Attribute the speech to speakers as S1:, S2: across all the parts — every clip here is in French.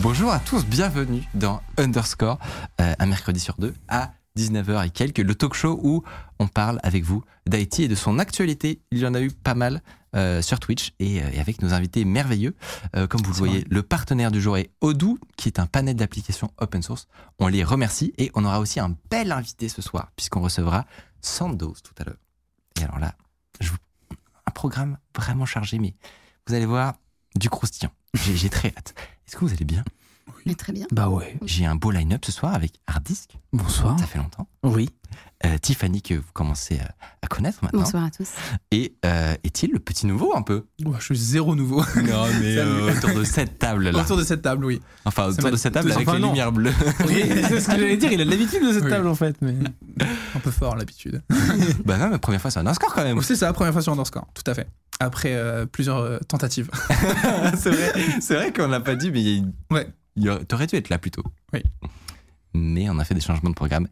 S1: Bonjour à tous, bienvenue dans Underscore, euh, un mercredi sur deux à 19h et quelques, le talk show où on parle avec vous d'Haïti et de son actualité. Il y en a eu pas mal euh, sur Twitch et, euh, et avec nos invités merveilleux. Euh, comme vous le
S2: C'est
S1: voyez, le partenaire du jour est Odoo, qui est un panel d'applications open source. On les remercie et on aura aussi un bel invité ce soir, puisqu'on recevra Sandoz tout à l'heure. Et alors là, je vous... un programme vraiment chargé, mais vous allez voir du croustillant. J'ai j'ai très hâte. Est-ce que vous allez bien
S3: Mais très bien.
S2: Bah ouais.
S1: J'ai un beau line-up ce soir avec Hardisk.
S2: Bonsoir.
S1: Ça fait longtemps.
S2: Oui.
S1: Euh, Tiffany, que vous commencez à, à connaître maintenant.
S3: Bonsoir à tous.
S1: Et euh, est-il le petit nouveau un peu
S2: je suis zéro nouveau.
S1: Non, mais
S2: Salut.
S1: euh, autour de cette table là.
S2: Ah, Autour de cette table, oui.
S1: Enfin,
S2: Ça
S1: autour
S2: m'a-
S1: de cette table
S2: tous
S1: avec
S2: en
S1: les
S2: un an.
S1: lumières bleues.
S2: Oui,
S4: c'est ce que j'allais dire, il a l'habitude de cette
S2: Oui.
S4: table en fait. Mais...
S2: Un peu fort l'habitude.
S1: bah non, mais première fois, c'est un score quand même.
S2: Donc c'est ça, première fois sur Underscore, tout à fait. Après euh, plusieurs euh, tentatives.
S1: c'est vrai, c'est vrai qu'on l'a pas dit, mais il y a une-
S2: Ouais.
S1: il y aurait- t'aurais dû être là plus tôt.
S2: Oui.
S1: Mais on a fait des changements de programme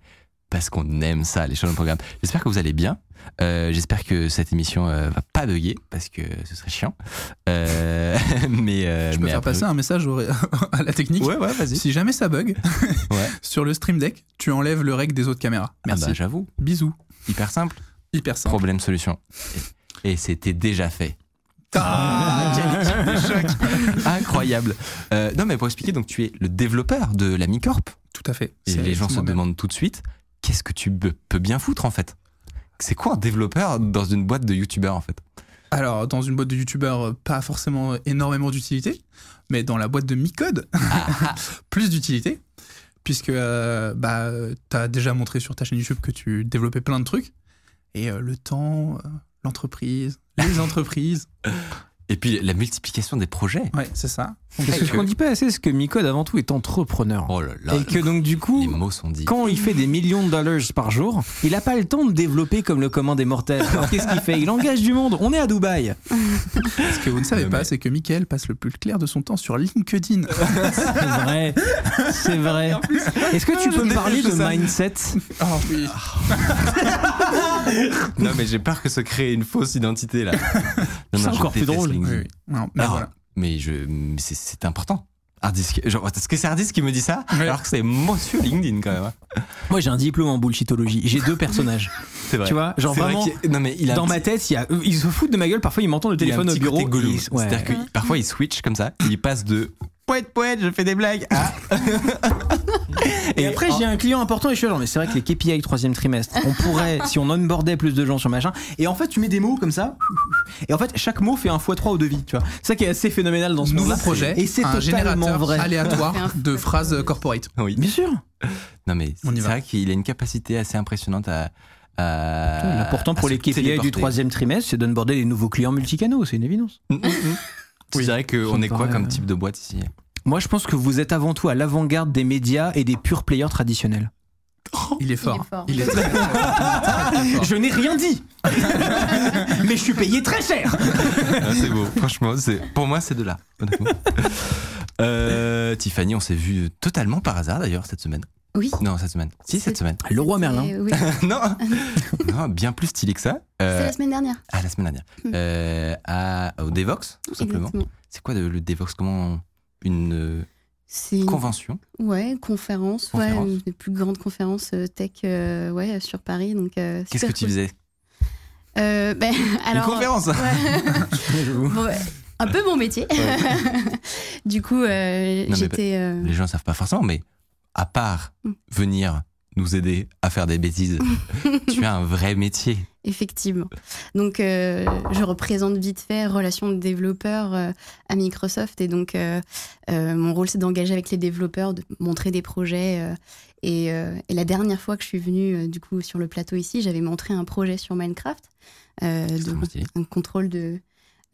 S1: parce qu'on aime ça, les changements de programme. J'espère que vous allez bien. Euh, J'espère que cette émission euh, va pas bugger parce que ce serait chiant. Euh, mais euh,
S2: Je peux
S1: mais
S2: faire
S1: après-
S2: passer un message au- à la technique.
S1: Ouais, ouais, vas-y.
S2: Si jamais ça bug,
S1: Ouais.
S2: sur le Stream Deck, tu enlèves le rec des autres caméras.
S1: Ah
S2: Merci.
S1: bah, j'avoue,
S2: Bisous.
S1: hyper simple.
S2: Hyper simple.
S1: Problème solution. Et, et c'était déjà fait.
S2: Ah, quel- quel choc.
S1: Incroyable. Euh, non, mais pour expliquer, donc tu es le développeur de la Micorp.
S2: Tout à fait.
S1: Et
S2: C'est-
S1: les gens
S2: c'est
S1: se
S2: moi-même.
S1: demandent tout de suite, qu'est-ce que tu be- peux bien foutre en fait C'est quoi un développeur dans une boîte de youtubeurs en fait
S2: Alors, dans une boîte de youtubeurs, euh, pas forcément euh, énormément d'utilité, mais dans la boîte de Micode, plus d'utilité, puisque euh, bah, tu as déjà montré sur ta chaîne YouTube que tu développais plein de trucs, et euh, le temps, euh, l'entreprise, les entreprises,
S1: Et puis la multiplication des projets.
S2: ouais, c'est ça.
S4: Parce que
S1: que-
S4: ce qu'on dit pas assez, c'est que Micode avant tout est entrepreneur.
S1: Oh là là,
S4: et que donc du
S1: les
S4: coup,
S1: mots sont dits.
S4: quand il fait des millions de dollars par jour, il n'a pas le temps de développer comme le commande des mortels. Alors qu'est-ce qu'il fait Il engage du monde. On est à Dubaï.
S2: Ce que vous ne savez
S1: Mais-
S2: pas, c'est que Michael passe le plus clair de son temps sur LinkedIn.
S4: C'est vrai. C'est vrai. Est-ce que tu
S2: je
S4: peux me
S2: déteste
S4: parler de
S2: ça.
S4: mindset Ah
S2: Oh oui.
S1: Non mais j'ai peur que se crée une fausse identité là. Non,
S4: C'est
S1: non, je
S4: encore plus
S1: déteste
S4: drôle. Ah,
S2: oui,
S1: LinkedIn.
S2: oui. Non, mais
S1: Alors,
S2: voilà.
S1: Ah, Mais, je, mais c'est- c'est important. Hardisk, genre, est-ce que c'est Hardisk qui me dit ça
S2: Ouais.
S1: Alors que c'est monsieur LinkedIn quand même. hein.
S4: Moi, j'ai un diplôme en bullshitologie. J'ai deux personnages.
S1: C'est vrai.
S4: Tu vois, genre
S1: C'est vrai
S4: vraiment,
S1: qu'il- non, mais il a un
S4: Dans
S1: petit-
S4: ma tête, il y a, ils se foutent de ma gueule. Parfois, ils m'entendent au
S1: il a un
S4: téléphone au
S1: petit
S4: bureau.
S1: côté Gollum.
S4: et ils- ouais.
S1: C'est-à-dire que parfois il switch comme ça, il passe de poète poète, je fais des blagues à
S4: Et après,
S1: oh.
S4: j'ai un client important et je suis là, genre, mais c'est vrai que les KPI troisième trimestre, on pourrait, si on onboardait plus de gens sur machin. Et en fait, tu mets des mots comme ça. Et en fait, chaque mot fait un x3 au devis, tu vois. C'est ça qui est assez phénoménal dans ce
S2: Nouveau
S4: monde-là.
S2: projet,
S4: Et c'est
S2: un
S4: totalement
S2: générateur
S4: vrai.
S3: C'est
S2: aléatoire
S3: un-
S2: de phrases corporate.
S1: Ah Oui.
S4: Bien sûr.
S1: Non mais c'est
S2: On y
S1: c'est
S2: va.
S1: vrai qu'il a une capacité assez impressionnante à. à
S4: L'important
S1: à
S4: Mmh, pour
S1: se
S4: les KPI
S1: téléporter.
S4: du troisième trimestre, c'est d'onboarder les nouveaux clients multicanaux, c'est une évidence.
S1: Mm, mm, mm. Je
S4: Oui.
S1: dirais
S4: Ça
S1: qu'on
S4: me
S1: est quoi
S4: paraît,
S1: comme
S4: euh,
S1: type de boîte ici
S4: Moi, je pense que vous êtes avant tout à l'avant-garde des médias et des purs players traditionnels.
S2: Il est fort.
S3: est fort.
S2: Il est très fort. Il est très fort.
S4: Je n'ai rien dit Mais je suis payé très cher
S1: Ah, C'est beau, franchement, c'est pour moi c'est de là. honnêtement. Euh, Tiffany, on s'est vu totalement par hasard d'ailleurs cette semaine.
S3: Oui.
S1: Non, cette semaine. Si, cette semaine.
S4: Le roi Merlin.
S3: C'est Eh oui,
S1: non. non, bien plus stylé que ça.
S3: c'est
S1: Euh,
S3: la semaine dernière.
S1: à la semaine dernière. Euh, à, au Devox, tout simplement.
S3: Exactement.
S1: C'est quoi de- le Devox Comment une euh,
S3: C'est une
S1: convention
S3: ouais, conférence,
S1: Conférence.
S3: Ouais, une des plus grandes conférences euh, tech euh, ouais, sur Paris. Donc, euh,
S1: Qu'est-ce
S3: super
S1: que tu
S3: cool.
S1: faisais
S3: Euh, ben, alors,
S1: Une conférence
S3: ouais. Bon, ouais, un peu mon métier. du coup, euh,
S1: Non, mais
S3: j'étais. euh,
S1: Les gens savent pas forcément, mais à part
S3: Mm.
S1: venir nous aider à faire des bêtises, tu as un vrai métier.
S3: Effectivement. Donc, euh, je représente vite fait relations de développeurs euh, à Microsoft. Et donc, euh, euh, mon rôle, c'est d'engager avec les développeurs, de montrer des projets. euh, et, euh, et la dernière fois que je suis venue, euh, du coup, sur le plateau ici, j'avais montré un projet sur Minecraft, euh,
S1: C'est
S3: de-
S1: vraiment stylé.
S3: un contrôle de,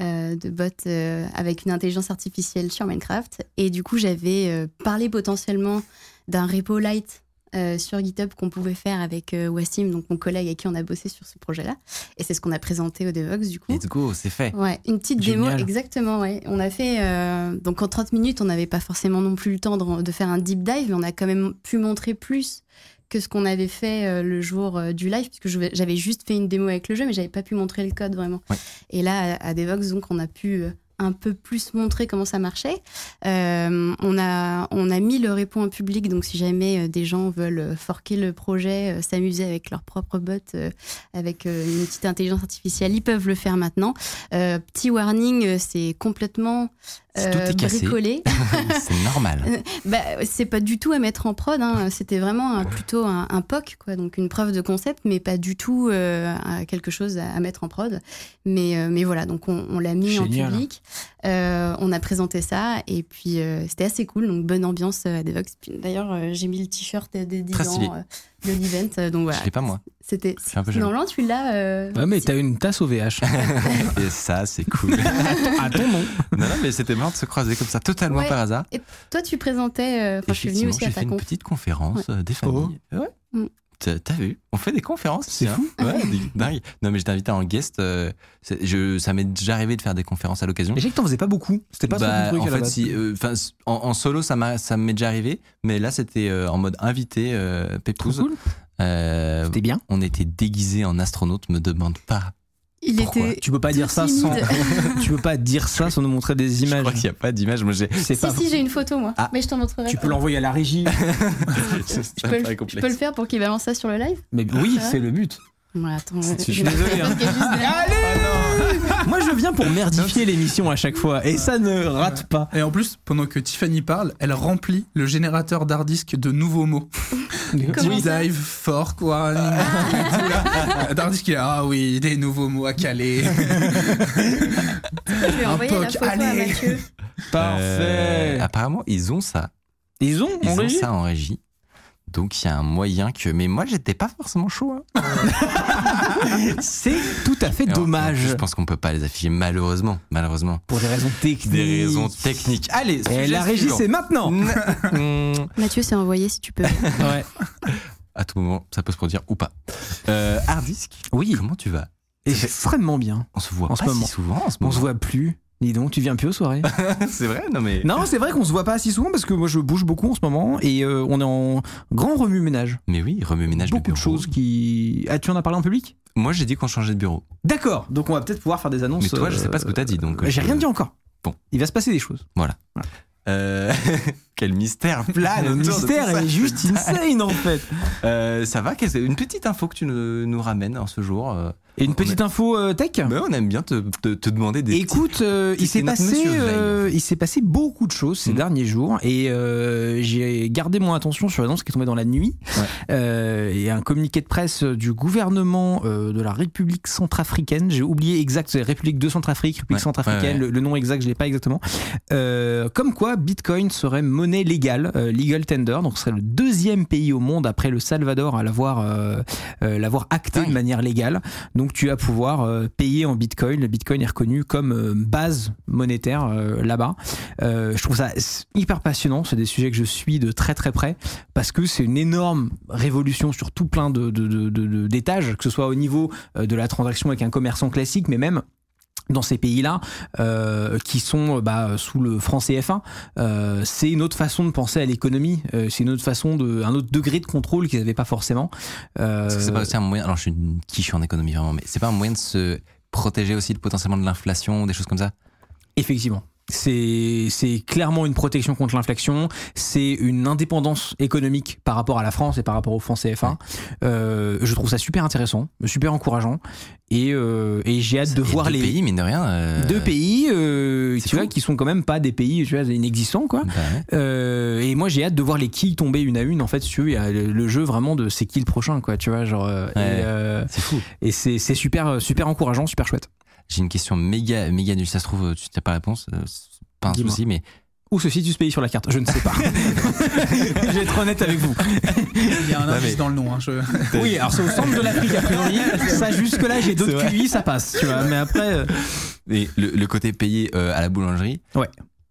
S3: euh, de bots euh, avec une intelligence artificielle sur Minecraft. Et du coup, j'avais euh, parlé potentiellement d'un repo light euh, sur GitHub qu'on pouvait faire avec euh, Wassim, donc mon collègue avec qui on a bossé sur ce projet-là. Et c'est ce qu'on a présenté au Devox, du coup.
S1: Let's go, c'est fait.
S3: Ouais, une petite
S4: Génial.
S3: démo, exactement, ouais. On a fait, euh, donc en 30 minutes, on n'avait pas forcément non plus le temps de, de faire un deep dive, mais on a quand même pu montrer plus que ce qu'on avait fait euh, le jour euh, du live, puisque je- j'avais juste fait une démo avec le jeu, mais j'avais pas pu montrer le code vraiment.
S1: Ouais.
S3: Et là, à, à Devox, donc, on a pu euh, un peu plus montrer comment ça marchait. Euh, on, a, on a mis le repo en public, donc si jamais euh, des gens veulent euh, forquer le projet, euh, s'amuser avec leur propre bot, euh, avec euh, une petite intelligence artificielle, ils peuvent le faire maintenant. Euh, petit warning, euh, c'est complètement euh,
S1: Tout est cassé.
S3: bricolé.
S1: c'est normal.
S3: Bah, c'est pas du tout à mettre en prod. hein. C'était vraiment un- plutôt un, un POC, quoi. Donc une preuve de concept, mais pas du tout euh, à quelque chose à, à mettre en prod. Mais, euh, mais voilà, donc on, on l'a mis
S4: Génial.
S3: en public. Euh, on a présenté ça et puis euh, c'était assez cool. Donc bonne ambiance euh, à Devox. Puis, D'ailleurs, euh, j'ai mis le t-shirt des 10
S1: Très stylé.
S3: ans euh, de l'event. euh, Donc voilà,
S1: Je l'ai pas moi.
S3: c'était.
S1: Je suis un peu jaloux.
S3: Normalement, tu l'as. euh,
S4: Ouais, mais
S3: si-
S4: t'as une tasse au VH.
S1: Et ça, c'est cool.
S4: à ton nom.
S1: non, non, mais c'était marrant de se croiser comme ça, totalement
S3: Ouais.
S1: par hasard.
S3: Toi, tu présentais. euh, Enfin, je suis venue
S1: Effectivement,
S3: aussi à
S1: j'ai fait
S3: ta
S1: une
S3: conf.
S1: petite conférence euh, des familles. Ouais.
S3: Mm.
S1: T'as t'as vu On fait des conférences.
S4: Oh. C'est
S1: tiens. Ouais, des- dingue. Non, mais j'étais invité en guest. euh, c'est- je, ça m'est déjà arrivé de faire des conférences à l'occasion.
S4: Mais j'ai que t'en faisais pas beaucoup. C'était pas
S1: Bah,
S4: trop ton truc
S1: en
S4: à la
S1: fait,
S4: base.
S1: si, euh, 'fin, s- en, en solo, ça m'a- ça m'est déjà arrivé, mais là, c'était euh, en mode invité, euh,
S4: Trop
S1: Pépouze.
S4: cool.
S1: Euh,
S4: C'était bien.
S1: on était déguisés en astronaute, me demande pas.
S3: Il
S1: Pourquoi
S3: était.
S4: Tu peux pas dire ça sans. tu peux pas dire ça sans nous montrer des
S1: Je
S4: images.
S1: crois qu'il n'y a pas d'image. Moi, j'ai.
S4: C'est
S3: Si,
S4: pas.
S3: si, j'ai une photo, moi.
S1: Ah.
S3: Mais je t'en montrerai.
S4: Tu
S3: pas.
S4: peux l'envoyer à la régie.
S1: ça
S3: je, peux
S1: me
S3: le,
S1: paraît
S3: je peux le
S1: complexe.
S3: faire pour qu'il balance ça sur le live
S4: Mais oui,
S3: Ça va
S4: c'est le but.
S3: Ouais, attends.
S4: C'est-
S3: euh,
S4: je suis
S3: j'ai-
S4: désolé,
S3: j'ai
S4: hein.
S3: quelque chose de-
S4: Moi, je viens pour merdifier l'émission à chaque fois, et ça ne rate pas.
S2: Et en plus, pendant que Tiffany parle, elle remplit le générateur d'hard disk de nouveaux mots.
S3: Comment
S2: Deep
S3: ça
S2: dive, fork, quoi. D'hard disk, il est ah oui, des nouveaux mots à caler.
S3: Je vais
S2: Un
S3: envoyer la
S2: poc,
S3: photo à
S2: allez.
S3: Mathieu.
S4: Parfait.
S1: Euh, apparemment, ils ont ça.
S4: Ils ont,
S1: Ils
S4: en
S1: ont
S4: régie
S1: ça en régie. Donc il y a un moyen que. Mais moi, j'étais pas forcément chaud. hein.
S4: C'est tout à fait
S1: Et en- en plus,
S4: dommage.
S1: Je pense qu'on peut pas les afficher, malheureusement. Malheureusement.
S4: Pour des raisons techniques.
S1: Des raisons techniques. Allez,
S4: Et
S1: sujet
S4: la régie,
S1: suivant.
S4: c'est maintenant.
S1: Mm,
S3: Mathieu, c'est envoyé si tu peux.
S4: Ouais.
S1: à tout moment, ça peut se produire ou pas. Euh, Hardisk,
S4: Oui.
S1: comment tu vas
S4: Extrêmement bien.
S1: On se voit
S4: En
S1: pas
S4: ce moment.
S1: si souvent en ce
S4: On se
S1: moment.
S4: voit plus. Dis donc, tu viens plus aux soirées.
S1: c'est vrai, non mais.
S4: non, c'est vrai qu'on se voit pas si souvent parce que moi je bouge beaucoup en ce moment et euh, on est en grand remue-ménage.
S1: Mais oui, remue-ménage
S4: Beaucoup
S1: le
S4: de
S1: bureau.
S4: choses qui. Ah, tu en as parlé en public
S1: Moi, j'ai dit qu'on changeait de bureau.
S4: D'accord, donc on va peut-être pouvoir faire des annonces.
S1: Mais toi, je sais pas ce que t'as dit, donc,
S4: euh, J'ai
S1: je-
S4: rien dit encore.
S1: Bon.
S4: Il va se passer des choses.
S1: Euh, Quel mystère plane
S4: le
S1: autour de tout
S4: mystère
S1: ça.
S4: est juste insane en fait.
S1: Euh, ça va qu'est-ce- Une petite info que tu nous, nous ramènes en ce jour. euh.
S4: Et une
S1: On
S4: petite info euh, tech
S1: Mais on aime bien te, te- te demander Bah, des.
S4: Écoute, euh, il
S1: c'est
S4: s'est
S1: notre
S4: passé,
S1: monsieur
S4: euh, il s'est passé beaucoup de choses ces
S1: Mm.
S4: derniers jours et euh, j'ai gardé mon attention sur l'annonce qui est tombée dans la nuit
S1: Ouais.
S4: Euh, et un communiqué de presse du gouvernement euh, de la République centrafricaine. J'ai oublié exact, c'est République de Centrafrique, République
S1: Ouais,
S4: centrafricaine,
S1: ouais, ouais.
S4: Le, le nom exact je l'ai pas exactement. Euh, comme quoi, Bitcoin serait monnaie légale, euh, legal tender, donc ce serait le deuxième pays au monde après le Salvador à l'avoir euh, euh, l'avoir acté de
S1: Dingue.
S4: manière légale. Donc tu vas pouvoir euh, payer en Bitcoin. Le Bitcoin est reconnu comme euh, base monétaire euh, là-bas. Euh, je trouve ça s- hyper passionnant. C'est des sujets que je suis de très très près parce que c'est une énorme révolution sur tout plein de, de- de- de- de- d'étages, que ce soit au niveau euh, de la transaction avec un commerçant classique, mais même dans ces pays-là, euh, qui sont euh, bah, sous le franc CFA, euh, c'est une autre façon de penser à l'économie, euh, c'est une autre façon de, un autre degré de contrôle qu'ils n'avaient pas forcément. Euh,
S1: Est-ce que c'est pas aussi un moyen. Alors, je suis une quiche en économie vraiment, mais c'est pas un moyen de se protéger aussi de, potentiellement de l'inflation ou des choses comme ça
S4: Effectivement. C'est c'est clairement une protection contre l'inflation, c'est une indépendance économique par rapport à la France et par rapport au franc CFA. Euh, je trouve ça super intéressant, super encourageant, et, euh, et j'ai hâte de
S1: Et
S4: voir
S1: deux
S4: les
S1: pays, mine de rien. euh,
S4: deux pays euh,
S1: c'est
S4: tu vois,
S1: fou.
S4: qui sont quand même pas des pays tu vois, inexistants. Quoi.
S1: bah ouais.
S4: Euh, et moi j'ai hâte de voir les kills tomber une à une, en fait, si tu veux, il y a le, le jeu vraiment de c'est qui le prochain, quoi, tu vois, genre, euh, et,
S1: Ouais.
S4: euh,
S1: C'est fou.
S4: et c'est c'est super, super encourageant, super chouette.
S1: J'ai une question méga, méga nulle. Ça se trouve, tu n'as pas la réponse. euh, c'est Pas un
S4: Dis-moi.
S1: souci, mais
S4: Où se situe ce pays sur la carte Je ne sais pas. je vais être honnête avec vous.
S2: Il y a un
S1: Non,
S2: indice
S1: mais-
S2: dans le nom. hein, je-
S4: Oui, alors c'est au centre de l'Afrique a priori. Ça jusque là j'ai d'autres QI, ça passe, tu vois. Mais après, euh,
S1: Et le, le côté payé euh, à la boulangerie.
S4: Ouais.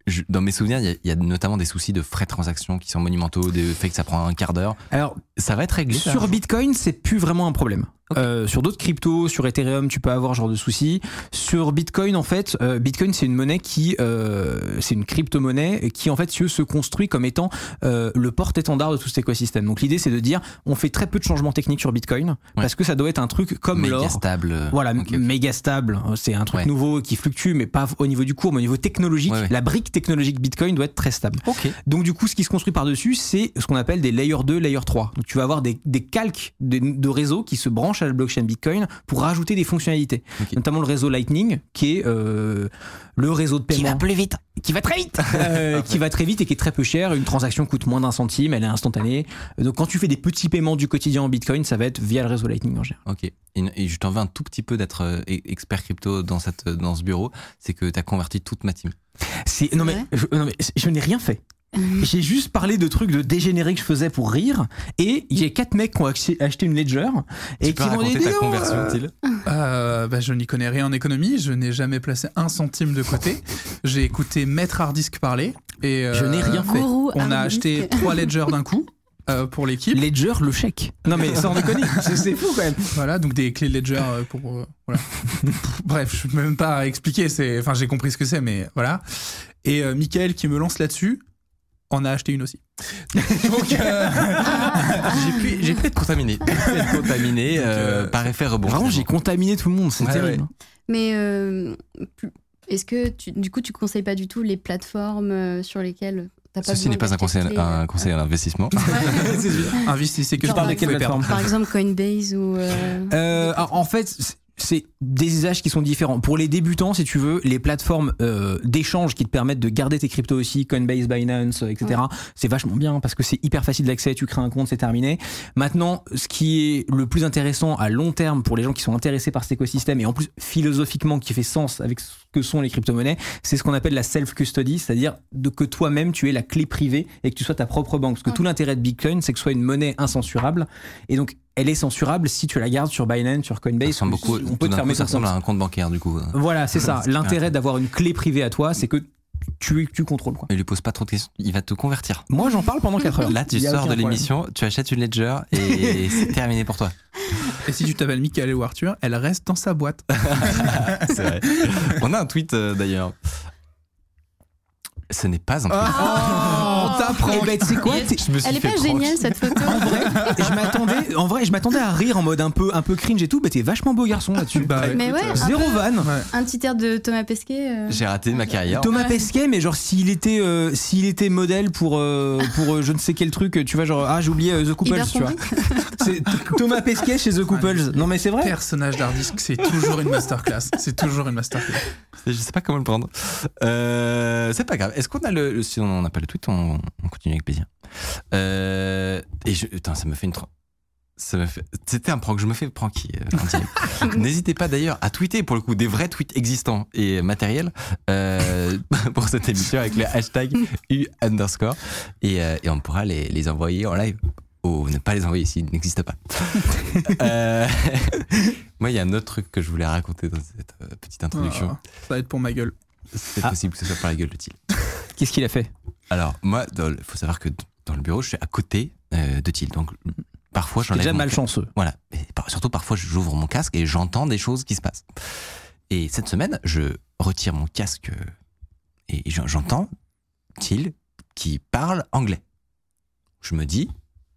S1: je- dans mes souvenirs, il y a- il y, a notamment des soucis de frais de transaction qui sont monumentaux, des faits que ça prend un quart d'heure.
S4: Alors,
S1: Ça va être réglé. ça
S4: Sur Bitcoin, c'est plus vraiment un problème.
S1: Ok.
S4: Euh, sur d'autres cryptos, sur Ethereum, tu peux avoir ce genre de soucis. Sur Bitcoin, en fait, euh, Bitcoin, c'est une monnaie qui, euh, c'est une crypto-monnaie qui, en fait, si tu veux, se construit comme étant euh, le porte-étendard de tout cet écosystème. Donc l'idée, c'est de dire, on fait très peu de changements techniques sur Bitcoin parce que ça doit être un truc comme
S1: méga
S4: l'or.
S1: stable. euh,
S4: Voilà,
S1: ok, ok.
S4: méga stable. hein, C'est un truc
S1: Ouais.
S4: nouveau qui fluctue, mais pas au niveau du cours, mais au niveau technologique.
S1: Ouais, ouais.
S4: La brique technologique Bitcoin doit être très stable.
S1: Ok.
S4: Donc du coup, ce qui se construit par-dessus, c'est ce qu'on appelle des layer 2, layer 3. Donc tu vas avoir des, des calques de, de réseaux qui se branchent à la blockchain Bitcoin pour rajouter des fonctionnalités.
S1: Ok.
S4: Notamment le réseau Lightning, qui est euh, le réseau de paiement.
S1: plus vite. Qui va très vite.
S4: euh, qui va très vite et qui est très peu cher. Une transaction coûte moins d'un centime, elle est instantanée. Donc quand tu fais des petits paiements du quotidien en Bitcoin, ça va être via le réseau Lightning en général.
S1: Ok. Et, et je t'en veux un tout petit peu d'être euh, expert crypto dans, cette, euh, dans ce bureau. C'est que t'as converti toute ma team.
S4: C'est- Non, mais,
S3: vrai
S4: je- non mais je- je n'ai rien fait. J'ai juste parlé de trucs de dégénérés que je faisais pour rire, et il y a quatre mecs qui ont acheté, acheté une Ledger et
S1: tu
S4: qui
S1: peux
S4: m'ont dit
S1: raconter ta
S4: Non,
S1: conversion
S4: euh,
S1: utile
S2: Euh, bah, je n'y connais rien en économie, je n'ai jamais placé un centime de côté. J'ai écouté Maître Hardisk parler et euh,
S4: Je n'ai rien fait.
S3: Gourou,
S2: On a
S3: Hardisk.
S2: acheté trois ledgers d'un coup euh, pour l'équipe.
S4: Ledger le chèque. Non mais sans déconner, c'est c'est fou quand même.
S2: Voilà, donc des clés ledger euh, pour euh, voilà. Bref, je peux même pas expliquer. C'est, enfin, j'ai compris ce que c'est, mais voilà. Et euh, Michael qui me lance là-dessus en a acheté une aussi. donc euh,
S4: Ah,
S1: J'ai pu, j'ai pu être contaminé. J'ai pu être contaminé euh, par effet rebond.
S4: Vraiment, j'ai
S1: finalement.
S4: contaminé tout le monde, c'est
S1: Ouais,
S4: terrible.
S3: Mais euh, plus- est-ce que tu, du coup, tu conseilles pas du tout les plateformes euh, sur lesquelles t'as pas
S1: Ceci
S3: besoin euh,
S1: n'est pas un
S3: d'acheter
S1: conseil,
S3: les-
S1: un conseil à l'investissement.
S2: investissez que
S3: Tu
S2: je
S3: parles de
S2: pouvez
S4: quelle
S2: perdre.
S3: Par exemple, Coinbase ou. euh,
S4: Euh, alors, en fait, c'est- c'est des usages qui sont différents. Pour les débutants, si tu veux, les plateformes euh, d'échange qui te permettent de garder tes cryptos aussi, Coinbase, Binance, euh, etc., c'est vachement bien parce que c'est hyper facile d'accès, tu crées un compte, c'est terminé. Maintenant, ce qui est le plus intéressant à long terme pour les gens qui sont intéressés par cet écosystème et en plus philosophiquement qui fait sens avec ce que sont les crypto-monnaies, c'est ce qu'on appelle la self-custody, c'est-à-dire de que toi-même tu aies la clé privée et que tu sois ta propre banque. Parce que
S3: Ouais.
S4: tout l'intérêt de Bitcoin, c'est que ce soit une monnaie incensurable. Et donc, elle est censurable si tu la gardes sur Binance, sur
S1: Ça
S4: Coinbase.
S1: ressemble beaucoup.
S4: on
S1: tout
S4: peut te
S1: d'un coup,
S4: fermer
S1: ça
S4: ton compte.
S1: ressemble à un compte bancaire du coup.
S4: Voilà, Mm. c'est ça.
S1: C'est
S4: L'intérêt d'avoir une clé privée à toi, c'est que tu, tu contrôles. Quoi.
S1: Il lui pose pas trop de questions. Il va te convertir.
S4: Moi, j'en parle pendant 4 heures.
S1: Là, tu
S4: Il y a
S1: sors
S4: aucun
S1: de
S4: problème.
S1: l'émission, tu achètes une ledger et c'est terminé pour toi.
S2: Et si tu t'appelles Michael ou Arthur, elle reste dans sa boîte.
S1: Ah, C'est vrai. On a un tweet euh, d'ailleurs. Ce n'est pas un tweet.
S4: Ah.
S2: Oh, t'as
S4: Eh ben, tu sais quoi t'es-
S1: Je me suis
S3: Elle est
S1: fait
S3: pas
S1: prank.
S3: géniale cette photo.
S4: En vrai, je m'attendais, en vrai, je m'attendais à rire en mode un peu, un peu cringe et tout, mais t'es vachement beau garçon là-dessus.
S2: Bah,
S3: Mais
S2: écoute,
S3: ouais,
S2: euh,
S4: Zéro
S3: peu.
S4: vanne.
S3: Un petit air de Thomas Pesquet. euh,
S1: J'ai raté ma carrière.
S4: Thomas
S3: Ouais.
S4: Pesquet, mais genre s'il était, euh, s'il était modèle pour, euh, pour euh, je ne sais quel truc, tu vois, genre ah j'ai oublié euh, The Couples,
S3: hyper
S4: tu vois.
S3: complet.
S4: C'est Thomas Pesquet chez The Couples. Non mais c'est vrai.
S2: personnage d'Hardisk, c'est toujours une masterclass. C'est toujours une masterclass.
S1: Je sais pas comment le prendre. Euh, c'est pas grave. Est-ce qu'on a le, le- Si on n'a pas le tweet, on, on continue avec plaisir. Euh, et je, putain, ça me fait une. tro- Ça me fait. C'était un prank. Je me fais pranky. euh, en direct. N'hésitez pas d'ailleurs à tweeter pour le coup des vrais tweets existants et matériels euh, pour cette émission avec le hashtag U underscore et, euh, et on pourra les, les envoyer en live. Oh, ne pas les envoyer s'ils n'existent pas. Euh, moi, il y a un autre truc que je voulais raconter dans cette euh, petite introduction.
S2: Ah, ça va être pour ma gueule.
S1: C'est
S4: Ah.
S1: possible que ce soit par la gueule de Thiel.
S4: Qu'est-ce qu'il a fait
S1: Alors, moi, il faut savoir que d- dans le bureau, je suis à côté euh, de Thiel. Donc, parfois,
S4: T'es
S1: j'enlève.
S4: déjà
S1: mon ca-
S4: malchanceux.
S1: Voilà. Et par- surtout, parfois, j'ouvre mon casque et j'entends des choses qui se passent. Et cette semaine, je retire mon casque euh, et j'en- j'entends Thiel qui parle anglais. Je me dis,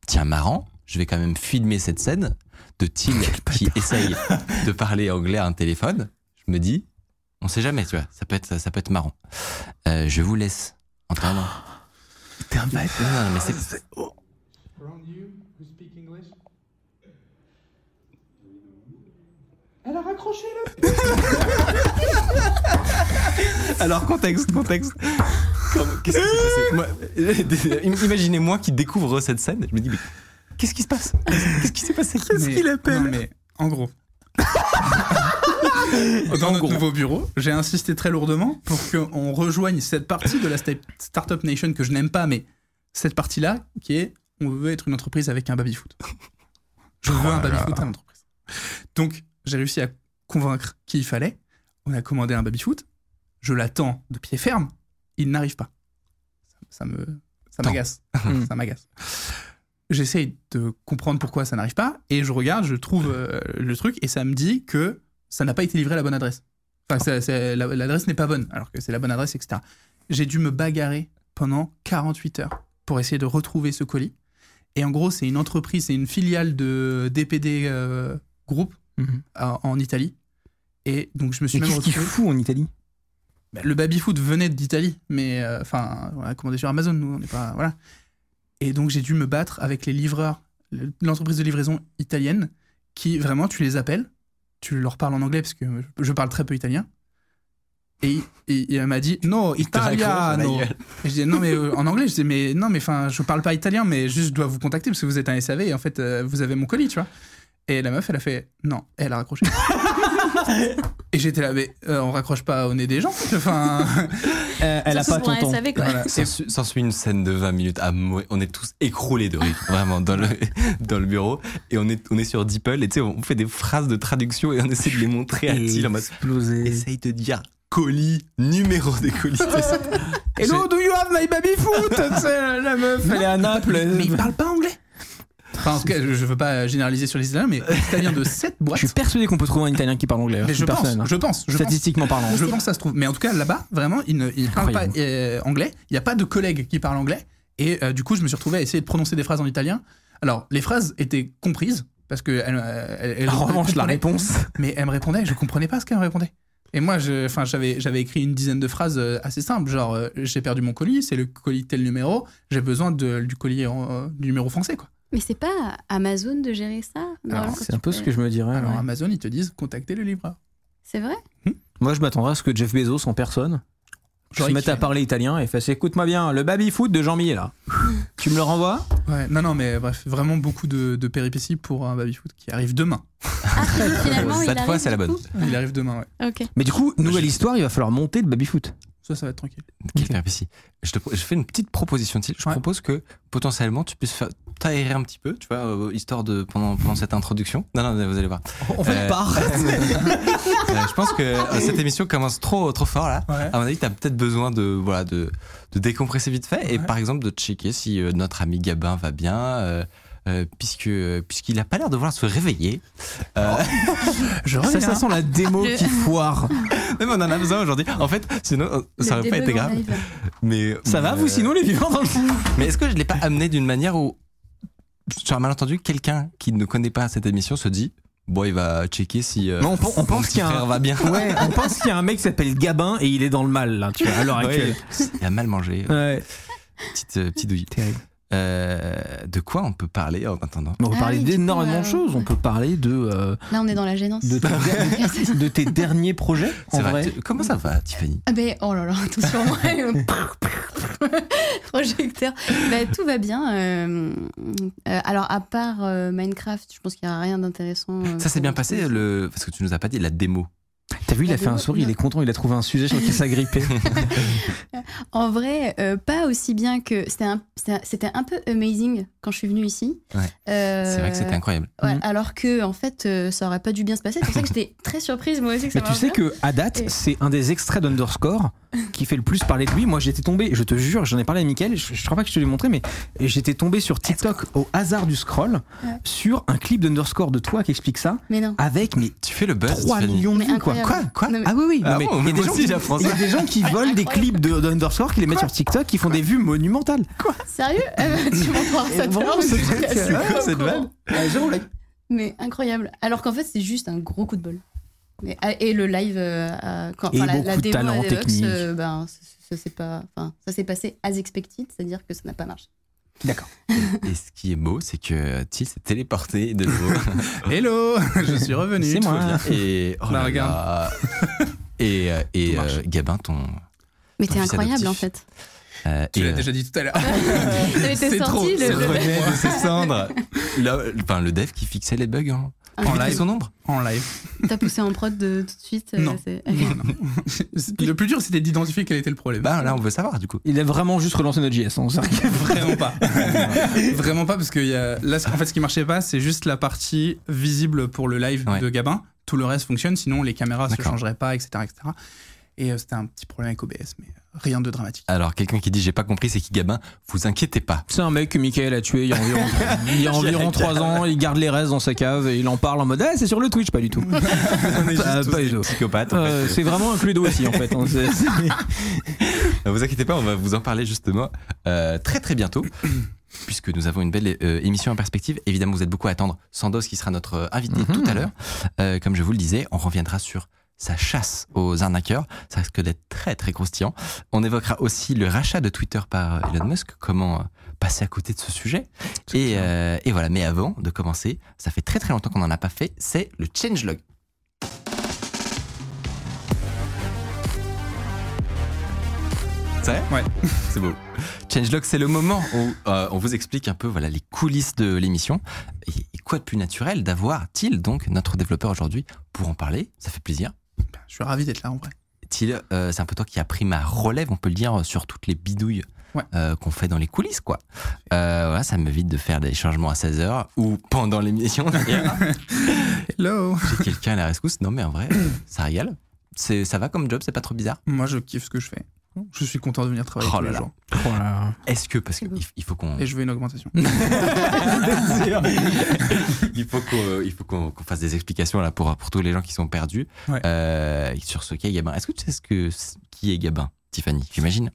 S1: tiens, marrant, je vais quand même filmer cette scène de Thiel qui essaye de parler anglais à un téléphone. Je me dis, on sait jamais, tu vois, ça peut être, ça, ça peut être marrant. Euh, je vous laisse entendre.
S2: T'es un bâtard.
S1: Non, non, mais c'est-
S5: around you who speak English? Elle a raccroché là
S4: Alors contexte, contexte.
S1: Qu'est-ce qui s'est passé Moi, Euh, im- Imaginez moi qui découvre cette scène, je me dis mais qu'est-ce qui se passe Qu'est-ce qui s'est passé
S2: Mais-
S4: qu'il appelle
S2: non, mais en gros. Dans notre nouveau bureau, j'ai insisté très lourdement pour qu'on rejoigne cette partie de la sta- Startup Nation que je n'aime pas, mais cette partie-là qui est on veut être une entreprise avec un baby-foot. Je veux un baby-foot à l'entreprise. Donc, j'ai réussi à convaincre qui il fallait. on a commandé un baby-foot, je l'attends de pied ferme, il n'arrive pas. Ça, ça me, ça
S1: Tant.
S2: m'agace. ça m'agace. J'essaye de comprendre pourquoi ça n'arrive pas et je regarde, je trouve euh, le truc et ça me dit que ça n'a pas été livré à la bonne adresse. Enfin, c'est- c'est- la- l'adresse n'est pas bonne, alors que c'est la bonne adresse, etc. J'ai dû me bagarrer pendant 48 heures pour essayer de retrouver ce colis. Et en gros, c'est une entreprise, c'est une filiale de DPD euh, Group
S4: Mhm.
S2: à- en Italie. Et donc, je me suis
S4: Mais
S2: même
S4: qu'est-ce qu'il
S2: retrouvé.
S4: fout en Italie
S2: Bah, le baby food venait d'Italie, mais euh, enfin, on a commandé sur Amazon, nous, on n'est pas. Voilà. Et donc, j'ai dû me battre avec les livreurs, le- l'entreprise de livraison italienne, qui vraiment, tu les appelles, tu leur parles en anglais, parce que je parle très peu italien. Et, et- et elle m'a dit, non,
S1: te raconte la
S2: italiano.
S1: gueule.
S2: Et je dis, non, mais euh, en anglais, je dis, mais non, mais enfin, je parle pas italien, mais juste, je dois vous contacter parce que vous êtes un SAV et en fait, euh, vous avez mon colis, tu vois. Et la meuf, elle a fait, non, Et elle a raccroché. et j'étais là, mais euh, on raccroche pas au nez des gens. Enfin,
S4: Elle a
S3: Ça,
S4: pas
S3: c'est pour un
S4: tonton.
S3: SAV, quoi.
S2: voilà.
S1: S'en su- S'ensuit une scène de 20 minutes à mourir. On est tous écroulés de rire, vraiment, dans le, dans le bureau. Et on est, on est sur DeepL et tu sais, on fait des phrases de traduction et on essaie de les montrer à Thiel en mode
S4: Explosé.
S1: Essaye de dire colis, numéro des colis.
S4: Hello, do you have my baby foot euh, La meuf, elle est à Naples.
S2: mais ils parlent pas anglais. Enfin, en tout cas, je je veux pas généraliser sur les Italiens, mais les Italiens de cette boîte.
S4: Je suis persuadé qu'on peut trouver un Italien qui parle anglais. hein,
S2: mais je pense,
S4: personne.
S2: je pense, je pense.
S4: Statistiquement parlant.
S2: Ah, Je pense que ça se trouve. Mais en tout cas, là-bas, vraiment, ils ne ils parlent pas
S4: Incroyable.
S2: euh, anglais. Il n'y a pas de collègues qui parlent anglais. Et euh, du coup, je me suis retrouvé à essayer de prononcer des phrases en italien. Alors, les phrases étaient comprises parce que elle, euh, elle- elle-
S4: En
S2: elle
S4: revanche, la
S2: comprenait.
S4: réponse.
S2: Mais elle me répondait, je comprenais pas ce qu'elle me répondait. Et moi, je- enfin, j'avais, j'avais écrit une dizaine de phrases euh, assez simples, genre euh, j'ai perdu mon colis, c'est le colis de tel numéro, j'ai besoin de- du colis en- euh, du numéro français, quoi.
S3: Mais c'est pas à Amazon de gérer ça normalement,
S4: C'est
S3: quand
S4: un peu
S3: tu
S4: ce
S3: peux-
S4: que je me dirais.
S2: Alors
S4: Ah ouais.
S2: Amazon, ils te disent contactez le livreur.
S3: C'est vrai
S4: Moi, je m'attendrais à ce que Jeff Bezos, en personne, se
S2: J'aurais
S4: mette à
S2: kiffé.
S4: parler italien et fasse écoute-moi bien, le baby foot de Jean Millet là. tu me le renvoies
S2: Ouais, non, non, mais bref, vraiment beaucoup de, de péripéties pour un baby-foot qui arrive demain.
S3: Ah, finalement,
S1: Cette
S3: il
S1: fois,
S3: arrive,
S1: c'est la
S3: du
S1: bonne.
S3: coup
S2: Il arrive demain, ouais.
S3: Ok.
S4: Mais du coup, nouvelle
S1: j'ai-
S4: histoire, il va falloir monter le baby foot.
S2: Ça, ça va être tranquille.
S1: Quelle péripétie. Je, te, pro- je fais une petite proposition, Thiel. Je
S2: Ouais.
S1: propose que potentiellement tu puisses faire- t'aérer un petit peu, tu vois, euh, histoire de pendant, pendant cette introduction. Non, non, vous allez voir.
S4: On
S1: fait le
S4: part.
S1: Euh, je pense que euh, cette émission commence trop, trop fort là.
S2: Ouais.
S1: À mon avis, t'as peut-être besoin de, voilà, de, de décompresser vite fait et
S2: Ouais.
S1: par exemple de checker si euh, notre ami Gabin va bien, euh, euh, puisque euh, puisqu'il a pas l'air de vouloir se réveiller. Euh,
S2: Je
S4: ça,
S2: reviens.
S4: ça sent la démo
S3: Le-
S4: qui foire.
S1: mais on en a besoin aujourd'hui. En fait, sinon euh, ça
S3: Le
S1: aurait pas
S3: debug
S1: été
S3: en
S1: grave.
S3: live.
S1: Mais
S4: Ça va,
S1: mais,
S4: vous,
S1: euh,
S4: sinon, les vivants dans le
S1: Mais est-ce que je l'ai pas amené d'une manière où sur un malentendu, quelqu'un qui ne connaît pas cette émission se dit bon, il va checker si euh,
S4: Non, on, on
S1: mon
S4: pense
S1: petit
S4: qu'il y a
S1: frère
S4: un...
S1: va bien.
S4: Ouais, on pense qu'il y a un mec qui s'appelle Gabin et il est dans le mal, là, tu vois, à l'heure
S1: Ouais,
S4: actuelle.
S1: il a mal mangé, euh,
S4: Ouais,
S1: petite euh, petite douille.
S4: terrible.
S1: Euh, de quoi on peut parler en attendant
S4: Mais on peut
S3: Ah
S4: parler
S3: oui, du coup,
S4: d'énormément de
S3: euh,
S4: choses. On peut parler de, euh,
S3: Là, on est dans la gênance. Ah,
S4: de, tes, de tes derniers projets, en
S1: C'est vrai,
S4: vrai.
S1: tu- Comment ça va, Tiffany
S3: Ah ben, oh là là, attention, projecteur. Bah, tout va bien. euh, euh, alors, à part euh, Minecraft, je pense qu'il n'y a rien d'intéressant. euh,
S1: Ça s'est
S3: pour-
S1: bien passé le... parce que tu nous as pas dit la démo.
S4: T'as vu, il a
S3: La
S4: fait un
S3: démo,
S4: sourire, il est content, il a trouvé un sujet sur lequel s'agripper.
S3: En vrai, euh, pas aussi bien que. C'était un, c'était un- c'était un peu amazing quand je suis venue ici.
S1: Ouais.
S3: Euh,
S1: C'est vrai que c'était incroyable.
S3: ouais,
S4: Mhm.
S3: Alors que, en fait, euh, ça aurait pas dû bien se passer. C'est pour ça que j'étais très surprise, moi aussi. Que ça
S4: Mais tu sais
S3: marche
S4: que à date,
S3: Et-
S4: c'est un des extraits d'Underscore qui fait le plus parler de lui. Moi, j'étais tombé, je te jure, j'en ai parlé à Mickaël, je, je crois pas que je te l'ai montré, mais j'étais tombé sur TikTok au hasard du scroll
S3: Ouais.
S4: sur un clip d'Underscore de toi qui explique ça
S3: bien. Mais non.
S4: avec mais
S1: Tu fais le buzz,
S4: 3
S1: Tiffany.
S4: millions de
S3: Mais
S4: vues quoi.
S3: incroyable.
S1: Quoi Quoi
S3: Non, mais-
S4: Ah oui, oui,
S1: Ah
S4: non, mais
S1: bon,
S4: il y a
S1: moi
S4: des gens
S1: aussi,
S4: qui-
S1: la France.
S4: il y a des gens qui volent des clips de- d'Underscore, qui les mettent sur TikTok, qui font des vues monumentales.
S3: Sérieux Eh ben, Tu vas voir ça tout à l'heure,
S4: Vraiment,
S3: mais
S4: c'est-
S3: je suis
S4: c'est-
S3: assez pas au
S4: cette
S3: courant.
S4: vanne.
S3: Mais incroyable. Alors qu'en fait, c'est juste un gros coup de bol. Mais, ah, et le live, euh, à- quand,
S4: Et
S3: enfin, la,
S4: beaucoup
S3: la
S4: de
S3: démo
S4: talent
S3: à Deluxe,
S4: technique.
S3: euh, ben, ça, ça s'est pas, enfin, ça s'est passé as expected, c'est-à-dire que ça n'a pas marché.
S4: D'accord.
S1: Et ce qui est beau, c'est que Thiel s'est téléporté de nouveau.
S2: Hello, je suis revenu.
S4: C'est moi.
S2: Tout va bien.
S1: et oh
S2: Là,
S1: là
S2: regarde.
S1: là. Et, euh, et
S2: Tout marche.
S1: euh, Gabin, ton.
S3: Mais
S1: Ton
S3: t'es
S1: fils
S3: incroyable
S1: adoptif.
S3: en fait.
S1: euh,
S2: Tu
S1: et,
S2: l'as
S1: euh,
S2: déjà dit tout à l'heure.
S3: T'avais
S2: C'est
S3: été
S2: trop,
S3: sorti
S2: c'est
S3: le.
S2: trop.
S3: le-
S1: renaît de ses cendres. Là, enfin, le dev qui fixait les bugs hein. en,
S3: En
S1: en
S2: live.
S1: son nombre.
S2: En live.
S3: T'as poussé en prod de, tout de suite. euh,
S2: Non.
S3: c'est-
S2: Le plus dur, c'était d'identifier quel était le problème.
S1: Bah là, on veut savoir du coup.
S4: Il a vraiment juste relancé notre hein, JS. on s'est-
S2: Vraiment pas. Vraiment pas, parce que y a- là, ce- en fait, ce qui marchait pas, c'est juste la partie visible pour le live
S1: Ouais.
S2: de Gabin. tout le reste fonctionne, sinon les caméras ne se
S1: D'accord.
S2: changeraient pas, etc. etc. Et euh, c'était un petit problème avec OBS, mais rien de dramatique.
S1: Alors, quelqu'un qui dit j'ai pas compris, c'est qui Gabin Vous inquiétez pas.
S4: C'est un mec que Michael a tué il y a environ, il y a environ 3 ans, il garde les restes dans sa cave et il en parle en mode Ah, c'est sur le Twitch, pas du tout. Ah,
S1: bah,
S4: pas du tout.
S1: Psychopathe. en fait.
S4: Euh, c'est vraiment un cluedo aussi en fait. hein, c'est- c'est-
S1: Ne vous inquiétez pas, on va vous en parler justement euh, très très bientôt, puisque nous avons une belle euh, émission en perspective. Évidemment, vous êtes beaucoup à attendre Sandos, qui sera notre euh, invité
S4: Mhm.
S1: tout à l'heure. Euh, comme je vous le disais, on reviendra sur sa chasse aux arnaqueurs. Ça risque d'être très très croustillant. On évoquera aussi le rachat de Twitter par euh, Elon Musk, comment euh, passer à côté de ce sujet. Et, euh, et voilà, mais avant de commencer, ça fait très très longtemps qu'on n'en a pas fait, c'est le changelog. C'est vrai
S2: Ouais.
S1: C'est beau. Changelog, c'est le moment où euh, on vous explique un peu voilà, les coulisses de l'émission. Et, et quoi de plus naturel d'avoir Thiel, donc notre développeur aujourd'hui, pour en parler Ça fait plaisir.
S2: Je suis ravi d'être là en vrai.
S1: Thiel, euh, c'est un peu toi qui as pris ma relève, on peut le dire, sur toutes les bidouilles
S2: Ouais.
S1: euh, qu'on fait dans les coulisses, quoi. Euh, voilà, ça m'évite de faire des changements à 16h ou pendant l'émission. d'ailleurs.
S2: Hello
S1: J'ai quelqu'un à la rescousse. Non, mais en vrai, euh, ça régale. C'est- Ça va comme job, c'est pas trop bizarre.
S2: Moi, je kiffe ce que je fais. Je suis content de venir travailler
S1: Oh
S2: tous
S1: là
S2: les
S1: là.
S2: jours.
S1: Est-ce que, parce qu'il il faut qu'on.
S2: Et je veux une augmentation.
S1: il faut qu'on il faut qu'on qu'on fasse des explications là pour pour tous les gens qui sont perdus
S2: Ouais.
S1: Euh, sur ce qu'est Gabin. Est-ce que tu sais ce que qui est Gabin, Tiffany J'imagine.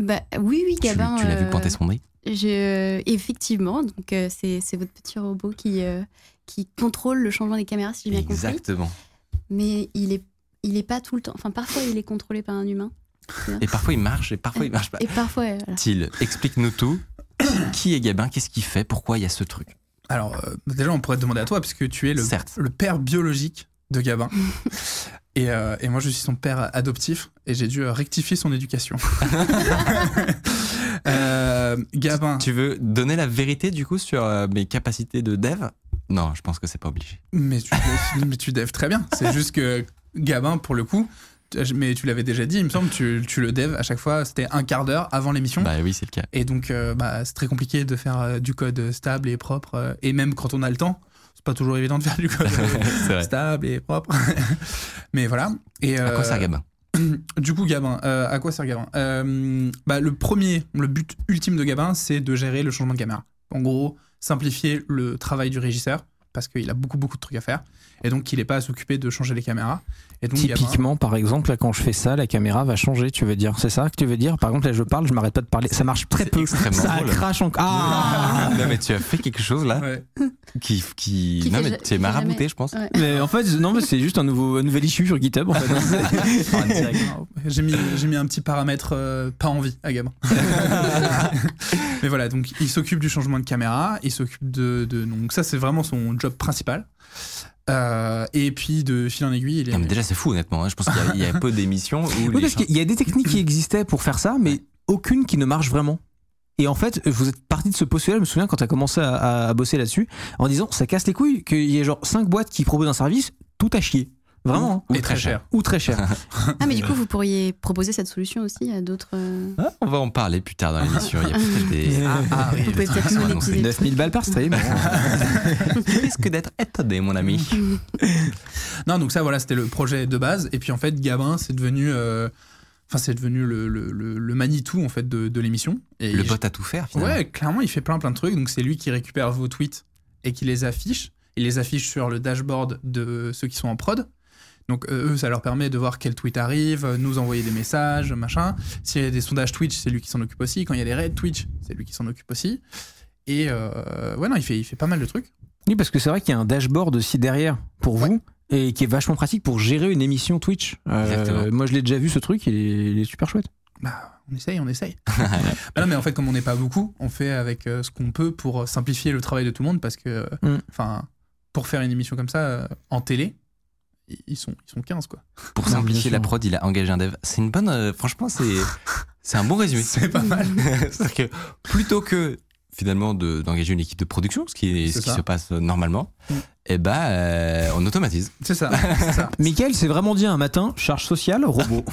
S3: Bah, oui, oui,
S1: Tu,
S3: Gabin.
S1: tu l'as vu
S3: euh,
S1: pointer son nez.
S3: je- euh, Effectivement, donc euh, c'est c'est votre petit robot qui, euh, qui contrôle le changement des caméras, si j'ai bien compris.
S1: Exactement.
S3: Mais il est, il est pas tout le temps. Enfin, parfois, il est contrôlé par un humain.
S1: Et parfois il marche et parfois il marche pas.
S3: Et parfois, euh, voilà.
S1: Til, explique-nous tout. qui est Gabin Qu'est-ce qu'il fait Pourquoi il y a ce truc
S2: Alors, euh, déjà, on pourrait te demander à toi, puisque tu es le,
S1: Certes.
S2: le père biologique de Gabin. et, euh, et moi, je suis son père adoptif, et j'ai dû euh, rectifier son éducation. Euh, Gabin,
S1: Tu veux donner la vérité du coup sur euh, mes capacités de dev Non, je pense que c'est pas obligé.
S2: mais tu, mais tu devs très bien. C'est juste que Gabin, pour le coup, tu- mais tu l'avais déjà dit, il me semble, tu, tu le devs à chaque fois, c'était un quart d'heure avant l'émission.
S1: Bah oui, c'est le cas.
S2: Et donc, euh, bah, c'est très compliqué de faire euh, du code stable et propre. euh, et même quand on a le temps, c'est pas toujours évident de faire du code euh,
S1: c'est vrai.
S2: stable et propre. Mais voilà. Et,
S1: À quoi
S2: euh,
S1: sert Gabin
S2: Du coup, Gabin, euh, à quoi sert Gabin Euh, bah, Le premier, le but ultime de Gabin, c'est de gérer le changement de caméra. En gros, simplifier le travail du régisseur, parce qu'il a beaucoup, beaucoup de trucs à faire. Et donc, il n'est pas à s'occuper de changer les caméras. Et donc, Gabin-
S4: Typiquement, par exemple, là, quand je fais ça, la caméra va changer, tu veux dire. C'est ça que tu veux dire Par exemple, là, je parle, je m'arrête pas de parler. Ça marche très
S1: C'est
S4: peu.
S1: extrêmement
S4: Ça
S1: drôle.
S4: crache encore. Ah
S1: Non mais tu as fait quelque chose là
S2: Ouais.
S1: qui qui,
S3: Qui
S1: non
S3: fait
S1: mais
S3: ja-
S1: tu es
S3: qui fait
S1: marabouté
S3: jamais.
S1: je pense.
S3: Ouais.
S4: Mais en fait, non, mais c'est juste un, nouveau, un nouvel issue sur GitHub. En fait.
S1: En direct. hein.
S2: J'ai mis, j'ai mis un petit paramètre euh, pas envie à Gabin. Mais voilà, donc il s'occupe du changement de caméra, il s'occupe de, de- Donc ça, c'est vraiment son job principal. Euh, et puis de fil en aiguille, il est.
S1: Non, mais déjà, c'est fou, honnêtement. hein. Je pense qu'il y a- il y, a peu d'émissions où.
S4: Oui,
S1: les
S4: parce
S1: gens-
S4: qu'il y a des techniques qui existaient pour faire ça, mais aucune qui ne marche vraiment. Et en fait, vous êtes parti de ce postulat, je me souviens quand tu as commencé à, à- à bosser là-dessus, en disant ça casse les couilles, qu'il y ait genre 5 boîtes qui proposent un service, tout à chier. Vraiment, hein.
S1: ou
S2: et très cher.
S4: ou très cher.
S3: Ah, mais du coup, vous pourriez proposer cette solution aussi à d'autres. euh,
S2: Hein
S1: Ah, on va en parler plus tard dans l'émission. Il y a peut-être des.
S4: Ah, ah,
S1: oui,
S3: Vous
S1: les
S3: pouvez
S1: trucs
S3: peut-être
S1: sont
S3: nous les
S1: annoncés.
S3: teaser.
S4: 9000 balles par stream.
S1: Tu risques d'être étonné, mon ami.
S2: Non, donc ça, voilà, c'était le projet de base. Et puis en fait, Gabin, c'est devenu. euh, Enfin, c'est devenu le, le, le, le Manitou en fait de, de l'émission. Et
S1: Le
S2: je-
S1: bot à tout faire, finalement.
S2: Ouais, clairement, il fait plein plein de trucs. Donc c'est lui qui récupère vos tweets et qui les affiche. Il les affiche sur le dashboard de ceux qui sont en prod. Donc euh, eux, ça leur permet de voir quel tweet arrive, euh, nous envoyer des messages, machin. S'il y a des sondages Twitch, c'est lui qui s'en occupe aussi. Quand il y a des raids Twitch, c'est lui qui s'en occupe aussi. Et euh, ouais, non, il fait, il fait pas mal de trucs.
S4: Oui, parce que c'est vrai qu'il y a un dashboard aussi derrière pour vous et qui est vachement pratique pour gérer une émission Twitch. Euh,
S1: Exactement.
S4: moi, je l'ai déjà vu ce truc, il est, il est super chouette.
S2: Bah, on essaye, on essaye. Bah non, mais en fait, comme on n'est pas beaucoup, on fait avec euh, ce qu'on peut pour simplifier le travail de tout le monde parce que, euh,
S4: Mm.
S2: enfin, pour faire une émission comme ça euh, en télé, i- ils sont, ils sont 15, quoi.
S1: Pour
S4: Non, bien
S1: simplifier
S4: sûr.
S1: la prod, il a engagé un dev. C'est une bonne. euh, franchement, c'est. C'est un bon résumé.
S2: C'est pas mal.
S1: C'est-à-dire que plutôt que finalement de- d'engager une équipe de production, ce qui, est-
S2: C'est
S1: ce qui
S2: ça.
S1: se passe euh, normalement,
S2: Mm.
S1: eh ben, euh, on automatise.
S2: C'est ça. c'est ça.
S4: Michael s'est vraiment dit un matin charge sociale, robot.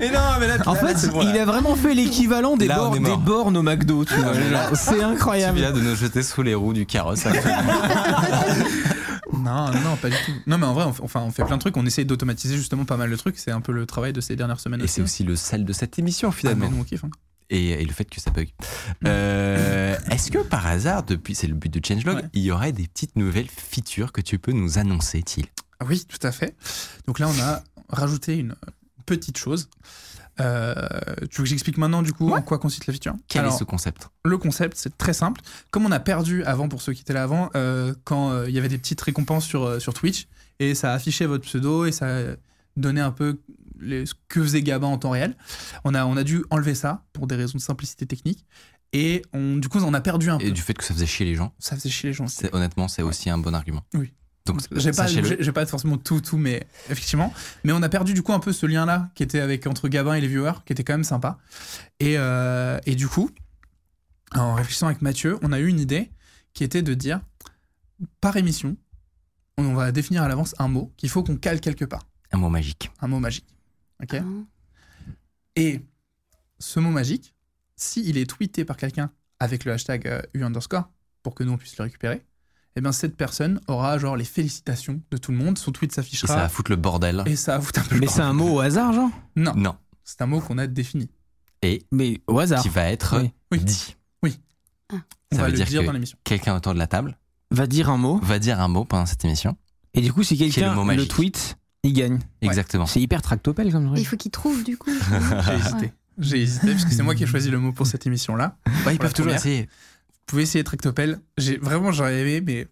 S1: Mais non, mais là,
S4: En fait, il a vraiment fait l'équivalent des,
S1: Là, on
S4: bornes-
S1: est
S4: des
S1: mort.
S4: bornes au McDo. tu vois.
S1: mais là-
S4: Genre, C'est
S1: Tu
S4: incroyable.
S1: viens de nous jeter sous les roues du carrosse. actuellement.
S2: Non, non, pas du tout. Non, mais en vrai, on, fait- enfin, on fait plein de trucs. On essaye d'automatiser justement pas mal de trucs. C'est un peu le travail de ces dernières semaines hein.
S1: Et c'est aussi le sel de cette émission
S2: Ah,
S1: finalement.
S2: mais nous, on kiffe. hein.
S1: et, et le fait que ça bug. Euh, Est-ce que par hasard, depuis, c'est le but de Changelog,
S2: Ouais.
S1: il y aurait des petites nouvelles features que tu peux nous annoncer, Thiel
S2: Ah Oui, tout à fait. Donc là, on a rajouté une petite chose. Euh, tu veux que j'explique maintenant du coup en quoi consiste la feature
S1: Quel
S2: Alors,
S1: est ce concept
S2: Le concept, c'est très simple. Comme on a perdu avant, pour ceux qui étaient là avant, euh, quand euh, il y avait des petites récompenses sur, euh, sur Twitch, et ça affichait votre pseudo, et ça donnait un peu les- ce que faisait Gabin en temps réel, on a, on a dû enlever ça pour des raisons de simplicité technique. Et on, du coup, on en a perdu un
S1: Et
S2: peu.
S1: du fait que ça faisait chier les gens,
S2: Ça faisait chier les gens.
S1: c'est- honnêtement, c'est aussi un bon argument.
S2: Oui.
S1: Donc,
S2: J'ai pas,
S1: sachez-le.
S2: j'ai- j'ai pas forcément tout, tout, mais effectivement. Mais on a perdu du coup un peu ce lien-là qui était avec entre Gabin et les viewers, qui était quand même sympa. Et, euh, et du coup, en réfléchissant avec Mathieu, on a eu une idée qui était de dire, par émission, on va définir à l'avance un mot qu'il faut qu'on cale quelque part,
S1: Un mot magique.
S2: un mot magique. Ok.
S3: Hein.
S2: Et ce mot magique, s'il est tweeté par quelqu'un avec le hashtag euh, U underscore, pour que nous on puisse le récupérer, eh bien cette personne aura genre les félicitations de tout le monde, son tweet
S1: Et ça va
S2: s'affichera
S1: foutre le bordel.
S2: et ça fout un peu le
S4: Mais
S2: camp.
S4: c'est un mot au hasard, genre
S2: Non,
S1: Non.
S2: c'est un mot qu'on a défini.
S1: Et
S4: Mais au hasard.
S1: qui va être
S4: Oui.
S2: Oui.
S1: dit.
S2: On
S1: Ça
S2: va
S1: veut
S2: le
S1: dire
S2: dire
S1: que-
S2: dans l'émission.
S1: Quelqu'un autour de la table
S4: Va dire un mot.
S1: va dire un mot pendant cette émission.
S4: Et du coup, si
S1: est le
S4: quelqu'un
S1: mot
S4: le,
S1: magique.
S4: tweet, il gagne.
S1: Exactement.
S4: C'est hyper tractopelle comme
S3: Il
S4: truc.
S3: faut qu'il trouve du coup.
S2: J'ai hésité. J'ai hésité parce que c'est moi qui ai choisi le mot pour cette émission-là.
S1: Ouais, ils
S2: Pour
S1: peuvent
S2: la
S1: toujours
S2: première.
S1: essayer.
S2: Vous pouvez essayer Tractopelle. J'ai vraiment j'aurais aimé, mais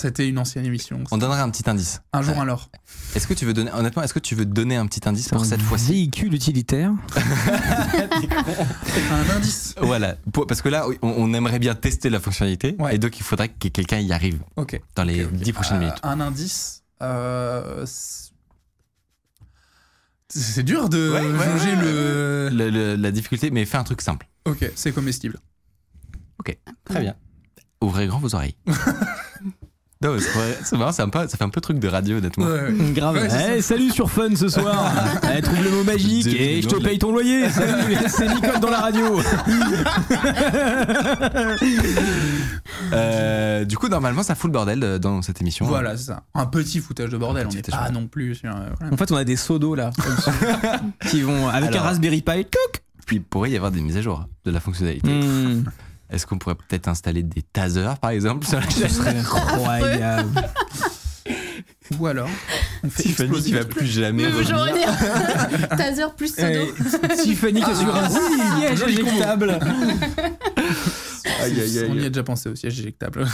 S2: c'était une ancienne émission.
S1: On donnera un petit indice.
S2: Un jour alors.
S1: Est-ce que tu veux donner, honnêtement, est-ce que tu veux donner un petit indice
S4: C'est un
S1: pour cette fois-ci
S4: Véhicule utilitaire.
S2: Un indice.
S1: Voilà, Pour- parce que là, oui, on, on aimerait bien tester la fonctionnalité,
S2: Ouais.
S1: et donc il faudrait que quelqu'un y arrive
S2: Ok.
S1: dans les
S2: Ok, ok.
S1: 10 prochaines
S2: Euh,
S1: minutes.
S2: Un indice. euh, c'est- c'est dur de
S1: Ouais, ouais,
S2: jauger
S1: ouais,
S2: le.
S1: Le- le- la difficulté, mais fais un truc simple.
S2: Ok, c'est comestible.
S1: Très bien. Ouvrez grand vos oreilles. non, mais c'est vrai, c'est marrant, c'est un peu- ça fait un peu truc de radio, honnêtement.
S2: Ouais, ouais.
S4: Grave.
S2: Ouais, c'est
S4: Eh, salut sur Fun ce soir. Eh, trouve le mot magique
S1: Devine
S4: et je te
S1: l'anglais.
S4: paye ton loyer. Salut, c'est Nicole dans la radio.
S1: Euh, du coup, normalement, ça fout le bordel euh, dans cette émission.
S2: Voilà, c'est ça. Un petit foutage de bordel.
S1: Un
S2: On
S1: petit
S2: n'est
S1: foutage de
S2: pas
S1: bordel.
S2: non plus. sur, euh, voilà.
S4: En fait, on a des seaux d'eau là. qui vont avec
S1: Alors.
S4: un Raspberry Pi. Couc.
S1: Puis il pourrait y avoir des mises à jour de la fonctionnalité.
S4: Hmm.
S2: Mm.
S1: Est-ce qu'on pourrait peut-être installer des tasers, par exemple, sur la
S4: Ce
S1: chaîne
S4: serait incroyable.
S2: Ou alors, on fait
S1: Tiffany
S2: exploser
S1: qui
S2: le
S1: va
S2: truc.
S1: plus jamais
S3: Mais
S1: revenir.
S3: j'aurais dit- Taser plus pseudo.
S4: Eh, Tiffany qui est sur un siège
S2: joli combo.
S4: éjectable.
S1: Aïe, aïe, aïe.
S2: On y a déjà pensé aussi, éjectable.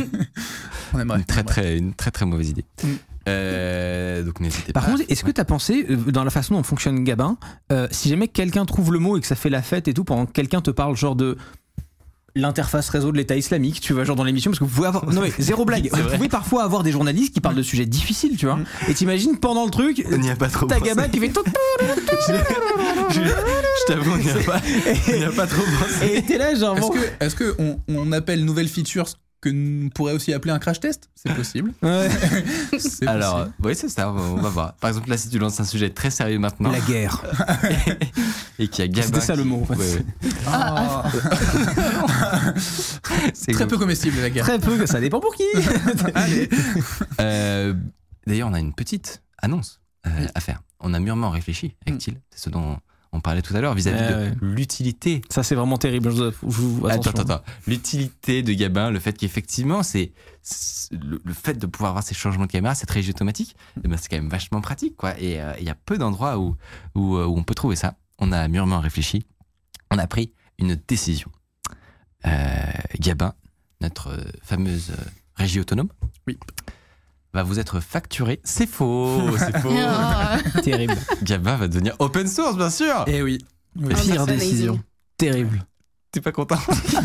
S2: on aimerait.
S1: Une très
S2: on aimerait.
S1: très, une très très mauvaise idée.
S2: Mm.
S1: Euh, donc n'hésitez pas.
S4: Par contre, est-ce que t'as pensé, euh, dans la façon dont fonctionne Gabin, euh, si jamais quelqu'un trouve le mot et que ça fait la fête et tout, pendant que quelqu'un te parle genre de l'interface réseau de l'État islamique, tu vois, genre dans l'émission, parce que vous pouvez avoir... Non mais, zéro blague,
S1: C'est
S4: vous
S1: vrai.
S4: pouvez parfois avoir des journalistes qui parlent de sujets difficiles, tu vois, et t'imagines pendant le truc...
S1: on n'y a pas trop
S4: T'as
S1: pensé.
S4: Gabin qui fait tout
S1: je je t'avoue, on n'y a, pas- on n'y a pas trop pensé.
S4: et t'es là
S1: Ah
S4: genre
S2: Est-ce
S4: bon.
S2: que, est-ce que on, on appelle nouvelle feature ce que nous pourrait aussi appeler un crash test C'est possible.
S4: Ouais.
S2: C'est
S1: Alors, euh,
S2: possible.
S1: oui, c'est ça, on va- on va voir. Par exemple, là, si tu lances un sujet très sérieux maintenant
S4: la guerre
S1: et qu'il y a Gabin.
S4: C'était ça, le
S1: qui-
S4: mot, en fait.
S1: Ouais, ouais.
S2: Ah,
S1: C'est
S2: très
S1: exact.
S2: peu comestible la guerre.
S4: très peu ça dépend pour qui
S1: Euh, D'ailleurs, on a une petite annonce euh, à faire. On a mûrement réfléchi avec Thiel, c'est ce dont on parlait tout à l'heure vis-à-vis
S4: Mm. Ouais,
S1: de l'utilité
S4: ça c'est vraiment terrible je vous- je vous-
S1: Attends,
S4: attention.
S1: attends, attends. L'utilité de Gabin, le fait qu'effectivement, c'est c'est- le, le fait de pouvoir avoir ces changements de caméra, cette régie automatique, eh ben, c'est quand même vachement pratique, quoi. Et euh, il y a peu d'endroits où, où, euh, où on peut trouver ça. On a mûrement réfléchi. On a pris une décision. Euh, Gabin, notre euh, fameuse euh, régie autonome,
S2: Oui.
S1: va vous être facturé. C'est faux, c'est faux.
S3: Ah,
S4: terrible
S1: Gabin va devenir open source, bien sûr.
S2: Eh oui. Oui.
S3: Ah,
S4: pire
S3: c'est
S4: décision
S3: amazing.
S4: terrible
S1: T'es pas content
S4: Ah,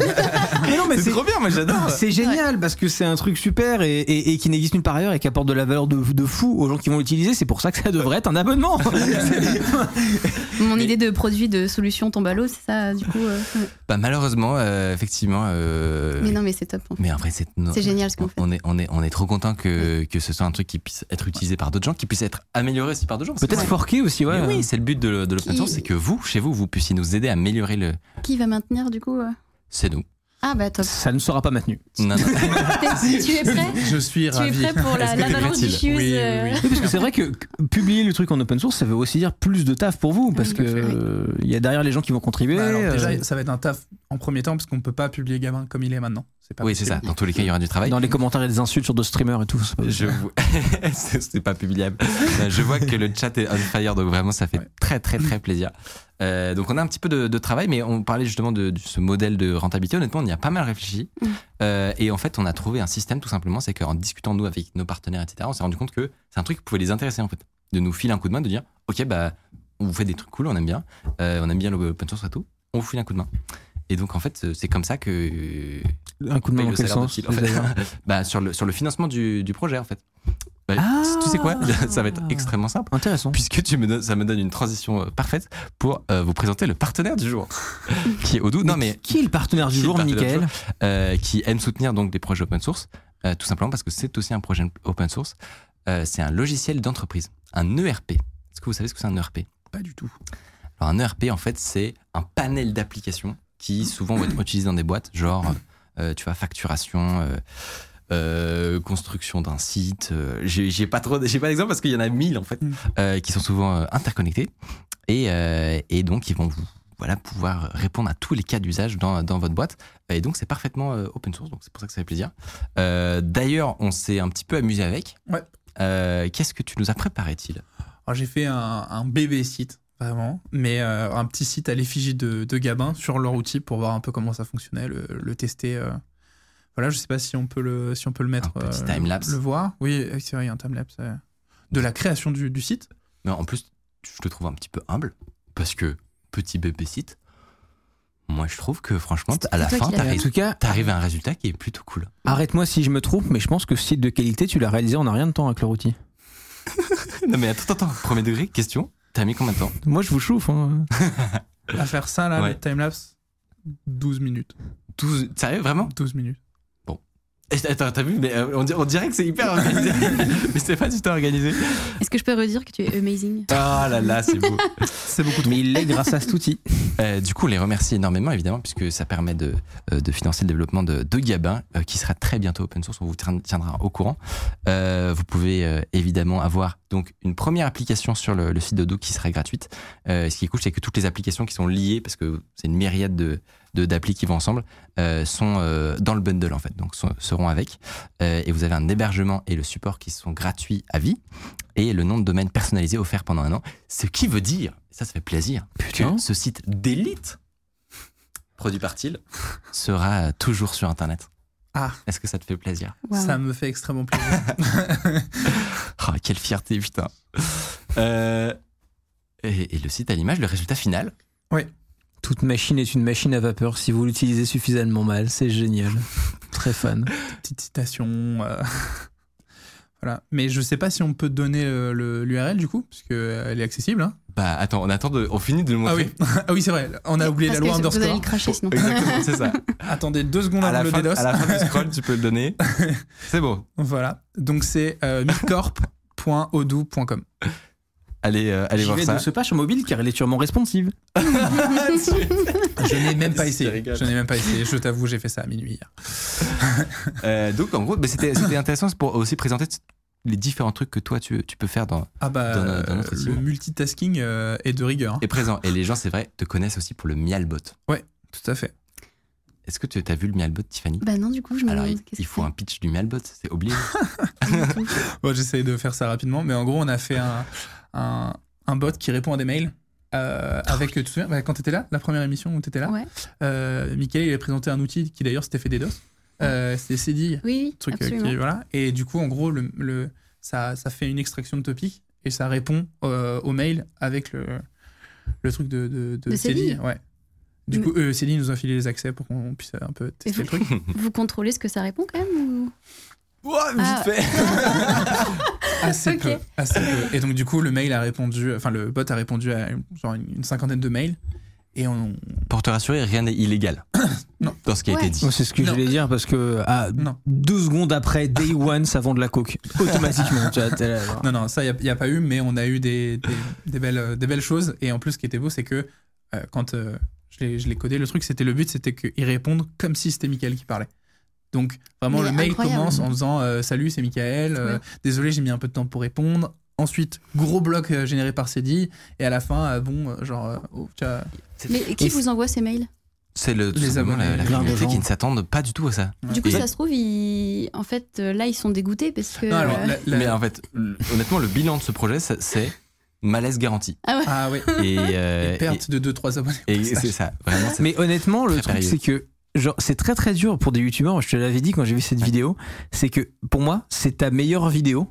S4: mais non mais
S1: C'est trop bien, moi j'adore.
S4: C'est génial parce que c'est un truc super et, et- et qui n'existe nulle part ailleurs et qui apporte de la valeur de, de fou aux gens qui vont l'utiliser. C'est pour ça que ça devrait être un abonnement.
S3: Mon idée de produit de solution tombe à l'eau, c'est ça du coup. euh, ouais.
S1: Bah, malheureusement, euh, effectivement. euh,
S3: Mais non, mais c'est top. en fait.
S1: Mais en vrai, c'est
S3: C'est génial ce qu'on fait.
S1: On est, on, est, on est trop content que, que ce soit un truc qui puisse être utilisé par d'autres gens, qui puisse être amélioré aussi par d'autres gens.
S4: Peut-être forqué aussi, ouais.
S1: Mais Oui, c'est le but de, de l'open
S3: Qui-
S1: source, c'est que vous, chez vous, vous puissiez nous aider à améliorer le.
S3: Qui va maintenir du coup euh
S1: C'est nous.
S3: Ah bah top.
S4: Ça ne sera pas maintenu.
S1: Non, non.
S3: T'es- tu es prêt
S2: Je suis
S3: Tu es
S2: ravi.
S3: prêt pour la-
S1: Est-ce que
S3: l'avalanche
S1: t'es
S3: du
S1: utile
S3: shoes
S2: Oui, Bah oui,
S3: euh,
S2: oui.
S4: Oui, parce que c'est vrai que que publier le truc en open source, ça veut aussi dire plus de taf pour vous, parce
S3: Oui,
S4: que
S3: tout à fait, oui.
S4: euh, il y a derrière les gens qui vont contribuer.
S2: Bah alors,
S4: euh,
S2: déjà, ça va être un taf en premier temps parce qu'on peut pas publier Gamin comme il est maintenant. C'est pas
S1: Oui, c'est ça.
S2: possible.
S1: Dans tous les cas, il y aura du travail.
S4: dans les commentaires, il y a des insultes sur d'autres streamers et tout. c'est pas-
S1: Je vous... C'est- C'était pas publiable. Euh, Je vois que le chat est on fire, donc vraiment, ça fait
S2: Ouais.
S1: très, très, très plaisir. Euh, donc, on a un petit peu de, de travail, mais on parlait justement de, de ce modèle de rentabilité. Honnêtement, on y a pas mal réfléchi.
S3: Mm.
S1: Euh, et en fait, on a trouvé un système, tout simplement, c'est qu'en discutant, nous, avec nos partenaires, etc., on s'est rendu compte que c'est un truc qui pouvait les intéresser, en fait. De nous filer un coup de main, de dire, OK, bah, on vous fait des trucs cool, on aime bien. Euh, on aime bien l'open source et tout. On vous file un coup de main. Et donc, en fait, euh, c'est comme ça que
S4: Un coup de main
S1: paye
S4: dans
S1: le
S4: quel
S1: salaire de
S4: sens
S1: Phil, en fait.
S4: d'ailleurs
S1: bah, sur, le, sur le financement du, du projet, en fait. Bah,
S4: Ah.
S1: tu sais quoi Ça va être extrêmement simple,
S4: Intéressant.
S1: puisque tu me donnes, ça me donne une transition euh, parfaite pour euh, vous présenter le partenaire du jour, qui est Odoo, non, mais
S4: Qui est le partenaire
S1: Qui
S4: du
S1: est le
S4: jour,
S1: partenaire du
S4: Michael
S1: euh, qui aime soutenir donc des projets open source, euh, tout simplement parce que c'est aussi un projet open source. Euh, c'est un logiciel d'entreprise, un ERP. Est-ce que vous savez ce que c'est un E ERP
S2: Pas du tout.
S1: Alors, un ERP, en fait, c'est un panel d'applications qui souvent vont être utilisées dans des boîtes, genre, euh, tu vois, facturation, euh, euh, construction d'un site. euh, j'ai j'ai pas trop, j'ai pas d'exemple parce qu'il y en a mille, en fait,
S2: Mm.
S1: euh, qui sont souvent euh, interconnectés. Et, euh, et donc, ils vont vous- voilà, pouvoir répondre à tous les cas d'usage dans, dans votre boîte. Et donc, c'est parfaitement euh, open source, donc c'est pour ça que ça fait plaisir. Euh, D'ailleurs, on s'est un petit peu amusé avec.
S2: Ouais.
S1: Euh, Qu'est-ce que tu nous as préparé-t-il
S2: Alors j'ai fait un, un bébé site, vraiment, mais euh, un petit site à l'effigie de, de Gabin sur leur outil pour voir un peu comment ça fonctionnait, le, le tester. euh. Voilà, je sais pas si on peut le, si on peut le mettre.
S1: Un petit
S2: euh,
S1: timelapse.
S2: Le voir. Oui, euh, c'est vrai, il y a un timelapse. euh, de la création du, du site.
S1: Mais en plus, je te trouve un petit peu humble parce que petit bébé site, moi je trouve que franchement,
S3: C'est
S1: à la
S3: toi
S1: fin,
S3: qui l'as
S4: En
S1: t'arrives
S4: tout cas,
S1: t'arrives à un résultat qui est plutôt cool.
S4: arrête-moi si je me trompe, mais je pense que site de qualité, tu l'as réalisé en un rien de temps avec leur outil.
S1: non mais attends, attends, premier degré, question, t'as mis combien de temps
S4: Moi, je vous chauffe. hein.
S2: À faire ça, là,
S1: Ouais.
S2: le timelapse, 12 minutes.
S1: 12, sérieux, vraiment
S2: 12 minutes.
S1: Et Attends, t'as vu, mais euh, on, di- on dirait que c'est hyper organisé, mais c'est pas du tout organisé.
S3: Est-ce que je peux redire que tu es amazing
S1: Oh là là, c'est beau.
S2: C'est beaucoup trop.
S4: Mais il l'est grâce à cet outil.
S1: Euh, du coup, on les remercie énormément, évidemment, puisque ça permet de, euh, de financer le développement de, de Gabin, euh, qui sera très bientôt open source. On vous tien- tiendra au courant. Euh, vous pouvez euh, évidemment avoir donc une première application sur le, le site d'Odo qui sera gratuite. Euh, ce qui est cool, c'est que toutes les applications qui sont liées, parce que c'est une myriade de de- d'applis qui vont ensemble euh, sont euh, dans le bundle en fait donc sont- seront avec Euh, et vous avez un hébergement et le support qui sont gratuits à vie et le nom de domaine personnalisé offert pendant un an ce qui veut dire ça ça fait plaisir
S4: Putain.
S1: que ce site d'élite, produit par Thiel, sera toujours sur Internet.
S2: Ah.
S1: Est-ce que ça te fait plaisir
S3: Waouh.
S2: Ça me fait extrêmement plaisir.
S1: Ah, Quelle fierté, putain. Euh, et, et le site à l'image, le résultat final.
S4: Toute machine est une machine à vapeur si vous l'utilisez suffisamment mal. C'est génial. Très fan.
S2: Petite citation. euh, voilà. Mais je sais pas si on peut donner euh, le- l'URL, du coup, parce qu'elle est accessible. hein.
S1: Bah attends, on attend de, on finit de le
S2: Ah
S1: montrer.
S2: oui, ah oui c'est vrai, on a oublié
S3: Parce
S2: la loi
S3: que Vous allez
S2: underscore.
S3: le cracher sinon.
S1: Exactement, c'est ça.
S2: Attendez deux secondes
S1: À
S2: avant
S1: la,
S2: le
S1: fin,
S2: DDoS.
S1: à la fin du scroll, tu peux le donner. C'est bon.
S2: Voilà, donc c'est euh, midcorp.odoo.com.
S1: Allez, euh, allez
S4: J'y
S1: voir
S4: vais
S1: ça.
S4: de ce pas sur mobile car elle est sûrement responsive.
S2: Je n'ai même pas
S1: C'est
S2: essayé.
S1: rigolo.
S2: Je n'ai même pas essayé. Je t'avoue, j'ai fait ça à minuit hier.
S1: Euh, donc en gros, bah, c'était c'était intéressant c'est pour aussi présenter t- les différents trucs que toi tu, tu peux faire dans
S2: Ah bah,
S1: Dans notre- dans notre
S2: euh,
S1: site.
S2: le multitasking euh, est de rigueur. hein.
S1: et présent. Et les gens, c'est vrai, te connaissent aussi pour le mialbot.
S2: Tout à fait.
S1: Est-ce que tu as vu le mialbot, Tiffany
S3: Bah non, du coup, je me
S1: Alors,
S3: demande
S1: il,
S3: qu'est-ce
S1: il
S3: que
S1: faut un pitch du Mialbot, c'est obligé.
S3: c'est.
S2: Bon, J'essaie de faire ça rapidement, mais en gros, on a fait un, un, un bot qui répond à des mails. euh, avec, tu te souviens, bah, quand t'étais là, la première émission où t'étais là,
S3: Ouais.
S2: euh, Michael, il a présenté un outil qui d'ailleurs s'était fait des dos. Euh, C'était CDI.
S3: Oui, oui,
S2: truc euh,
S3: absolument.
S2: qui voilà et du coup en gros le, le- ça, ça fait une extraction de topic et ça répond euh, au mail avec le, le truc de de, de
S3: De
S2: Célie,
S3: Célie.
S2: ouais du
S3: Mais-
S2: coup euh, Célie nous a filé les accès pour qu'on puisse euh, un peu tester
S3: vous-
S2: le truc
S3: Vous contrôlez ce que ça répond quand même ou... Ah.
S1: vite fait
S2: assez
S3: Ok.
S2: peu assez peu et donc du coup le mail a répondu enfin le bot a répondu à une- genre une, une cinquantaine de mails et on
S1: Pour te rassurer, rien n'est illégal.
S2: Non.
S1: Dans ce qui a
S3: Ouais.
S1: été dit.
S4: Moi, Oh, c'est ce que
S2: Non.
S4: j'allais dire parce que à
S2: Non.
S4: deux secondes après, Day One, ça vend de la coke. Automatiquement. tu vois, t'es là, genre.
S2: non non ça il n'y a, pas eu mais on a eu des, des, des belles des belles choses et en plus ce qui était beau c'est que euh, quand euh, Je l'ai- je l'ai codé. Le truc, c'était le but, c'était qu'ils répondent comme si c'était Michael qui parlait. Donc, vraiment,
S3: Mais
S2: le mail
S3: incroyable.
S2: commence en faisant euh, Salut, c'est Michael. euh, Désolé, j'ai mis un peu de temps pour répondre. Ensuite, gros bloc euh, généré par CD. Et à la fin, euh, bon, euh, genre, euh, oh, tu as-
S3: Mais qui
S4: Et-
S3: vous envoie ces mails
S1: C'est le tout
S2: Les
S1: simplement
S2: abonnés,
S1: la, la
S4: plein de
S1: communauté
S4: gens.
S1: qui ne s'attendent pas du tout à ça.
S3: Du coup,
S1: Et-
S3: ça se trouve, ils... en fait, euh, là, ils sont dégoûtés parce que.
S2: Non, alors,
S3: euh,
S2: la- la-
S1: Mais en fait, l- honnêtement, le bilan de ce projet, ça- c'est malaise garanti.
S2: Ah ouais,
S1: Et, euh,
S2: et perte de 2-3 abonnés.
S1: et- et c'est ça, vraiment. c'est-
S4: Mais honnêtement, le
S1: Très
S4: truc,
S1: périlleux.
S4: c'est que genre c'est très très dur pour des youtubeurs. Je te l'avais dit quand j'ai vu cette
S1: Ouais.
S4: vidéo, c'est que pour moi, c'est ta meilleure vidéo.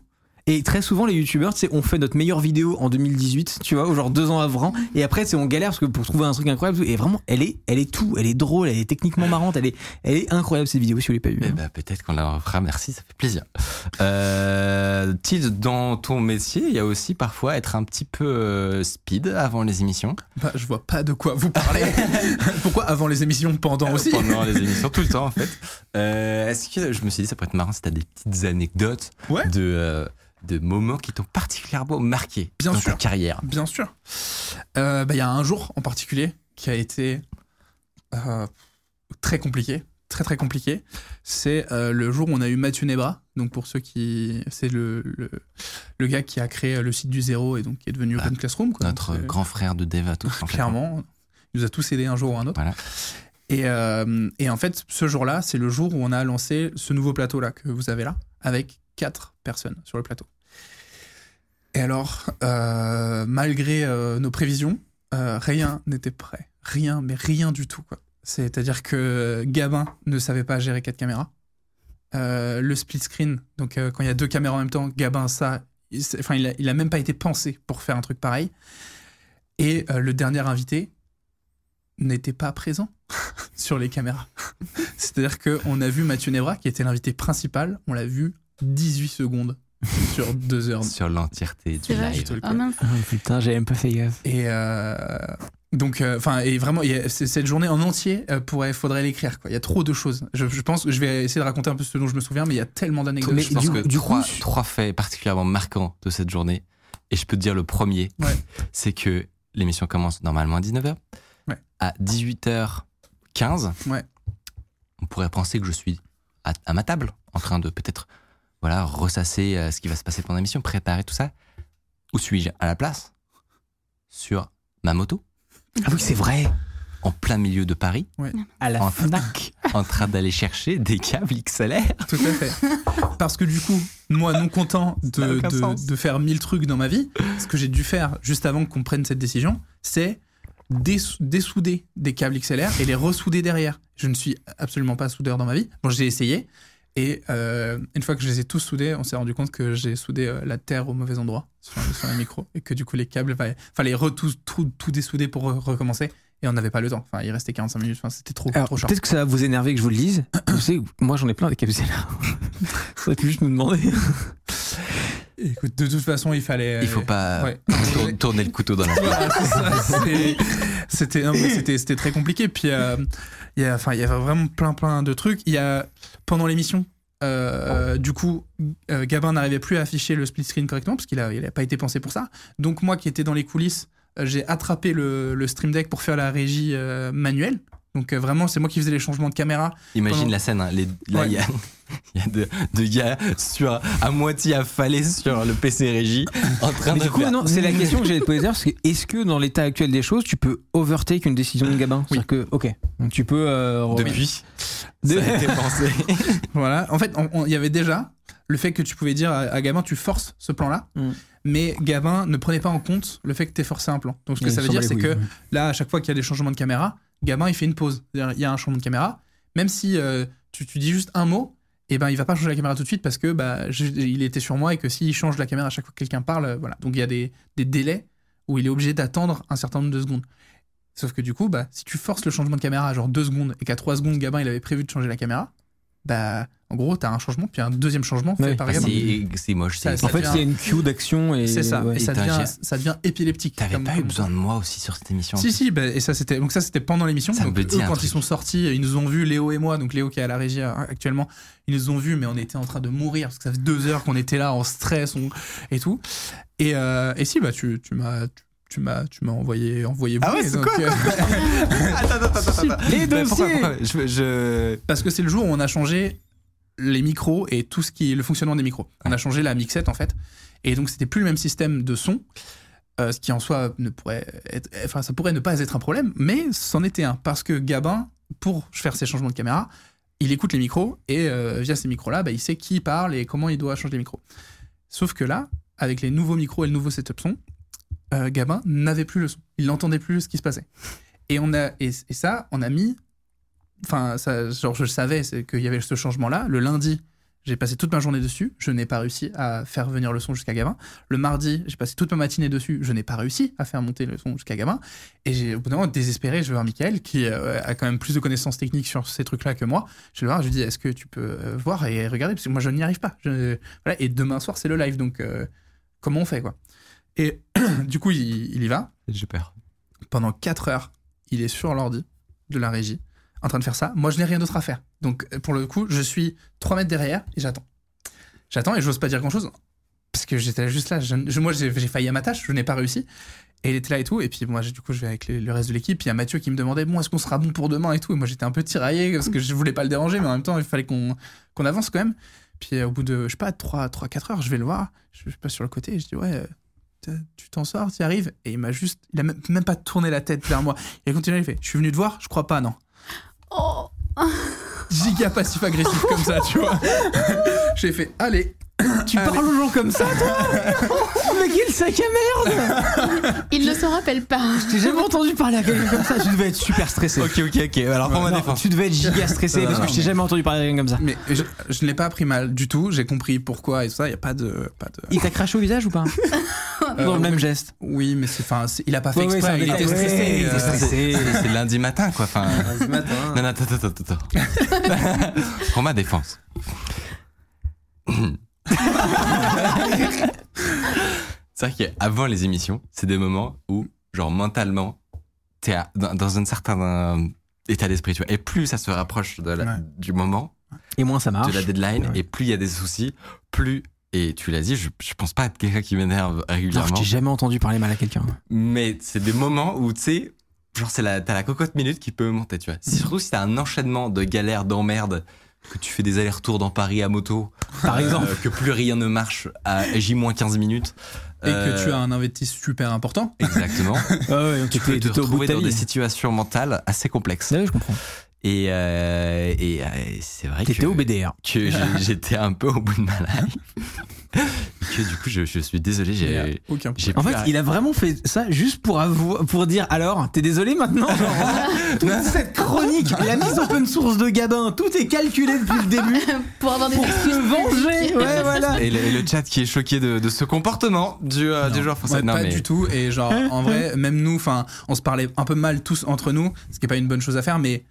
S4: Et très souvent, les youtubeurs, tu sais, on fait notre meilleure vidéo en 2018, tu vois, ou genre deux ans avant, et après, c'est on galère parce que pour trouver un truc incroyable. Et vraiment, elle est, elle est tout, elle est drôle, elle est techniquement marrante, elle est, elle est incroyable cette vidéo si vous l'avez pas vue.
S1: Eh ben, peut-être qu'on la refera, merci, ça fait plaisir. Euh, Tilt, dans ton métier, il y a aussi parfois être un petit peu euh, speed avant les émissions.
S2: Bah, je vois pas de quoi vous parlez. Pourquoi avant les émissions, pendant aussi
S1: Euh, Pendant les émissions, tout le temps en fait. Euh, Est-ce que je me suis dit, ça pourrait être marrant si t'as des petites anecdotes
S2: Ouais.
S1: de, euh, de moments qui t'ont particulièrement marqué
S2: Bien
S1: dans
S2: sûr.
S1: ta carrière
S2: Bien sûr. Euh, bah, Il y a un jour en particulier qui a été euh, très compliqué. Très très compliqué. C'est euh, le jour où on a eu Mathieu Nebra. Donc pour ceux qui. C'est le, le, le gars qui a créé euh, le site du zéro et donc qui est devenu
S1: Voilà.
S2: Open Classroom. Quoi.
S1: Ah, Notre
S2: Donc, euh,
S1: grand frère de Dev à tous. en fait.
S2: clairement. Il nous a tous aidés un jour ou un autre.
S1: Voilà.
S2: Et, euh, et en fait, ce jour-là, c'est le jour où on a lancé ce nouveau plateau-là que vous avez là, avec quatre personnes sur le plateau. Et alors, euh, malgré euh, nos prévisions, euh, rien n'était prêt. Rien, mais rien du tout. quoi. C'est-à-dire que euh, Gabin ne savait pas gérer quatre caméras. Euh, le split screen, donc euh, quand il y a deux caméras en même temps, Gabin, ça, il, s'est- enfin, il, a, il a même pas été pensé pour faire un truc pareil. Et euh, le dernier invité n'était pas présent sur les caméras. C'est-à-dire qu'on a vu Mathieu Nebra, qui était l'invité principal, on l'a vu 18 secondes sur deux heures.
S1: Sur l'entièreté du
S3: C'est vrai.
S1: live.
S3: Ah mince.
S4: Oh, putain, j'ai même pas fait gaffe.
S2: Et euh, donc, enfin, et vraiment, il y a- c- cette journée en entier, euh, pourrait, faudrait l'écrire. quoi. Il y a trop de choses. Je, je pense que je vais essayer de raconter un peu ce dont je me souviens, mais il y a tellement d'anecdotes.
S4: Mais
S1: je pense
S4: du-
S1: que
S4: du coup,
S1: trois,
S4: je-
S1: trois faits particulièrement marquants de cette journée, et je peux te dire le premier,
S2: Ouais.
S1: c'est que l'émission commence normalement à 19h.
S2: Ouais.
S1: À 18h15,
S2: Ouais.
S1: on pourrait penser que je suis à, à ma table, en train de peut-être voilà, ressasser euh, ce qui va se passer pendant l'émission, préparer tout ça. Où suis-je à la place Sur ma moto,
S4: Ah oui, c'est vrai.
S1: en plein milieu de Paris,
S4: À la
S1: En-
S4: Fnac.
S1: en train d'aller chercher des câbles XLR.
S2: Tout à fait. Parce que du coup, moi, non content
S1: Ça n'a
S2: de,
S1: aucun
S2: de-
S1: sens.
S2: de faire mille trucs dans ma vie, ce que j'ai dû faire juste avant qu'on prenne cette décision, c'est dés- dessouder des câbles XLR et les ressouder derrière. Je ne suis absolument pas soudeur dans ma vie. Bon, j'ai essayé. Et euh, une fois que je les ai tous soudés, on s'est rendu compte que j'ai soudé euh, la terre au mauvais endroit sur, sur le micro et que du coup les câbles, fallait, fallait re- tout, tout- tout dessouder pour re- recommencer et on n'avait pas le temps. Enfin, il restait 45 minutes, Enfin, c'était trop,
S4: Alors,
S2: trop short.
S4: peut-être que ça va vous énerver que je vous le dise. vous savez, moi, j'en ai plein des capsules là. Faudrait juste me demander.
S2: Écoute, de toute façon, il fallait.
S1: Il faut pas
S2: Euh, Ouais.
S1: tour- tourner le couteau dans la
S2: Voilà, c'est ça, c'est- c'était non, mais c'était c'était très compliqué puis euh, il y a enfin il y avait vraiment plein plein de trucs il y a pendant l'émission euh, euh, du coup, euh, Gabin n'arrivait plus à afficher le split screen correctement parce qu'il n'a il a pas été pensé pour ça. Donc moi qui étais dans les coulisses, euh, j'ai attrapé le, le stream deck pour faire la régie euh, manuelle. Donc euh, vraiment, c'est moi qui faisais les changements de caméra.
S1: Imagine
S2: Pendant-
S1: la scène, hein, les- là
S2: Ouais.
S1: il y a, il y a deux, deux gars sur, à moitié affalés sur le PC Régie en train
S4: Mais
S1: de
S4: du coup,
S1: faire-
S4: non, c'est la question que j'allais te poser. d'ailleurs, c'est Est-ce que dans l'état actuel des choses, tu peux overtake une décision de Gabin C'est-à-dire que, ok, donc tu peux. euh, re-
S1: Oh, depuis.
S4: De-
S1: Ça a été pensé.
S2: Voilà. En fait, on- on- il y avait déjà le fait que tu pouvais dire à, à Gabin, tu forces ce plan-là.
S4: Mm.
S2: Mais Gabin ne prenait pas en compte le fait que tu aies forcé un plan. Donc ce que
S4: Il
S2: ça
S4: me
S2: veut
S4: semble
S2: dire, c'est
S4: oui,
S2: que
S4: oui.
S2: là, à chaque fois qu'il y a des changements de caméra, Gabin, il fait une pause. C'est-à-dire, Il y a un changement de caméra. Même si euh, tu, tu dis juste un mot, et ben, il va pas changer la caméra tout de suite parce que bah, je- il était sur moi et que s'il change la caméra à chaque fois que quelqu'un parle, euh, voilà. Donc il y a des, des délais où il est obligé d'attendre un certain nombre de secondes. Sauf que du coup, bah, si tu forces le changement de caméra à genre 2 secondes et qu'à 3 secondes, Gabin, il avait prévu de changer la caméra, bah, en gros, t'as un changement, puis un deuxième changement fait
S4: Ouais.
S2: par
S1: Ah,
S2: Gabin.
S1: c'est- C'est moche. c'est-
S2: Ça
S4: En fait,
S2: devient-
S4: il y a une queue d'action et.
S2: C'est ça.
S4: ouais.
S2: et ça
S1: Et t'as un
S2: devient,
S1: geste.
S2: ça devient épileptique.
S1: T'avais
S2: comme-
S1: pas eu
S2: comme-
S1: besoin de moi aussi sur cette émission.
S2: si, si, bah, et ça c'était donc ça c'était pendant l'émission.
S1: Ça
S2: Donc,
S1: me
S2: eux,
S1: dit un
S2: quand
S1: truc.
S2: ils sont sortis, ils nous ont vus, Léo et moi. Donc Léo qui est à la régie euh, actuellement, ils nous ont vus, mais on était en train de mourir parce que ça faisait deux heures qu'on était là en stress on- et tout. Et, euh, et si, bah tu, tu m'as tu, tu m'as tu m'as envoyé envoyé
S1: Ah
S2: bouler,
S1: ouais, c'est
S2: donc,
S1: quoi
S2: euh,
S1: Attends, attends, attends, attends.
S4: Les
S1: Mais pourquoi,
S4: dossiers
S1: pourquoi je, je-
S2: parce que c'est le jour où on a changé les micros et tout ce qui est le fonctionnement des micros. On a changé la mixette en fait, et donc c'était plus le même système de son, euh, ce qui en soi ne pourrait être, enfin ça pourrait ne pas être un problème, mais c'en était un parce que Gabin, pour faire ses changements de caméra, il écoute les micros et euh, via ces micros là, il sait qui parle et comment il doit changer les micros. Sauf que là, avec les nouveaux micros et le nouveau setup son, euh, Gabin n'avait plus le son, il n'entendait plus ce qui se passait. Et on a et- et ça, on a mis enfin ça, genre je le savais c'est qu'il y avait ce changement là le lundi j'ai passé toute ma journée dessus je n'ai pas réussi à faire venir le son jusqu'à Gavin le mardi j'ai passé toute ma matinée dessus je n'ai pas réussi à faire monter le son jusqu'à Gavin et j'ai au bout d'un moment désespéré je vais voir Michael qui euh, a quand même plus de connaissances techniques sur ces trucs là que moi je vais le voir je lui dis est-ce que tu peux euh, voir et regarder parce que moi je n'y arrive pas Je- voilà. et demain soir c'est le live donc euh, comment on fait quoi et du coup il- il y va
S1: J'ai peur.
S2: pendant 4 heures, il est sur l'ordi de la régie, en train de faire ça. Moi, je n'ai rien d'autre à faire. Donc, euh, pour le coup, je suis 3 mètres derrière et j'attends. J'attends et j'ose pas dire grand-chose. Parce que j'étais juste là. Je- je- moi, j'ai j'ai failli à ma tâche, je n'ai pas réussi. Et il était là et tout. Et puis, moi, j'ai- du coup, je vais avec les- le reste de l'équipe. Puis, il y a Mathieu qui me demandait Bon, est-ce qu'on sera bon pour demain et tout. Et moi, j'étais un peu tiraillé parce que je voulais pas le déranger, mais en même temps, il fallait qu'on qu'on avance quand même. Puis, euh, au bout de, je sais pas, 3-4 heures, je vais le voir. Je, je passe sur le côté et je dis Ouais, euh, T'as- tu t'en sors, tu arrives. Et il m'a juste, il a même, même pas tourné la tête vers moi. Il a continué, il fait, je suis venu te voir, je crois pas, non.
S3: Oh,
S2: Giga passif agressif comme ça, tu vois. J'ai fait, allez.
S4: Tu
S2: Allez.
S4: parles aux gens comme ça, toi Ah Mais quel sac à merde
S3: il ne s'en rappelle pas.
S4: J'ai jamais entendu parler à quelqu'un comme ça. Tu devais être super stressé.
S1: Ok, ok, ok. Alors, pour ma
S4: Non,
S1: défense.
S4: tu devais être giga
S2: Non,
S4: stressé
S2: non,
S4: parce que
S2: non,
S4: je t'ai
S2: mais-
S4: jamais entendu parler à quelqu'un comme ça.
S2: Mais je, je ne l'ai pas pris mal du tout. J'ai compris pourquoi et tout ça. Il y a pas de, pas de.
S4: Il t'a craché au visage ou pas Dans
S2: Euh,
S4: le même geste.
S2: Oui, mais c'est, enfin, c'est- il a pas fait
S4: Ouais, ouais,
S2: exprès.
S4: c'est
S2: il
S4: un
S2: était
S4: détail.
S2: stressé.
S4: Ouais, il
S2: euh,
S4: était stressé.
S1: C'est c'est lundi matin, quoi. Enfin, non, non, attends, attends, attends. attends. Pour ma défense. c'est vrai qu'avant les émissions, c'est des moments où, genre, mentalement, t'es à- dans, dans un certain euh, état d'esprit, tu vois. Et plus ça se rapproche de la-
S2: Ouais.
S1: du moment,
S4: Et moins ça marche.
S1: de la deadline,
S2: Ouais.
S1: et plus il y a des soucis, plus. Et tu l'as dit, je, je pense pas être quelqu'un qui m'énerve
S4: Alors, je
S1: régulièrement.
S4: t'ai jamais entendu parler mal à quelqu'un.
S1: Mais c'est des moments où, tu sais, genre, c'est la, t'as la cocotte minute qui peut monter, tu vois.
S4: Mm.
S1: Si, surtout si t'as un enchaînement de galères, d'emmerdes, que tu fais des allers-retours dans Paris à moto,
S4: Par
S1: euh,
S4: exemple.
S1: que plus rien ne marche à J-15 minutes. euh,
S2: Et que tu
S4: Euh,
S2: as un investissement super important.
S1: Exactement.
S4: tu
S1: Tu peux te retrouver dans des situations mentales assez complexes.
S4: je comprends.
S1: Et, euh, et, euh, c'est vrai
S4: T'étais
S1: que-
S4: au BDR.
S1: que j'ai- j'étais un peu au bout de ma life. Et que du coup, je, je suis désolé,
S2: Il y a
S1: j'ai.
S2: aucun
S1: j'ai
S2: problème.
S4: En
S1: pu
S4: fait,
S1: arrêter.
S4: il a vraiment fait ça juste pour avou- pour dire alors, t'es désolé maintenant genre, vraiment, Toute cette chronique, la mise open source de Gabin, tout est calculé depuis le début
S3: Pour avoir des
S4: pour se venger. Ouais, voilà.
S1: Et le, et le chat qui est choqué de, de ce comportement du, euh, du joueur français.
S2: Ouais,
S1: Non,
S2: pas
S1: mais-
S2: du tout. Et genre, en vrai, même nous, enfin, on se parlait un peu mal tous entre nous, ce qui est pas une bonne chose à faire, mais.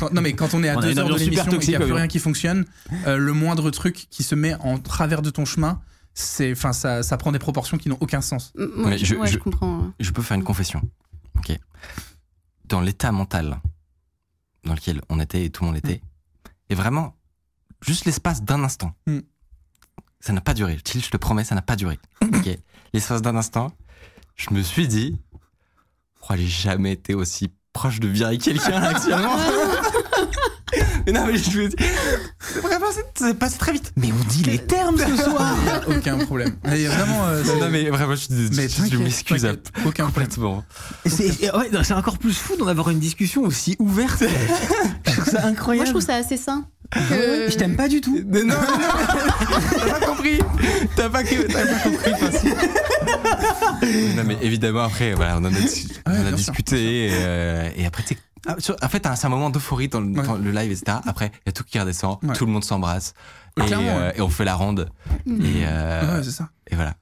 S2: quand- non, mais quand on est à
S4: On a
S2: deux
S4: une
S2: heures de
S4: ambiance super
S2: l'émission et qu'il n'y
S4: toxique,
S2: a plus
S4: ouais.
S2: rien qui fonctionne, euh, le moindre truc qui se met en travers de ton chemin, c'est, enfin, ça, ça prend des proportions qui n'ont aucun sens.
S3: Moi,
S1: Mais
S3: je,
S1: je-
S3: ouais, je
S1: je-
S3: comprends. hein.
S1: Je peux faire une confession. Ok. Dans l'état mental dans lequel on était et tout le monde était, et vraiment, juste l'espace d'un instant,
S2: Mm.
S1: ça n'a pas duré. Till, je te promets, ça n'a pas duré. Ok. L'espace d'un instant, je me suis dit, oh, j'ai jamais été aussi proche de virer quelqu'un actuellement. mais non, mais je me dis, c'est vraiment, c'est- c'est passé très vite.
S4: Mais on dit les termes ce soir.
S2: Il y a aucun problème. Il y a vraiment. euh,
S1: Non,
S2: c'est-
S1: non, mais vraiment, je,
S2: mais
S1: je- je
S2: t'inquiète,
S1: m'excuse à-
S2: t'inquiète, aucun problème.
S1: complètement.
S4: Et C'est et ouais, non, c'est encore plus fou d'en avoir une discussion aussi ouverte. je trouve ça incroyable.
S3: Moi, je trouve ça assez sain. que-
S4: Ah Ouais, ouais, je t'aime pas du tout.
S1: Mais non, mais non, t'as pas compris. T'as pas, que- t'as pas compris le principe. Non, mais évidemment, après, voilà, on en a, dis- on en a
S2: bien sûr,
S1: discuté. et, euh, et après, tu sais, ah, sur- en fait, t'as un- c'est un moment d'euphorie dans, le-
S2: Ouais.
S1: dans le live, etc. Après, il y a tout qui redescend,
S2: Ouais.
S1: tout le monde s'embrasse.
S2: Ouais,
S1: Et,
S2: clairement,
S1: euh, et on fait la ronde. Et, euh,
S2: Ouais, c'est ça.
S1: et voilà.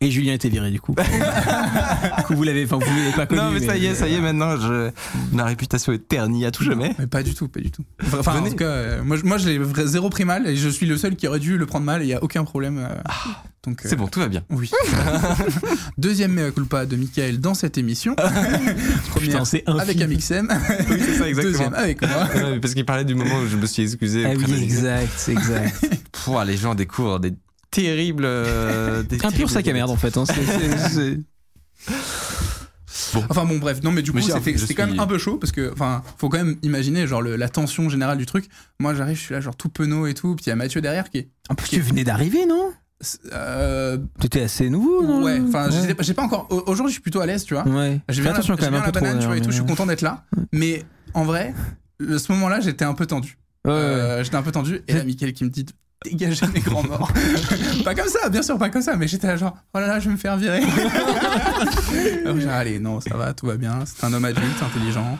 S4: Et Julien était viré du coup. Du coup, vous l'avez, enfin, vous l'avez pas connu.
S1: non, mais, ça y est, ça
S2: euh,
S1: y est, maintenant, je... ma réputation est ternie à tout jamais.
S2: Mais pas du tout, pas du tout. Enfin, en
S1: Venez.
S2: tout cas, euh, moi, je- moi, j'ai vra- zéro pris mal et je suis le seul qui aurait dû le prendre mal et il y a aucun problème. euh, donc, euh,
S1: C'est bon, tout va bien.
S2: Oui. Deuxième mea culpa de Michael dans cette émission. Première
S4: Putain, c'est
S2: avec
S4: infini.
S2: Amixem.
S1: Oui, c'est ça,
S2: Deuxième avec moi.
S1: Non, mais parce qu'il parlait du moment où je me suis excusé.
S4: Ah
S1: auprès
S4: oui,
S1: de-
S4: exact, c'est exact.
S1: Pouah, les gens découvrent des terribles. euh, des
S4: Un
S1: terribles
S4: pur sac à merde en fait. hein, c'est- c'est- c'est-
S1: Bon.
S2: Enfin bon, bref. Non, mais du coup,
S1: Monsieur,
S2: c'était
S1: je
S2: c'était quand
S1: suis-
S2: même un peu chaud parce que, enfin, faut quand même imaginer, genre, le- la tension générale du truc. Moi, j'arrive, je suis là, genre, tout penaud et tout. Puis il y a Mathieu derrière qui est.
S4: En plus, tu venais d'arriver, non
S2: euh,
S4: T'étais assez nouveau, non
S2: ouais, enfin, je sais pas- j'ai pas encore. au- Aujourd'hui, je suis plutôt à l'aise, tu vois.
S4: Ouais.
S2: J'ai
S4: Mmh. Fais
S2: bien,
S4: attention
S2: la,
S4: quand même
S2: j'ai
S4: un
S2: bien
S4: peu
S2: la
S4: trop. hein,
S2: banane, tu vois, et
S4: d'ailleurs,
S2: tout. Je suis
S4: mais-
S2: content d'être là. Mais en vrai, le- ce moment-là, j'étais un peu tendu.
S4: Ouais, ouais, ouais.
S2: Euh, j'étais un peu tendu. Et là, Mickaël qui me dit dégagez mes grands morts. pas comme ça, bien sûr, pas comme ça. Mais j'étais là, genre, oh là là, je vais me faire virer. Alors, j'ai, allez, non, ça va, tout va bien. C'est un homme adulte, intelligent.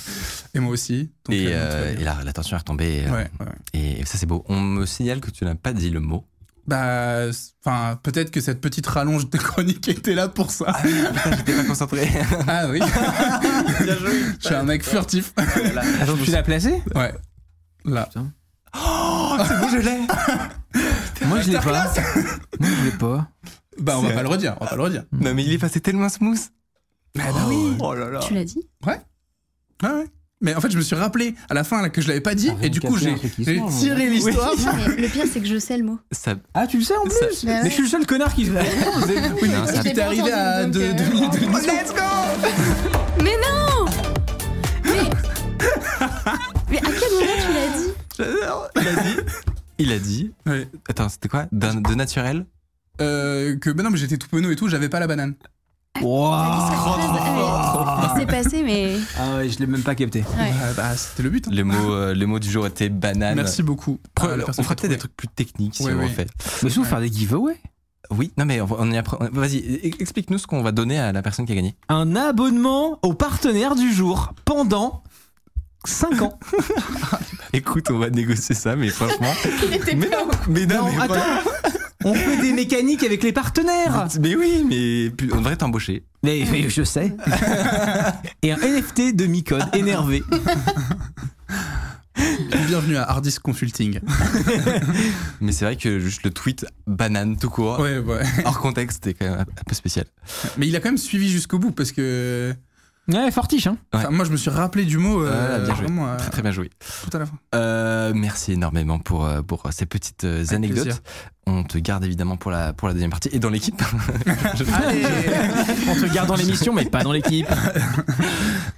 S2: et moi aussi. Donc,
S1: et,
S2: euh, tout va
S1: euh,
S2: bien.
S1: et la, la tension est retombée. euh,
S2: Ouais, ouais.
S1: Et, et ça, c'est beau. On me signale que tu n'as pas dit le mot.
S2: Bah, c'est- enfin, peut-être que cette petite rallonge de chronique était là pour ça.
S1: J'étais pas concentré.
S2: Ah oui. Je suis un mec furtif.
S4: Attends, tu l'as placé
S2: Ouais. Là.
S1: c'est bon, je l'ai.
S4: Moi, je l'ai pas. Moi, je l'ai pas.
S2: Bah, on va pas le redire, on va pas le redire.
S1: Non, mais il est passé tellement smooth.
S2: Ah bah oui.
S1: Oh là là.
S3: Tu l'as dit
S2: Ah ouais. Mais en fait, je me suis rappelé à la fin là, que je l'avais pas dit,
S4: Ah, rien
S2: et du
S4: de
S2: coup,
S4: capter un
S2: j'ai
S4: truc qui
S2: j'ai
S1: hein.
S4: sort,
S2: tiré l'histoire.
S3: Non, hein, mais le pire, c'est que je sais le mot.
S1: Ça,
S4: Ah, tu le sais en plus
S3: Bah ouais.
S4: Mais je suis le seul connard qui l'a.
S2: Oui,
S1: Non,
S2: mais
S1: ça-
S2: j'étais arrivé à
S3: Je
S2: deux
S3: t'ai pas entendu, donc,
S2: deux
S3: euh,
S2: minutes de mission.
S3: Mais non Mais. Mais à quel moment tu l'as dit
S1: il a dit. Il a dit.
S2: Ouais.
S1: Attends, c'était quoi D'un- De naturel
S2: Euh, que bah non, mais j'étais tout penaud et tout, j'avais pas la banane.
S4: Oh.
S3: Ah, C'est passé, mais.
S4: Ah ouais, je l'ai même pas capté.
S3: Ouais.
S2: Ah bah, c'était le but. hein.
S1: le mot, euh, le mot du jour était banane.
S2: Merci beaucoup.
S1: Pre-
S2: à la
S1: on
S2: personne
S1: fera
S2: qui a
S1: peut-être des
S2: trouvé.
S1: trucs plus techniques si
S2: Oui,
S1: on
S2: oui.
S1: en fait.
S4: Mais si vous
S2: Ouais.
S4: faire des giveaways
S1: Oui, non mais on, on y apprend. on- Vas-y, e- explique-nous ce qu'on va donner à la personne qui a gagné.
S4: Un abonnement au partenaire du jour pendant 5 ans.
S1: Écoute, on va négocier ça, mais franchement. mais non, mais non, mais
S4: attends
S1: voilà.
S4: On fait des mécaniques avec les partenaires
S1: Mais oui, mais pu- on devrait t'embaucher.
S4: mais, mais je sais. Et un NFT de Micode énervé.
S2: Bienvenue à Hardis Consulting.
S1: Mais c'est vrai que juste le tweet banane tout court,
S2: Ouais, ouais.
S1: hors contexte, c'est quand même un un peu spécial.
S2: Mais il a quand même suivi jusqu'au bout parce que.
S4: Ouais, fortiche, hein.
S1: Ouais.
S2: enfin, moi, je me suis rappelé du mot euh,
S1: Voilà, bien joué.
S2: vraiment euh,
S1: Très très bien joué.
S2: tout à la fin.
S1: Euh, merci énormément pour, euh, pour ces petites euh, anecdotes.
S2: plaisir.
S1: On te garde évidemment pour la, pour la deuxième partie et dans l'équipe.
S4: On te garde dans l'émission, mais pas dans l'équipe.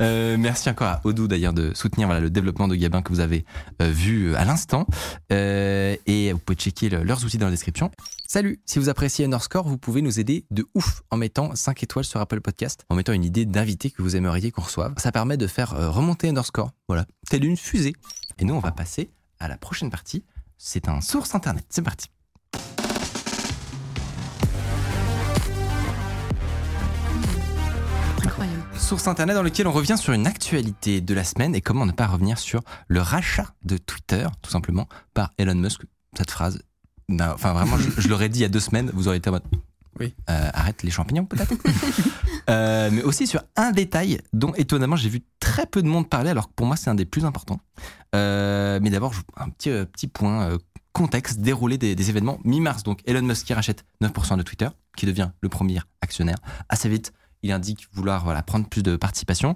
S1: Euh, merci encore à Odou d'ailleurs de soutenir voilà, le développement de Gabin que vous avez euh, vu à l'instant. Euh, et vous pouvez checker le- leurs outils dans la description. Salut Si vous appréciez Underscore, vous pouvez nous aider de ouf en mettant 5 étoiles sur Apple Podcast, en mettant une idée d'invité que vous aimeriez qu'on reçoive. Ça permet de faire euh, remonter Underscore, voilà, telle une fusée. Et nous, on va passer à la prochaine partie. C'est un source internet. C'est parti
S3: Incroyable.
S1: Source internet dans lequel on revient sur une actualité de la semaine et comment ne pas revenir sur le rachat de Twitter, tout simplement, par Elon Musk. Cette phrase, n'a- enfin vraiment, je, je l'aurais dit il y a deux semaines, vous auriez été en mode.
S2: Oui.
S1: euh, arrête les champignons, peut-être. Euh, mais aussi sur un détail dont étonnamment j'ai vu très peu de monde parler, alors que pour moi c'est un des plus importants. Euh, mais d'abord, je- un petit, euh, petit point euh, contexte déroulé des, des événements mi-mars. Donc Elon Musk qui rachète 9% de Twitter, qui devient le premier actionnaire. Assez vite, il indique vouloir voilà, prendre plus de participation.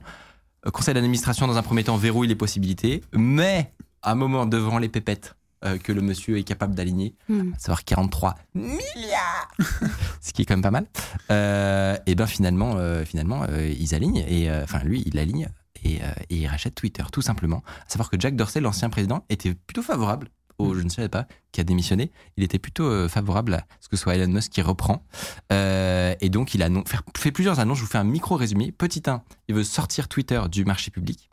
S1: Euh, Conseil d'administration, dans un premier temps, verrouille les possibilités, mais à un moment devant les pépettes euh, que le monsieur est capable d'aligner,
S3: Hmm.
S1: à savoir 43 milliards, ce qui est quand même pas mal, euh, et bien finalement, euh, finalement euh, ils alignent, et euh, enfin lui, il aligne et, euh, et il rachète Twitter, tout simplement. À savoir que Jack Dorsey, l'ancien président, était plutôt favorable au, je ne savais pas, qui a démissionné, il était plutôt euh, favorable à ce que ce soit Elon Musk qui reprend. Euh, et donc, il a fait plusieurs annonces. Je vous fais un micro résumé. Petit 1, il veut sortir Twitter du marché public,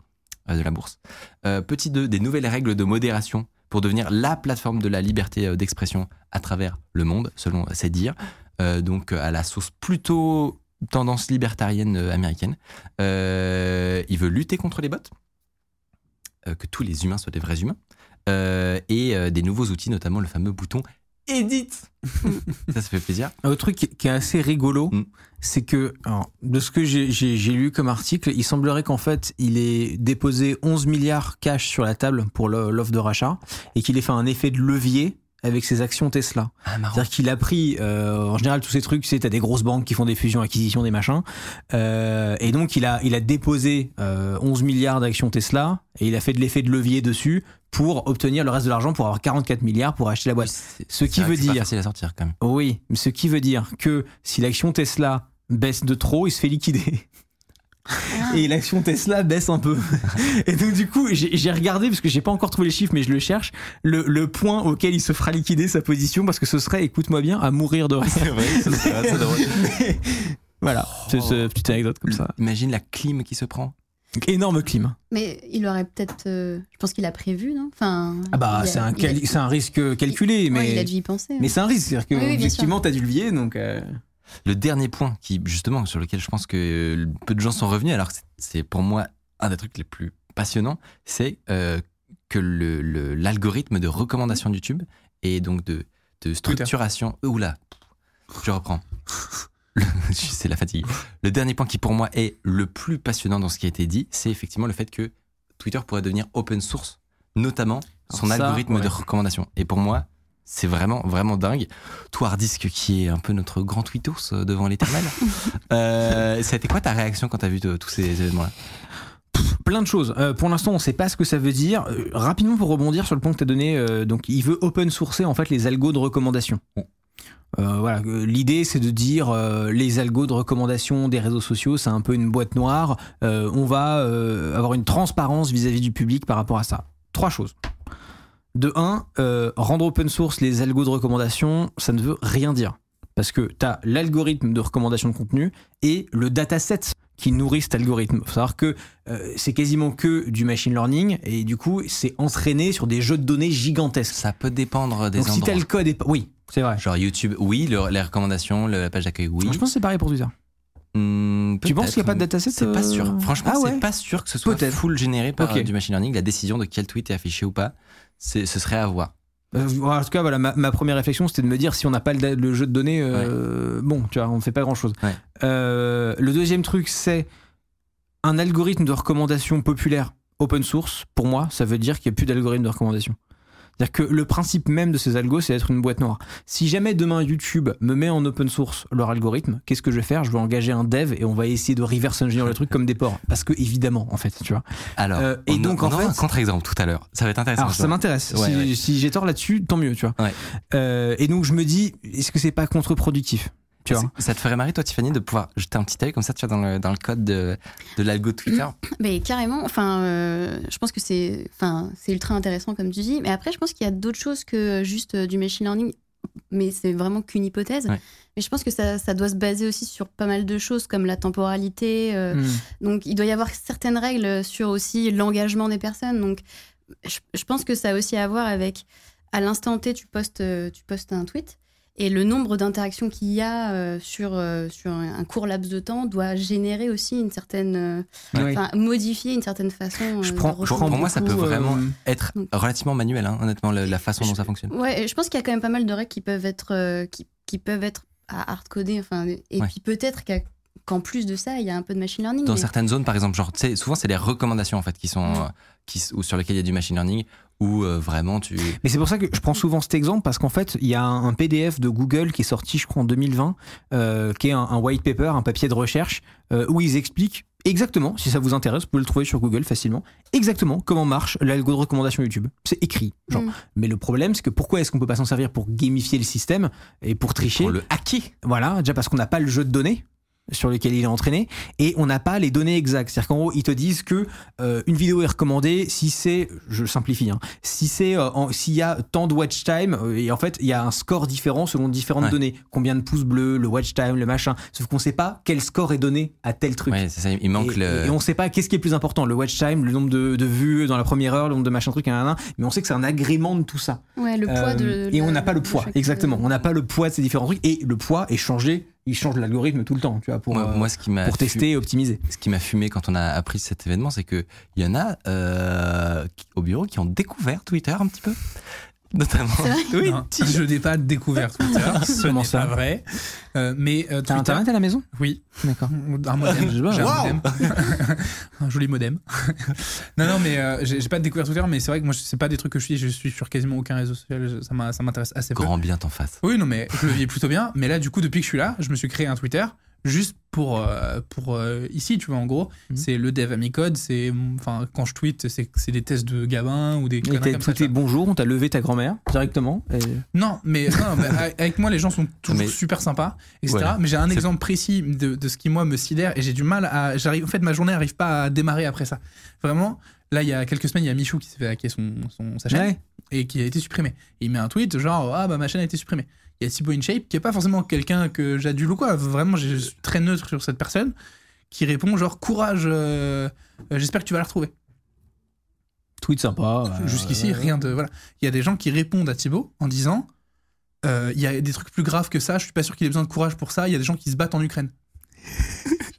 S1: euh, de la bourse. Euh, petit 2, des nouvelles règles de modération pour devenir la plateforme de la liberté euh, d'expression à travers le monde, selon ses dires. Euh, donc, euh, à la source plutôt tendance libertarienne euh, américaine. Euh, il veut lutter contre les bots, euh, que tous les humains soient des vrais humains, Euh, et euh, des nouveaux outils, notamment le fameux bouton Edit. ça, ça fait plaisir.
S4: Un truc qui- qui est assez rigolo,
S1: Mm.
S4: c'est que, alors, de ce que j'ai- j'ai j'ai lu comme article, il semblerait qu'en fait, il ait déposé 11 milliards cash sur la table pour le- l'offre de rachat et qu'il ait fait un effet de levier avec ses actions Tesla.
S1: Ah, marrant.
S4: C'est-à-dire qu'il a pris, euh, en général, tous ces trucs, c'est à des grosses banques qui font des fusions, acquisitions, des machins. Euh, et donc, il a, il a déposé euh, 11 milliards d'actions Tesla et il a fait de l'effet de levier dessus pour obtenir le reste de l'argent pour avoir 44 milliards pour acheter la boîte. Ce qui
S1: C'est vrai
S4: veut
S1: que c'est pas
S4: dire
S1: facile à sortir quand même.
S4: oui, mais ce qui veut dire que si l'action Tesla baisse de trop, il se fait liquider.
S3: Ah.
S4: et l'action Tesla baisse un peu. et donc du coup, j'ai j'ai regardé parce que j'ai pas encore trouvé les chiffres, mais je le cherche. Le, le point auquel il se fera liquider sa position parce que ce serait, écoute-moi bien, à mourir de rire. Mais- voilà, c'est
S3: Oh.
S4: cette petite anecdote comme ça.
S1: Imagine la clim qui se prend.
S3: Mm.
S4: Énorme clim.
S3: Mais il aurait peut-être. euh, je pense qu'il a prévu, non Enfin.
S4: Ah bah
S3: il a-
S4: c'est un,
S3: il a-
S4: cali- c'est un risque calculé,
S3: Ouais,
S4: mais
S3: il a dû y penser. hein.
S4: mais
S3: ouais.
S4: c'est un risque, c'est-à-dire que
S3: Oui, oui, bien
S4: objectivement t'as du levier, donc euh,
S1: Le dernier point qui, justement, sur lequel je pense que euh, peu de gens sont revenus, alors que c'est- c'est pour moi un des trucs les plus passionnants, c'est euh, que le- le- l'algorithme de recommandation de YouTube et donc de, de structuration. euh, Oula, je reprends. Le- c'est la fatigue. Le dernier point qui pour moi est le plus passionnant dans ce qui a été dit, c'est effectivement le fait que Twitter pourrait devenir open source, notamment son
S4: Alors ça,
S1: algorithme
S4: ouais.
S1: de recommandation. Et pour moi, c'est vraiment, vraiment dingue. Toi, Hardisk, qui est un peu notre grand tweetos euh, devant l'éternel, euh, ça a été quoi ta réaction quand t'as vu euh, tous ces événements-là
S4: plein de choses. Euh, pour l'instant, on ne sait pas ce que ça veut dire. Euh, rapidement, pour rebondir sur le point que tu as donné, euh, donc il veut open sourcer en fait les algos de recommandation. Euh, voilà, euh, l'idée c'est de dire euh, les algos de recommandation des réseaux sociaux, c'est un peu une boîte noire. Euh, on va euh, avoir une transparence vis-à-vis du public par rapport à ça. Trois choses. De un, euh, rendre open source les algos de recommandation, ça ne veut rien dire. Parce que tu as l'algorithme de recommandation de contenu et le dataset qui nourrit cet algorithme. Il faut savoir que euh, c'est quasiment que du machine learning et du coup, c'est entraîné sur des jeux de données gigantesques.
S1: Ça peut dépendre des
S4: Donc si t'as
S1: endroits.
S4: le code est pas- Oui, c'est vrai.
S1: Genre YouTube, oui, le- les recommandations, le- la page d'accueil, oui.
S4: Je pense que c'est pareil pour Twitter.
S1: Hmm,
S4: Tu penses
S1: peut-être,
S4: qu'il n'y a pas de
S1: mais
S4: dataset
S1: C'est pas
S4: euh,
S1: sûr. Franchement,
S4: ah ouais.
S1: c'est pas sûr que ce soit
S4: Peut-être.
S1: full généré par
S4: Ok.
S1: euh, du machine learning. La décision de quel tweet est affiché ou pas, c'est- ce serait à voir.
S4: Euh, voilà, en tout cas, voilà, ma, ma première réflexion, c'était de me dire si on n'a pas le, da- le jeu de données, euh, bon, tu vois, on ne fait pas grand chose.
S1: Ouais.
S4: le deuxième truc, c'est un algorithme de recommandation populaire open source. Pour moi, ça veut dire qu'il n'y a plus d'algorithme de recommandation. C'est-à-dire que le principe même de ces algos, c'est d'être une boîte noire. Si jamais demain YouTube me met en open source leur algorithme, qu'est-ce que je vais faire Je vais engager un dev et on va essayer de reverse engineer le truc comme des porcs. Parce que, évidemment, en fait, tu vois.
S1: Alors,
S4: Euh, et
S1: on a-
S4: donc,
S1: on
S4: en
S1: aura
S4: fait-
S1: un contre-exemple tout à l'heure. Ah, Ça va être intéressant.
S4: Alors
S1: je
S4: ça
S1: vois.
S4: m'intéresse.
S1: Ouais,
S4: si
S1: ouais.
S4: si j'ai tort là-dessus, tant mieux, tu vois.
S1: Ouais.
S4: Euh, et donc je me dis, est-ce que c'est pas contre-productif Tu vois.
S1: C'est- Ça te ferait marrer, toi, Tiffany, de pouvoir jeter un petit œil comme ça, tu vois, dans le, dans le code de, de l'algo Twitter.
S3: Mais carrément, enfin, euh, je pense que c'est, enfin, c'est ultra intéressant comme tu dis. Mais après, je pense qu'il y a d'autres choses que juste euh, du machine learning. Mais c'est vraiment qu'une hypothèse.
S1: Ouais.
S3: Mais je pense que ça, ça doit se baser aussi sur pas mal de choses comme la temporalité. euh,
S4: Hmm.
S3: Donc, il doit y avoir certaines règles sur aussi l'engagement des personnes. Donc, je, je pense que ça a aussi à voir avec à l'instant T, tu postes, euh, tu postes un tweet et le nombre d'interactions qu'il y a euh, sur, euh, sur un un court laps de temps doit générer aussi une certaine. euh,
S4: Ouais.
S3: Enfin, modifier une certaine façon.
S4: Je
S3: euh,
S4: prends-
S3: de
S4: je
S1: Pour,
S3: recommander.
S1: pour moi, ça peut
S2: euh,
S1: vraiment être
S3: donc-
S1: relativement manuel, hein, honnêtement, le- la façon dont ça fonctionne.
S3: Ouais, je pense qu'il y a quand même pas mal de règles qui peuvent être, euh, qui, qui peuvent être à hardcoder. Enfin, et
S1: Ouais.
S3: puis peut-être qu'à- qu'en plus de ça, il y a un peu de machine learning.
S1: dans
S3: mais-
S1: certaines zones par exemple genre tu sais, souvent c'est les recommandations en fait qui sont euh, qui s- ou sur lesquelles il y a du machine learning ou euh, vraiment tu
S4: Mais c'est pour ça que je prends souvent cet exemple parce qu'en fait, il y a un, un PDF de Google qui est sorti, je crois, en 2020, euh, qui est un, un white paper, un papier de recherche, euh, où ils expliquent exactement, si ça vous intéresse, vous pouvez le trouver sur Google facilement, exactement comment marche l'algo de recommandation YouTube. C'est écrit. Genre.
S3: Mm.
S4: Mais le problème, c'est que pourquoi est-ce qu'on peut pas s'en servir pour gamifier le système et pour tricher
S1: pour le hacker
S4: Voilà, déjà parce qu'on n'a pas le jeu de données sur lequel il est entraîné et on n'a pas les données exactes. C'est-à-dire qu'en gros, ils te disent que euh, une vidéo est recommandée si c'est, je simplifie, hein, si c'est, euh, en- s'il y a tant de watch time euh, et en fait il y a un score différent selon différentes
S1: Ouais.
S4: données, combien de pouces bleus, le watch time, le machin. Sauf qu'on ne sait pas quel score est donné à tel truc.
S1: ouais c'est ça il manque
S4: Et,
S1: le
S4: et on ne sait pas qu'est-ce qui est plus important, le watch time, le nombre de, de vues dans la première heure, le nombre de machin truc, nan, nan, nan, mais on sait que c'est un agrément de tout ça.
S3: Ouais, le poids de.
S4: Euh, et
S3: la-
S4: on n'a pas le
S3: de
S4: poids,
S3: chaque-
S4: exactement. On n'a pas le poids de ces différents trucs. Et le poids est changé. Il change l'algorithme tout le temps, tu vois, pour,
S1: moi,
S4: euh,
S1: moi, ce qui m'a
S4: pour
S1: fu-
S4: tester et optimiser.
S1: ce qui m'a fumé quand on a appris cet événement c'est que il y en a euh, qui- au bureau qui ont découvert Twitter un petit peu notamment
S3: C'est vrai
S1: oui
S4: Hein
S2: non, je n'ai pas découvert Twitter, ce
S4: Comment
S2: n'est
S4: ça
S2: pas vrai. Euh, mais euh,
S4: T'as
S2: Twitter,
S4: internet à la maison
S2: oui,
S4: D'accord.
S2: un modem.
S4: Je sais pas,
S2: J'ai un
S4: wow.
S2: modem. un joli modem. non, non, mais euh, j'ai j'ai pas découvert Twitter, mais c'est vrai que moi, c'est pas des trucs que je suis. Je suis sur quasiment aucun réseau social. je- Ça m'a- ça m'intéresse assez peu.
S1: grand bien t'en face
S2: Oui, non, mais je le vis plutôt bien. Mais là, du coup, depuis que je suis là, je me suis créé un Twitter. juste pour, euh, pour euh, ici, tu vois, en gros,
S4: Mhm.
S2: c'est le dev Amicode, c'est, enfin, quand je tweet, c'est c'est des tests de gamins ou des
S4: Et
S2: conneries
S4: t'as
S2: comme ça.
S4: tout est
S2: tu vois.
S4: bonjour, on t'a levé ta grand-mère directement. et-
S2: Non, mais, non, mais a- avec moi, les gens sont toujours
S1: Mais-
S2: super sympas, etc.
S1: Voilà.
S2: Mais j'ai un
S1: C'est-
S2: exemple précis de, de ce qui, moi, me sidère et j'ai du mal à. j'arrive En fait, ma journée n'arrive pas à démarrer après ça. Vraiment, là, il y a quelques semaines, il y a Michou qui s'est fait hacker son, son, sa chaîne
S4: Ouais.
S2: et qui a été supprimé. Il met un tweet genre Ah bah ma chaîne a été supprimée. Il y a Thibaut InShape qui est pas forcément quelqu'un que j'adule ou quoi. Vraiment, je suis très neutre sur cette personne qui répond genre Courage, euh, euh, j'espère que tu vas la retrouver.
S4: Tweet sympa. euh,
S2: Jusqu'ici,
S4: euh,
S2: rien de. Voilà. Il y a des gens qui répondent à Thibaut en disant Euh, Il y a des trucs plus graves que ça, je suis pas sûr qu'il ait besoin de courage pour ça. Il y a des gens qui se battent en Ukraine.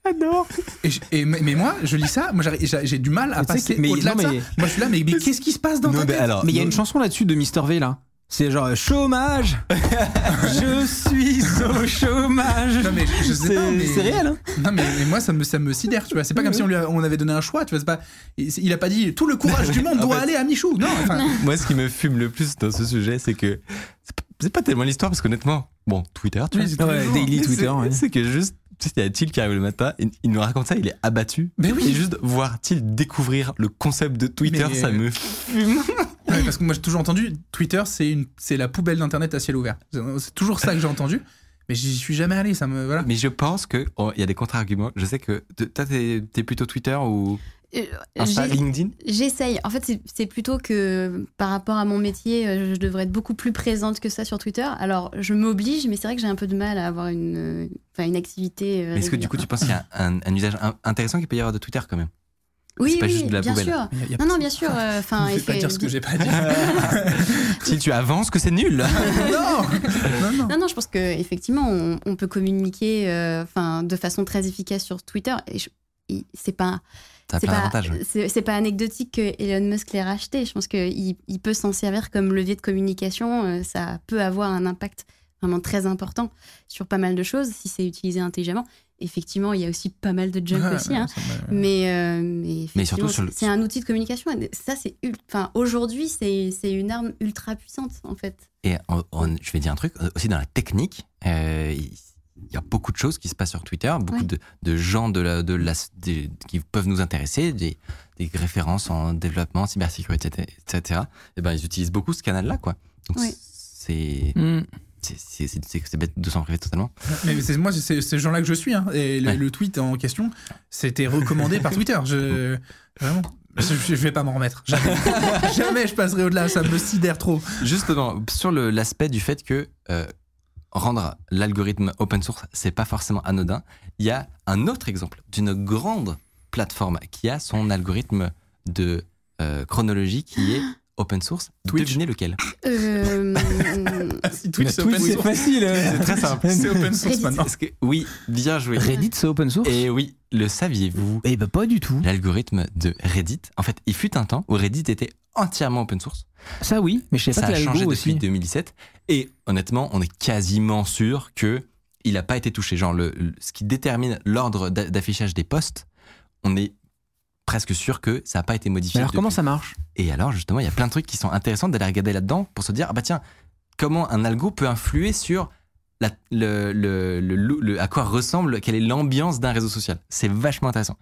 S4: J'adore.
S2: Et je- et- mais, mais moi, je lis ça, moi j'arrive- j'ai j'ai du mal à
S4: Mais tu sais
S2: passer
S4: que- mais-
S2: au-delà de
S4: non,
S2: ça.
S4: mais-
S2: Moi je suis là, mais, mais qu'est-ce qui se passe dans ta tête
S4: Mais il y a une chanson là-dessus de Mister V là. C'est genre euh, chômage. je suis au chômage.
S2: Non, mais je- je sais
S4: C'est-
S2: pas, mais-
S4: C'est réel. hein.
S2: Non mais, mais moi ça me ça me sidère tu vois c'est pas comme si on lui a- on avait donné un choix tu vois c'est pas il il a pas dit tout le
S4: Ah
S2: courage du monde
S1: En
S4: bah.
S2: doit
S1: fait-
S2: aller à Michou non enfin,
S1: Moi, ce qui me fume le plus dans ce sujet, c'est que c'est p- c'est pas tellement l'histoire, parce qu'honnêtement, bon, Twitter, tu
S2: Oui,
S1: vois.
S2: c'est tous les
S4: Ouais,
S2: jours.
S4: daily
S1: Mais
S4: Twitter.
S1: c'est-
S4: ouais.
S1: C'est que juste, tu sais, il y a Thiel qui arrive le matin, il, il nous raconte ça, il est abattu.
S2: Mais oui.
S1: Et juste voir Thiel découvrir le concept de Twitter,
S2: Mais-
S1: ça me.
S2: Ouais, parce que moi j'ai toujours entendu Twitter c'est une c'est la poubelle d'internet à ciel ouvert c'est c'est toujours ça que j'ai entendu mais j'y suis jamais allé ça me voilà
S1: Mais je pense que oh, il y a des contre-arguments. Je sais que t- toi, t'es t'es plutôt Twitter ou
S3: Euh,
S1: Insta,
S3: j'ai-
S1: LinkedIn
S3: J'essaye. En fait, c'est- c'est plutôt que par rapport à mon métier, euh, je devrais être beaucoup plus présente que ça sur Twitter. Alors, je m'oblige, mais c'est vrai que j'ai un peu de mal à avoir une, euh, enfin, une activité. euh,
S1: Mais est-ce que du
S3: régulière,
S1: coup,
S3: quoi.
S1: tu penses qu'il y a un, un usage in- intéressant qu'il peut y avoir de Twitter quand même
S3: Oui,
S1: c'est pas
S3: oui,
S1: juste de la
S3: bien
S1: poubelle.
S3: sûr.
S2: Il y a- il y a-
S3: Non, non, bien sûr. euh, Enfin,
S2: je vais pas
S3: effet-
S2: dire ce que j'ai pas dit
S1: Si tu avances, que c'est nul
S2: non non non
S3: Non, non, je pense que effectivement, on, on peut communiquer, euh, enfin, de façon très efficace sur Twitter. Et je- et c'est pas,
S1: T'as
S3: c'est
S1: plein
S3: pas,
S1: d'avantages.
S3: c'est- c'est pas anecdotique que Elon Musk l'ait racheté. Je pense qu'il il peut s'en servir comme levier de communication. Euh, Ça peut avoir un impact vraiment très important sur pas mal de choses si c'est utilisé intelligemment. Effectivement, il y a aussi pas mal de junk
S2: Ah, Ouais,
S3: aussi.
S2: ouais,
S3: hein.
S2: ça me-
S3: Mais, euh, mais,
S1: Mais surtout
S3: effectivement,
S1: sur le-
S3: c'est un outil de communication. Et Ça, c'est ul- enfin aujourd'hui, c'est c'est une arme ultra puissante en fait.
S1: Et on- on- je vais dire un truc, euh, aussi dans la technique, euh, il il y a beaucoup de choses qui se passent sur Twitter, beaucoup
S3: Ouais.
S1: de, de gens de la, de la, des- qui peuvent nous intéresser, des, des références en développement, cybersécurité, etc. Et ben, ils utilisent beaucoup ce canal-là, quoi. Donc,
S3: Ouais.
S1: c'est
S4: Mm.
S1: c'est- c'est- c'est- c'est- c'est bête de s'en priver totalement.
S2: Mais c'est moi, c'est- c'est ces gens-là que je suis. hein. Et le,
S1: Ouais.
S2: le tweet en question, c'était recommandé par Twitter. Je, vraiment, je, je vais pas m'en remettre. Jamais. Jamais je passerai au-delà. Ça me sidère trop.
S1: Justement, sur le- l'aspect du fait que euh, rendre l'algorithme open source, c'est pas forcément anodin, il y a un autre exemple d'une grande plateforme qui a son algorithme de euh, chronologie qui est open source.
S2: Twitch.
S1: Devinez lequel
S3: Euh,
S2: Ah, Si
S4: Mais Twitch, c'est facile. euh.
S1: C'est très simple.
S2: C'est open source
S3: Reddit.
S2: maintenant.
S1: Parce que- oui, bien joué.
S4: Reddit, c'est open source
S1: Et oui, le saviez-vous
S4: Eh ben pas du tout.
S1: L'algorithme de Reddit, en fait, il fut un temps où Reddit était entièrement open source.
S4: Ça oui, mais je sais
S1: ça
S4: pas
S1: a
S4: qu'il y a
S1: changé
S4: Hugo
S1: depuis
S4: aussi.
S1: 2017. Et honnêtement, on est quasiment sûr que il n'a pas été touché. Genre, le, le- ce qui détermine l'ordre d'a- d'affichage des postes, on est presque sûr que ça n'a pas été modifié.
S4: Mais alors comment
S1: depuis.
S4: ça marche
S1: Et alors, justement, il y a plein de trucs qui sont intéressants d'aller regarder là-dedans pour se dire, ah bah tiens, comment un algo peut influer sur la- le, le- le- le- le- à quoi ressemble, quelle est l'ambiance d'un réseau social. C'est vachement intéressant.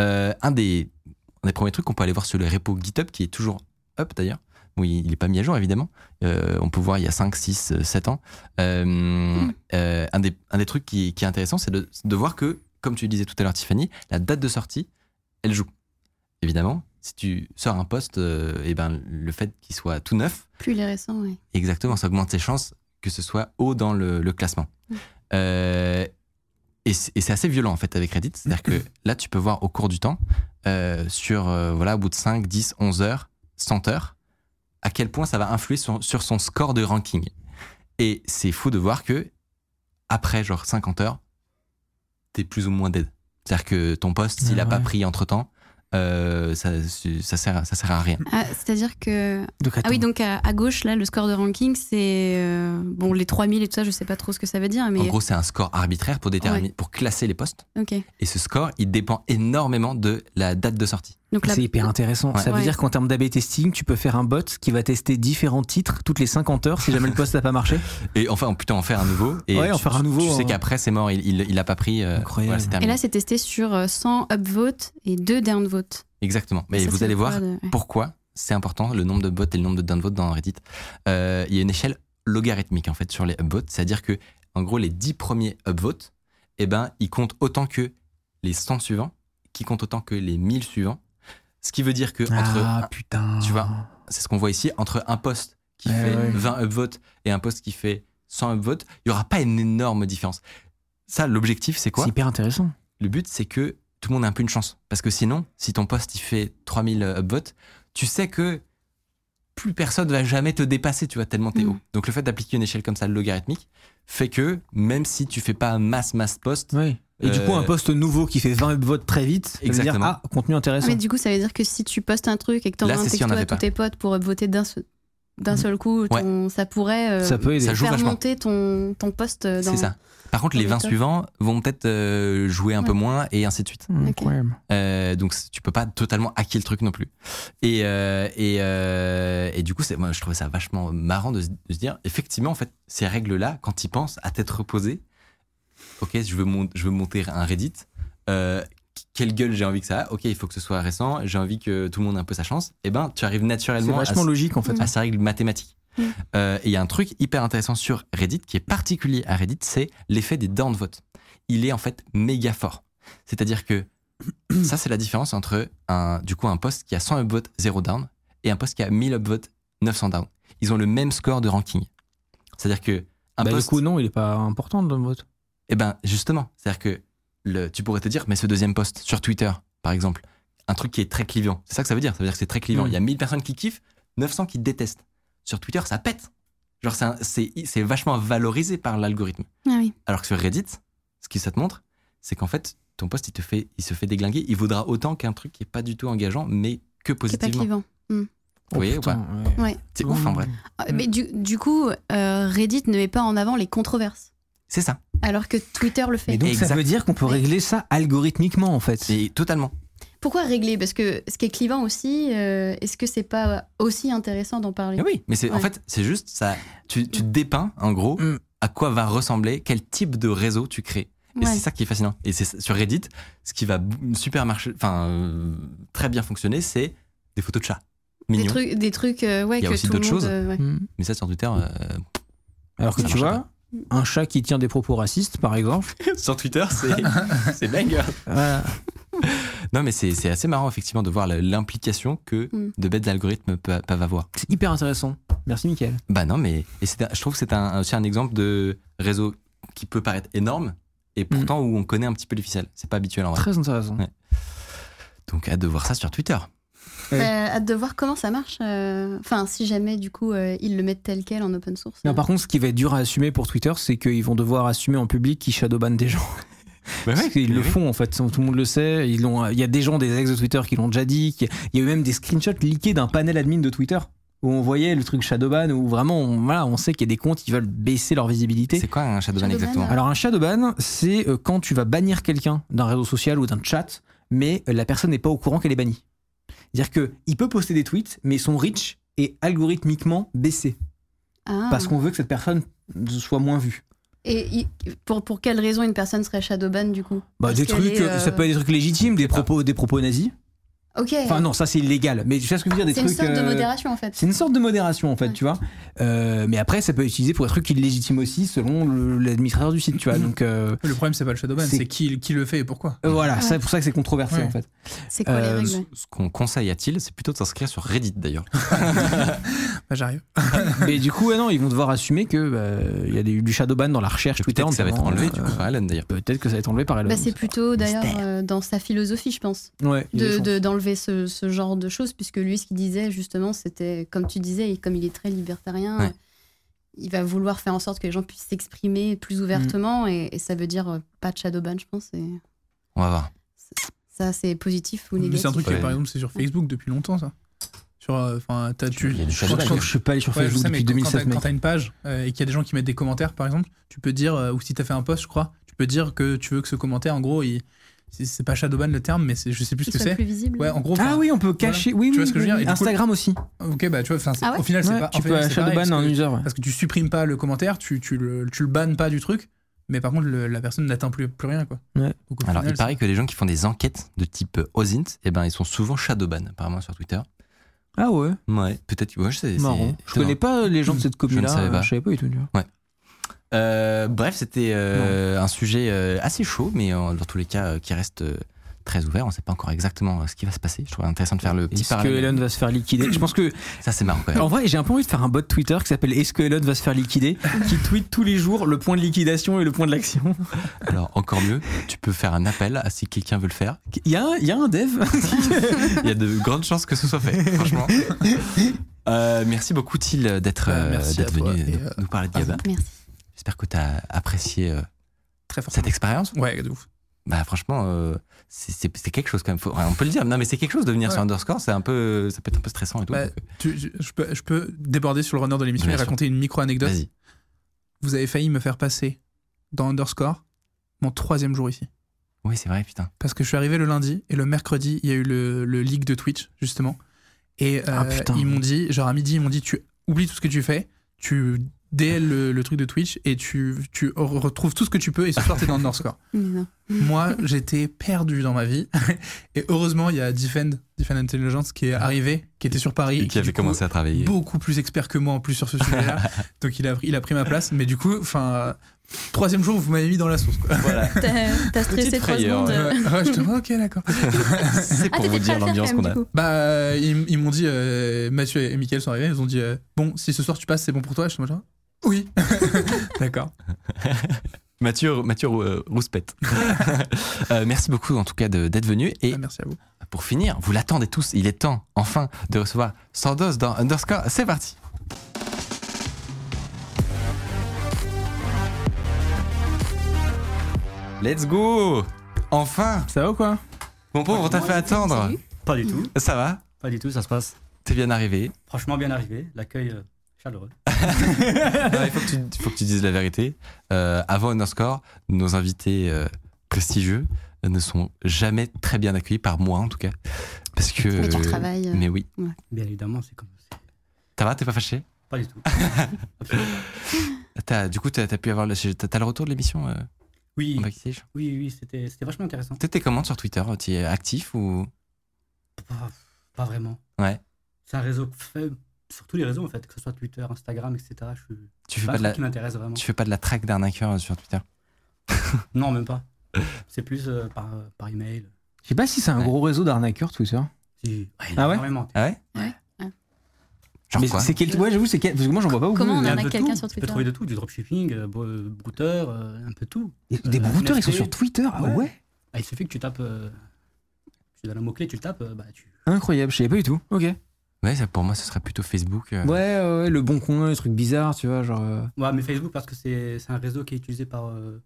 S1: Euh, un, des, un des premiers trucs qu'on peut aller voir sur le repo GitHub, qui est toujours up d'ailleurs, oui, il n'est pas mis à jour évidemment, Euh, on peut voir il y a 5, 6, 7 ans. Euh, euh, un, des, un des trucs qui, qui est intéressant, c'est de, de voir que, comme tu disais tout à l'heure Tiffany, la date de sortie, elle joue. Évidemment, si tu sors un poste, et ben, le fait qu'il soit tout neuf,
S3: plus les récents, oui.
S1: Exactement, ça augmente ses chances que ce soit haut dans le, le classement. Euh, et c'est et c'est assez violent en fait avec Reddit, c'est-à-dire que là tu peux voir au cours du temps, euh, sur euh, voilà, au bout de 5, 10, 11 heures, 100 heures, à quel point ça va influer sur, sur son score de ranking. Et c'est fou de voir que après genre 50 heures, t'es plus ou moins dead. C'est-à-dire que ton poste, s'il
S4: Ah
S1: n'a pas
S4: ouais.
S1: pris entre temps, euh, ça, ça, sert, ça sert à rien.
S3: Ah, C'est-à-dire que.
S4: Donc,
S3: Ah oui, donc à, à gauche, là, le score de ranking, c'est. euh, bon, les 3000 et tout ça, je sais pas trop ce que ça veut dire, mais.
S1: En gros, c'est un score arbitraire pour, déterminer, pour classer les postes.
S3: ok.
S1: Et ce score, il dépend énormément de la date de sortie.
S3: Donc la-
S4: C'est hyper intéressant.
S1: Ouais.
S4: Ça veut
S3: Ouais.
S4: dire qu'en termes d'AB testing, tu peux faire un bot qui va tester différents titres toutes les 50 heures si jamais le poste n'a pas marché.
S1: Et enfin, putain, en faire un nouveau. Et
S4: Ouais, en
S1: tu-
S4: faire un
S1: tu-
S4: nouveau,
S1: Tu sais
S4: hein.
S1: qu'après, c'est mort. Il, il, il a pas pris. euh,
S4: Incroyable.
S1: voilà, c'est
S3: Et
S1: terminé.
S3: là, c'est testé sur euh, 100 upvotes et 2 downvotes.
S1: Exactement. Mais
S3: Ça,
S1: vous
S3: c'est
S1: allez
S3: le
S1: voir Ah,
S3: code, ouais.
S1: pourquoi c'est important le nombre de bots et le nombre de downvotes dans Reddit. Euh, Il y a une échelle logarithmique en fait sur les upvotes, c'est-à-dire que en gros les 10 premiers upvotes, eh ben ils comptent autant que les 100 suivants, qui comptent autant que les 1000 suivants. Ce qui veut dire que entre
S4: ah putain.
S1: tu vois, c'est ce qu'on voit ici, entre un poste qui
S4: Ouais,
S1: fait
S4: ouais.
S1: 20 upvotes et un poste qui fait 100 upvotes, il n'y aura pas une énorme différence. Ça, l'objectif, c'est quoi
S4: C'est hyper intéressant.
S1: Le but, c'est que tout le monde a un peu une chance. Parce que sinon, si ton poste, il fait 3000 upvotes, tu sais que plus personne va jamais te dépasser, tu vois, tellement t'es
S3: Mm.
S1: haut. Donc le fait d'appliquer une échelle comme ça logarithmique fait que même si tu fais pas masse, masse poste,
S4: Oui. Et du coup,
S1: Euh,
S4: un poste nouveau qui fait 20 votes très vite, ça veut dire,
S1: Exactement.
S4: ah, contenu
S3: Ah,
S4: intéressant.
S3: mais du coup, ça veut dire que si tu postes un truc et que
S1: Là,
S3: t'envoies un
S1: c'est si
S3: texto
S1: on avait
S3: à
S1: pas. Mm.
S3: tous tes potes pour upvoter d'un seul- d'un seul coup, ton- ça pourrait euh,
S4: ça peut aider.
S1: ça joue
S3: faire
S1: vachement.
S3: monter ton, ton poste euh, dans...
S1: c'est ça. Par contre,
S3: dans
S1: les
S3: les
S1: 20
S3: tops.
S1: suivants vont peut-être euh, jouer un peu
S3: Ouais.
S1: moins et ainsi de suite.
S4: Hmm,
S3: Ok.
S4: incroyable.
S1: Euh, donc c- tu peux pas totalement hacker le truc non plus. Et, euh, et, euh, et du coup, c'est- moi, je trouvais ça vachement marrant de, se- de se dire, effectivement, en fait, ces règles-là, quand ils pensent à tête reposée, ok, je veux, mon- je veux monter un Reddit, euh, qu- quelle gueule j'ai envie que ça a, ok, il faut que ce soit récent, j'ai envie que tout le monde ait un peu sa chance, et ben tu arrives
S4: C'est
S1: naturellement à
S4: vachement logique en fait.
S1: à sa règle mathématique.
S3: Mm.
S1: Euh, et il y a un truc hyper intéressant sur Reddit qui est particulier à Reddit, c'est l'effet des downvotes. Il est en fait méga fort. C'est-à-dire que ça, c'est la différence entre un, du coup, un post qui a 100 upvotes, 0 down, et un post qui a 1000 upvotes, 900 down. Ils ont le même score de ranking. C'est-à-dire que un
S4: Bah,
S1: post,
S4: du coup, non, il est pas important le vote.
S1: eh ben, justement, c'est-à-dire que le, tu pourrais te dire, mais ce deuxième post sur Twitter, par exemple, un truc qui est très clivant, c'est ça que ça veut dire, ça veut dire que c'est très clivant.
S4: Mm.
S1: Il y a 1000 personnes qui kiffent, 900 qui détestent. Sur Twitter, ça pète. Genre, c'est un- c'est c'est vachement valorisé par l'algorithme.
S3: Ah oui.
S1: Alors que sur Reddit, ce qui ça te montre, c'est qu'en fait, ton post, il, te fait, il se fait déglinguer, il vaudra autant qu'un truc qui est pas du tout engageant, mais que
S3: qui est pas
S1: positivement.
S3: clivant.
S1: Vous
S4: Oh,
S1: voyez ou pas
S4: ouais.
S3: Ouais.
S1: C'est ouf
S4: Mm.
S1: en vrai.
S3: Ah, Mais du, du coup, euh, Reddit ne met pas en avant les controverses,
S1: C'est ça.
S3: alors que Twitter le fait.
S4: Mais donc ça
S1: Exact.
S4: veut dire qu'on peut régler ça algorithmiquement en fait.
S1: Et totalement.
S3: Pourquoi régler Parce que ce qui est clivant aussi, euh, est-ce que c'est pas aussi intéressant d'en parler
S1: Mais oui, mais c'est en
S3: Ouais.
S1: fait, c'est juste ça. Tu, tu dépeins, en gros,
S4: Mm.
S1: à quoi va ressembler, quel type de réseau tu crées. Et
S3: Ouais.
S1: c'est ça qui est fascinant. Et c'est ça- sur Reddit, ce qui va b- super marcher, enfin, euh, très bien fonctionner, c'est des photos de chats.
S3: Des
S1: Mignons.
S3: trucs, des trucs euh, ouais,
S1: Il y a
S3: que
S1: aussi
S3: tout le
S1: d'autres
S3: monde,
S1: choses.
S3: euh, ouais.
S4: Hmm.
S1: Mais ça, sur Twitter, euh,
S4: Alors que
S1: Ça
S4: tu
S1: marche
S4: vois, un chat qui tient des propos racistes par exemple. euh,
S1: sur Twitter, c'est, c'est banger.
S4: voilà.
S1: Non, mais c'est, c'est assez marrant, effectivement, de voir la- l'implication que
S3: Mm.
S1: de bêtes d'algorithmes pe- peuvent avoir.
S4: C'est hyper intéressant. Merci Mickaël.
S1: Bah non, mais et c'est un- je trouve que c'est un, aussi un exemple de réseau qui peut paraître énorme
S3: Mm.
S1: et pourtant où on connaît un petit peu les ficelles. C'est pas habituel en vrai.
S4: Très intéressant.
S1: Ouais. Donc hâte de voir ça sur Twitter.
S4: Ouais.
S3: Euh, hâte de voir comment ça marche. euh, Enfin, si jamais, du coup, euh, ils le mettent tel quel en open source.
S4: Non, par contre, ce qui va être dur à assumer pour Twitter, c'est qu'ils vont devoir assumer en public qu'ils shadowban des gens. Parce qu'ils le font en fait, tout le monde le sait. Ils l'ont- euh, Il y a des gens, des ex de Twitter qui l'ont déjà dit. qui- Il y a eu même des screenshots leakés d'un panel admin de Twitter où on voyait le truc Shadowban, où vraiment on, voilà, on sait qu'il y a des comptes qui veulent baisser leur visibilité.
S1: C'est quoi un Shadowban
S3: Shadowban,
S1: exactement
S4: Alors un Shadowban, c'est euh, quand tu vas bannir quelqu'un d'un réseau social ou d'un chat, mais euh, la personne n'est pas au courant qu'elle est bannie. C'est-à-dire qu'il peut poster des tweets, mais son reach est algorithmiquement baissé
S3: Ah.
S4: parce qu'on veut que cette personne soit moins vue.
S3: Et il- pour, pour quelle raison une personne serait shadowban, du coup
S4: Bah,
S3: Parce
S4: des
S3: qu'elle
S4: trucs,
S3: est,
S4: euh, ça
S3: euh,
S4: peut être des trucs légitimes, des propos, des propos nazis.
S3: Ok.
S4: Enfin non, ça c'est illégal. Mais tu sais ce que je veux dire, des
S3: c'est une
S4: trucs.
S3: sorte de
S4: euh,
S3: modération, en fait.
S4: C'est une sorte de modération en fait,
S3: Ouais.
S4: tu vois. Euh, mais après, ça peut être utilisé pour des trucs illégitimes aussi, selon le- l'administrateur du site, tu
S3: Mm.
S4: vois. Donc euh,
S2: Le problème, c'est pas le Shadowban,
S4: C'est-
S2: c'est qui, qui le fait et pourquoi.
S4: euh, voilà,
S3: Ouais.
S4: c'est pour ça que c'est controversé
S2: Ouais.
S4: en fait.
S3: C'est quoi
S4: euh,
S3: les règles ouais
S1: Ce qu'on conseille à Thiel, c'est plutôt de s'inscrire sur Reddit d'ailleurs.
S2: Bah, j'arrive.
S4: Mais du coup, ouais, non, ils vont devoir assumer que bah, il y a des- du shadowban dans la recherche
S1: Et
S4: Twitter.
S1: Peut-être que ça va être
S4: notamment,
S1: enlevé
S4: euh,
S1: du coup par Alan d'ailleurs.
S4: Peut-être que ça va être enlevé par Elon.
S3: Bah, c'est plutôt d'ailleurs
S4: Mystère.
S3: euh, dans sa philosophie, je pense,
S4: Ouais, il y a des
S3: de-
S4: chances.
S3: de- d'enlever ce, ce genre de choses, puisque lui, ce qu'il disait justement, c'était, comme tu disais, et comme il est très libertarien,
S1: Ouais.
S3: euh, il va vouloir faire en sorte que les gens puissent s'exprimer plus ouvertement, et, et ça veut dire euh, pas de shadowban, je pense. Et
S1: On va voir.
S3: ça, c'est positif ou
S2: Mais
S3: négatif.
S2: c'est un truc,
S1: Ouais.
S2: par exemple, c'est sur Facebook depuis longtemps, ça. Sur, euh, enfin, t'as tu.
S1: Il y a du
S4: Je crois
S1: Shadowban.
S4: que je suis pas allé sur
S2: Ouais, je
S4: Facebook
S2: sais, mais
S4: depuis
S2: quand- quand
S4: 2007.
S2: t'as- Quand
S4: mec.
S2: t'as une page euh, et qu'il y a des gens qui mettent des commentaires, par exemple, tu peux dire, euh, ou si t'as fait un post, je crois, tu peux dire que tu veux que ce commentaire, en gros, il, c'est- c'est pas Shadowban le terme, mais c'est- je sais plus ce
S3: Qu'il
S2: que
S3: soit
S2: c'est.
S3: plus visible.
S2: Ouais, en gros.
S4: Ah
S2: enfin,
S4: oui, on peut
S2: voilà.
S4: cacher. Oui,
S2: Tu vois
S4: oui,
S2: ce que je
S4: oui,
S2: veux dire Et du coup,
S4: Instagram aussi.
S2: Ok, bah tu vois, enfin, c'est-
S3: Ah ouais
S2: au final, c'est
S4: Ouais,
S2: pas. en
S4: tu
S2: fait,
S4: peux
S2: c'est pareil,
S4: shadowban
S2: parce
S4: en
S2: que-
S4: user. ouais.
S2: Parce que tu supprimes pas le commentaire, tu, tu, le, tu le bannes pas du truc, mais par contre, le- la personne n'atteint plus, plus rien, quoi.
S4: Ouais.
S2: Donc, au
S1: Alors,
S2: final,
S1: il paraît que les gens qui font des enquêtes de type euh, OSINT, eh ben, ils sont souvent shadowban, apparemment, sur Twitter.
S4: Ah ouais,
S1: Ouais, peut-être. Ouais, je sais. c'est
S4: marrant. Je
S1: étonnant.
S4: connais pas les gens de cette commune-là.
S1: savais pas.
S4: euh, Je savais pas du tout. tu vois.
S1: Euh, bref, c'était euh, un sujet euh, assez chaud, mais euh, dans tous les cas, euh, qui reste euh, très ouvert. On ne sait pas encore exactement euh, ce qui va se passer. Je trouvais intéressant de faire le petit
S4: Est-ce que
S1: parallèle.
S4: Elon va se faire liquider Je pense que
S1: Ça, c'est marrant quand même.
S4: En vrai, j'ai un peu envie de faire un bot Twitter qui s'appelle Est-ce que Elon va se faire liquider qui tweet tous les jours le point de liquidation et le point de l'action.
S1: Alors, encore mieux, tu peux faire un appel à si quelqu'un veut le faire.
S4: Il y a, un- il y a un dev.
S1: Il y a de grandes chances que ce soit fait, franchement. Euh, merci beaucoup, Thiel, d'être
S2: Bah,
S1: euh,
S2: merci
S1: d'être
S2: à toi
S1: venu
S2: et,
S1: nous,
S2: euh,
S1: nous parler de GABA.
S3: Merci.
S1: J'espère que tu as apprécié euh,
S2: très fort.
S1: cette expérience.
S2: Ouais, de ouf.
S1: Bah, franchement, euh, c'est- c'est c'est quelque chose quand même. Faut- on peut le dire. Non, mais c'est quelque chose de venir
S2: Ouais.
S1: sur Underscore. C'est un peu, ça peut être un peu stressant et tout.
S2: Bah,
S1: Donc, euh,
S2: Tu- je, je peux, je peux déborder sur le runner de l'émission
S1: Bien
S2: et
S1: sûr.
S2: raconter une micro-anecdote.
S1: Vas-y.
S2: Vous avez failli me faire passer dans Underscore mon troisième jour ici.
S1: Oui, c'est vrai, putain.
S2: Parce que je suis arrivé le lundi et le mercredi, il y a eu le, le leak de Twitch, justement. Et euh,
S4: Ah, putain.
S2: ils m'ont dit, genre à midi, ils m'ont dit tu oublies tout ce que tu fais, tu DL le, le truc de Twitch et tu, tu re- retrouves tout ce que tu peux et ce soir, t'es dans Underscore.
S3: Mais non.
S2: Moi, j'étais perdu dans ma vie. Et heureusement, il y a Defend, Defend Intelligence qui est arrivé, qui était sur Paris.
S1: Et
S2: et
S1: qui avait
S2: du coup,
S1: commencé à travailler.
S2: beaucoup plus expert que moi en plus sur ce sujet-là. Donc il a, il a pris ma place. Mais du coup, enfin, euh, troisième jour, vous m'avez mis dans la sauce. Quoi.
S1: Voilà.
S3: T'as t'as stressé
S1: Petite
S3: trois
S1: frayeur,
S3: secondes. euh.
S2: Ouais, ouais, j'étais, ok, d'accord.
S1: C'est
S3: Ah,
S1: pour vous
S3: t'étais prêt à
S1: dire
S3: le faire
S1: l'ambiance
S3: quand
S1: qu'on
S3: même,
S1: a.
S3: du coup.
S2: Bah, euh, ils, ils m'ont dit, euh, Mathieu et Mickaël sont arrivés, ils ont dit, euh, bon, si ce soir tu passes, c'est bon pour toi. Je suis en mode, genre, oui. d'accord.
S1: Mathieu, Mathieu euh, Rouspette. Euh, merci beaucoup en tout cas de- d'être venu. Et
S2: Ah, merci à vous.
S1: pour finir, vous l'attendez tous, il est temps enfin de recevoir Sandoz dans Underscore. C'est parti Let's go Enfin
S4: Ça va ou quoi
S1: Mon pauvre, t'as fait attendre
S3: Salut.
S6: Pas du tout,
S1: Ça va
S6: pas du tout, ça se passe.
S1: T'es bien arrivé
S6: Franchement, bien arrivé, l'accueil euh, chaleureux.
S1: Non, il faut que, tu, faut que tu dises la vérité. Euh, avant Underscore, nos invités euh, prestigieux ne sont jamais très bien accueillis, par moi en tout cas. Parce que.
S3: Mais tu retravailles. euh,
S1: Mais oui.
S6: Bien évidemment, c'est comme ça.
S1: Ça va, t'es pas fâché
S6: Pas du tout. Absolument pas.
S1: T'as- Du coup, t'as as pu avoir le, t'as- t'as le retour de l'émission euh,
S6: Oui,
S1: en
S6: oui,
S1: backstage
S6: oui, c'était c'était vachement intéressant.
S1: T'es t'es comment sur Twitter T'y es actif ou.
S6: Pas, pas vraiment.
S1: Ouais.
S6: C'est un réseau faible sur tous les réseaux en fait, que ce soit Twitter, Instagram, etc. Je suis
S1: Tu fais,
S6: pas
S1: pas
S6: un
S1: de
S6: truc
S1: la,
S6: qui m'intéresse vraiment.
S1: tu fais pas de la track d'arnaqueur euh, sur Twitter
S6: Non, même pas. C'est plus euh, par, euh, par email.
S4: Je sais pas si c'est un
S1: Ouais.
S4: gros réseau d'arnaqueurs Twitter.
S6: Si-
S4: Ah ouais
S6: énormément.
S1: Ah ouais
S3: Ouais, ouais.
S1: Genre
S4: Mais
S1: quoi
S4: c'est quel Ouais, j'avoue, c'est quel parce que moi j'en vois pas beaucoup.
S3: Comment on
S6: Il y a
S3: en
S6: de
S3: a
S6: tout.
S3: quelqu'un sur
S6: Tu peux
S3: Twitter
S6: trouver de tout, du dropshipping, euh, bo- euh, brouteur, euh, un peu tout.
S4: Des
S6: Euh,
S4: brouteurs, ils sont
S6: NFT.
S4: sur Twitter. Ah ouais,
S6: Ouais. Ah, il suffit que tu tapes, euh, tu donnes un mot-clé, tu le tapes, euh, bah, tu,
S4: Incroyable, je savais pas du tout. Ok. Ouais,
S1: Ouais, ça, pour moi, ce serait plutôt Facebook. euh.
S4: ouais, ouais, le bon coin, les trucs bizarres, tu vois, genre. euh,
S6: Ouais, mais Facebook, parce que c'est c'est un réseau qui est utilisé par euh,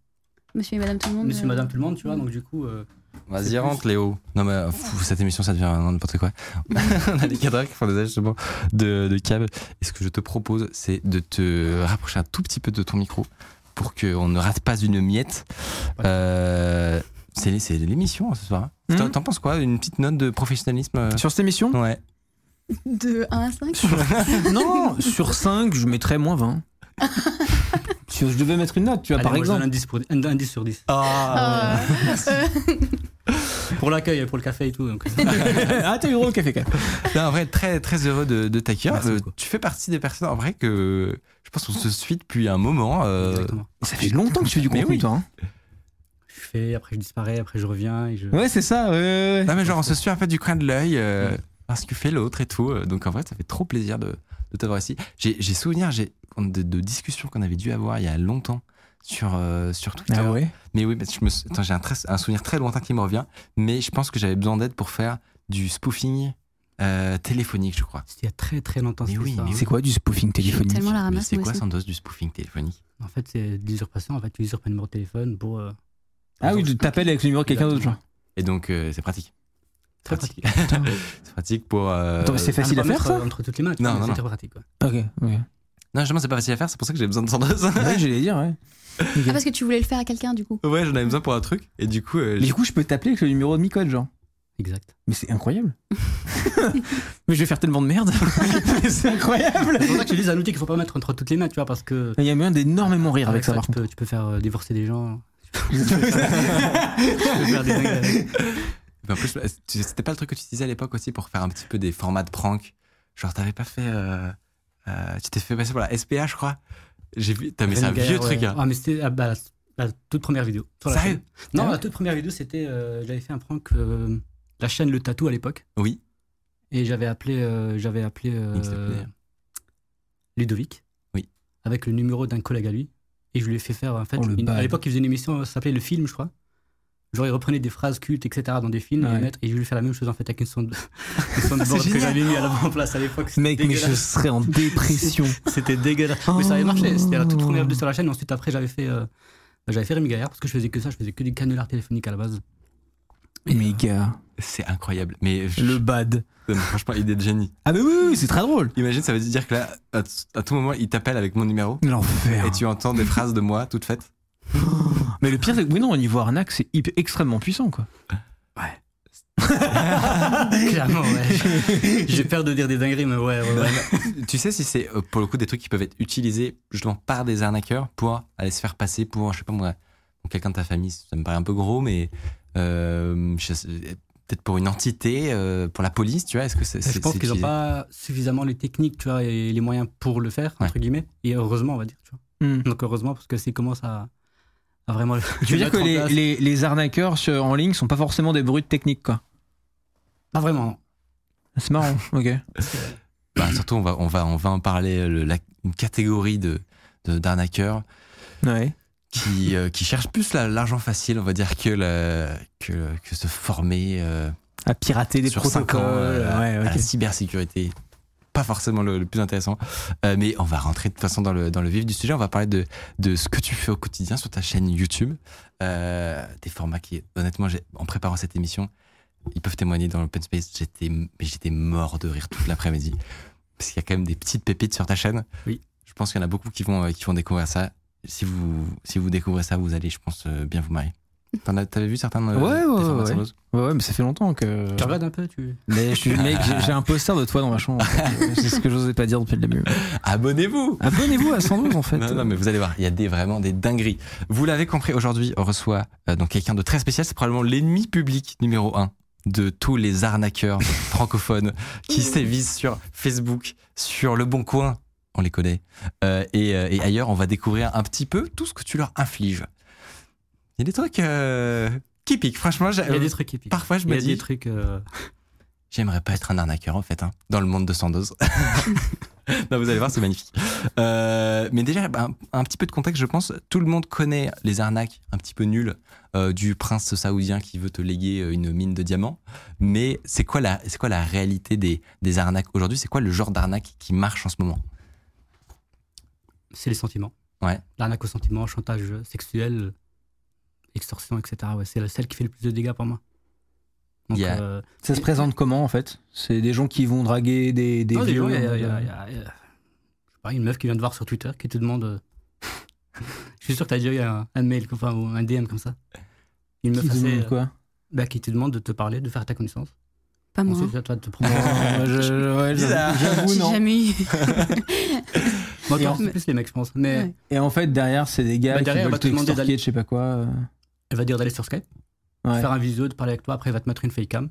S3: Monsieur et Madame tout le monde.
S6: monsieur
S3: euh,
S6: madame tout le monde, tu vois. Donc, du coup, euh, C'est
S1: Vas-y,
S6: plus-
S1: rentre, Léo. Non, mais euh, fou, cette émission, ça devient euh, n'importe quoi. On a des cadres qui font des ajustements de, de câbles. Et ce que je te propose, c'est de te rapprocher un tout petit peu de ton micro pour qu'on ne rate pas une miette.
S6: Ouais.
S1: Euh, c'est c'est l'émission hein, ce soir. hein.
S4: Mhm.
S6: Hmm
S1: T'en- T'en penses quoi Une petite note de professionnalisme euh,
S4: Sur cette émission
S1: Ouais.
S3: De 1 à 5
S4: Non, sur 5, je mettrais moins 20. si je devais mettre une note, tu vois,
S6: allez,
S4: par
S6: moi, je donne
S4: exemple. Ah.
S6: un 10, pour- un- un 10 sur 10.
S3: euh,
S6: Pour l'accueil, pour le café et tout. donc. euh,
S4: ah, t'as eu drôle au café quand même.
S1: Non, en vrai, très, très heureux de, de t'accueillir.
S6: Merci
S1: Euh,
S6: beaucoup.
S1: tu fais partie des personnes, en vrai, que je pense qu'on se suit depuis un moment. euh,
S6: Exactement.
S4: Ça fait longtemps que tu fais du
S1: Mais
S4: contenu,
S1: oui.
S4: toi. hein.
S6: Je fais, après je disparais, après je reviens. Et je...
S4: Ouais, c'est ça, ouais, ouais, ouais.
S1: Non mais genre on se suit un peu du coin de l'œil euh,
S6: Hmm.
S1: parce que fait l'autre et tout. Euh, Donc en vrai ça fait trop plaisir de, de t'avoir ici. J'ai j'ai souvenir j'ai, de, de discussions qu'on avait dû avoir il y a longtemps sur, euh, sur Twitter.
S4: Ah ouais
S1: Mais oui, parce que je me, sou- attends, j'ai un, très- un souvenir très lointain qui me revient, mais je pense que j'avais besoin d'aide pour faire du spoofing euh, téléphonique je crois.
S6: C'était il y a très très longtemps.
S1: Mais
S6: c'était
S1: oui,
S6: ça,
S1: mais
S6: hein.
S4: C'est quoi du spoofing
S3: J'ai
S4: téléphonique
S3: tellement la
S1: mais
S3: ramasse,
S1: c'est
S3: moi
S1: quoi
S3: aussi.
S1: sans dose du spoofing téléphonique
S6: En fait, c'est de l'usurpation. En fait, tu usurpes un numéro de téléphone pour. euh,
S4: Ah oui, tu t'appelles avec le numéro de quelqu'un d'autre, genre.
S1: Et donc euh, c'est pratique. C'est
S6: Très
S1: pratique. c'est pratique pour... euh,
S4: Attends, mais c'est facile à
S6: pas
S4: faire,
S6: mettre,
S4: ça
S6: euh, Entre toutes les mains, tu
S1: Non,
S6: vois, mais
S1: non,
S4: Ah,
S6: c'est
S1: non.
S6: très pratique. quoi.
S4: Ok, ok.
S1: Non, justement, c'est pas facile à faire, c'est pour ça que j'ai besoin de Sandoz.
S4: Ouais, j'allais dire, ouais. bah,
S3: Ah, parce que tu voulais le faire à quelqu'un, du coup.
S1: ouais, j'en avais besoin pour un truc. Et du coup, euh,
S4: Mais du coup, je peux t'appeler avec le numéro de Micode, genre.
S6: Exact.
S4: Mais c'est incroyable. mais je vais faire tellement de merde. Mais c'est incroyable.
S6: C'est pour ça que je dis un outil qu'il faut pas mettre entre toutes les mains, tu vois, parce que.
S4: Il y a moyen d'énormément rire avec Ah ça, par
S6: tu
S4: contre.
S6: peux, tu peux faire euh, divorcer des gens. tu peux faire tu peux faire des dingueries avec.
S1: Mais en plus, euh, tu- c'était pas le truc que tu disais à l'époque aussi pour faire un petit peu des formats de prank. Genre, t'avais pas fait. euh, euh, tu t'es fait passer pour la SPA, je crois. J'ai vu. T'as, mais c'est un
S6: Renegade,
S1: vieux
S6: ouais.
S1: truc. Hein.
S6: Ah, mais c'était ah, bah, la, la toute première vidéo. Sur la
S1: Sérieux
S6: chaîne. Non,
S1: Ah ouais
S6: la toute première vidéo, c'était. euh, j'avais fait un prank. euh, la chaîne Le Tatou à l'époque.
S1: Oui.
S6: Et j'avais appelé. euh, j'avais appelé. euh,
S1: Il s'appelait-
S6: Ludovic.
S1: Oui.
S6: Avec le numéro d'un collègue à lui. Et je lui ai fait faire. En fait,
S4: Oh, le
S6: une- à
S4: bad.
S6: l'époque, il faisait une émission, ça s'appelait Le Film, je crois. Genre, il reprenait des phrases cultes, etc., dans des films, et,
S4: Ouais.
S6: les mettre- et je lui ai fait la même chose, en fait, avec une sonde, une soundboard que
S4: génial.
S6: j'avais mis à l'avant-place à l'époque. C'était
S4: Mec, mais je
S6: dégueulasse.
S4: serais en dépression.
S6: C'était dégueulasse. Mais ça avait marché. C'était la toute première
S4: Oh.
S6: vidéo sur la chaîne. Ensuite, après, j'avais fait, euh, bah, j'avais fait Rémi Gaillard parce que je faisais que ça. Je faisais que des canulars téléphoniques à la base. Et,
S4: mais gars,
S1: C'est incroyable. Mais je-
S4: le bad.
S1: je- franchement, idée de génie.
S4: Ah, mais oui, oui, oui, c'est très drôle.
S1: Imagine, ça veut dire que là, à, t- à tout moment, il t'appelle avec mon numéro
S4: L'enfer.
S1: et tu entends des phrases de moi toutes faites.
S4: Mais le pire, c'est que, oui, non, au niveau arnaque, c'est hyper- extrêmement puissant, quoi.
S6: euh, clairement, ouais. J'ai peur de dire des dingueries, mais ouais, ouais, ouais.
S1: tu sais si c'est euh, pour le coup des trucs qui peuvent être utilisés justement par des arnaqueurs pour aller se faire passer pour, je sais pas moi, pour quelqu'un de ta famille, ça me paraît un peu gros, mais euh, je sais- peut-être pour une entité, euh, pour la police, tu vois, est-ce que c'est.
S6: Je
S1: c'est-
S6: pense
S1: c'est
S6: qu'ils n'ont
S1: utilisé
S6: pas suffisamment les techniques, tu vois, et les moyens pour le faire, entre guillemets. Et heureusement, on va dire, tu vois.
S4: Hmm.
S6: Donc heureusement, parce que s'ils commencent à, à vraiment.
S4: Tu veux dire que les, les- les arnaqueurs sur- en ligne sont pas forcément des brutes techniques, quoi.
S6: Pas vraiment.
S4: C'est marrant, ok.
S1: Bah, surtout, on va, on, va, on va en parler, euh, le- la- une catégorie de de- d'arnaqueurs
S4: Ouais.
S1: qui, euh, qui cherchent plus la- l'argent facile, on va dire, que, le- que, que se former. euh,
S4: À pirater des
S1: sur cinq
S4: protocoles.
S1: ans euh, à
S4: ouais,
S1: la
S4: ok.
S1: cybersécurité. Pas forcément le, le plus intéressant, Euh, mais on va rentrer de toute façon dans le, dans le vif du sujet. On va parler de, de ce que tu fais au quotidien sur ta chaîne YouTube. Euh, des formats qui, honnêtement, j'ai- en préparant cette émission, ils peuvent témoigner dans l'open space. J'étais mais j'étais mort de rire toute l'après-midi. Parce qu'il y a quand même des petites pépites sur ta chaîne.
S6: Oui.
S1: Je pense qu'il y en a beaucoup qui vont, euh, qui vont découvrir ça. Si vous, si vous découvrez ça, vous allez, je pense, euh, bien vous marier. T'en as- T'avais vu certains euh,
S4: Ouais, ouais,
S1: des formats
S4: ouais,
S1: sur
S4: ouais.
S1: Loz
S4: Ouais, ouais, mais ça fait longtemps que.
S6: Tu regardes un peu, tu.
S4: Mais je suis, mec, j'ai- j'ai un poster de toi dans ma chambre. en fait. C'est ce que j'osais pas dire depuis le début.
S1: Abonnez-vous
S4: Abonnez-vous à 112 en fait.
S1: Non, non, mais vous allez voir, il y a des, vraiment des dingueries. Vous l'avez compris, aujourd'hui, on reçoit euh, donc quelqu'un de très spécial. C'est probablement l'ennemi public numéro un de tous les arnaqueurs francophones qui sévissent sur Facebook, sur Le Bon Coin. On les connaît. Euh, et, euh, et ailleurs, on va découvrir un petit peu tout ce que tu leur infliges. Il y a des trucs euh, qui piquent. Franchement, j'ai-
S6: Il y a des trucs épiques.
S1: Euh, parfois, je
S6: Il y
S1: me
S6: a des
S1: dis,
S6: trucs. euh,
S1: j'aimerais pas être un arnaqueur, en fait, hein, dans le monde de Sandoz. Non, vous allez voir, c'est magnifique. Euh, mais déjà, bah, un, un petit peu de contexte, je pense. Tout le monde connaît les arnaques un petit peu nulles euh, du prince saoudien qui veut te léguer euh, une mine de diamants. Mais c'est quoi la, c'est quoi la réalité des, des arnaques aujourd'hui C'est quoi le genre d'arnaque qui marche en ce moment
S6: c'est les sentiments.
S1: Ouais.
S6: L'arnaque aux sentiments, chantage sexuel, extorsion, etc. Ouais, c'est la- celle qui fait le plus de dégâts pour moi. Donc,
S1: Il y a-
S6: euh,
S4: Ça se présente comment en fait C'est des gens qui vont draguer des, des
S6: non, des
S4: vieux,
S6: gens, il y a,
S4: euh,
S6: il y a- il y a- il y a- je sais pas, une meuf qui vient de voir sur Twitter qui te demande. euh, je suis sûr que t'as déjà eu un, un mail, enfin ou un DM comme ça. Une
S4: qui
S6: meuf assez,
S4: demandent
S6: euh,
S4: quoi
S6: bah, qui te demande de te parler, de faire ta connaissance.
S3: Pas Ah, moi.
S6: Ensuite, à toi de te
S4: Bon,
S6: prendre.
S4: je- je- ouais, j'avoue- J'avoue,
S3: J'ai
S4: non.
S3: jamais eu.
S6: Moi, toi,
S3: Et
S6: c'est
S3: en-
S6: plus les mecs, je pense. Mais
S3: Ouais.
S4: Et en fait, derrière, c'est des gars
S6: Bah, derrière,
S4: qui
S6: on va
S4: veulent
S6: te demander
S4: t'extorquer
S6: d'aller-
S4: de je sais pas quoi. euh,
S6: elle va dire d'aller sur Skype,
S4: ouais.
S6: faire un visio, de parler avec toi. Après, elle va te mettre une fake cam.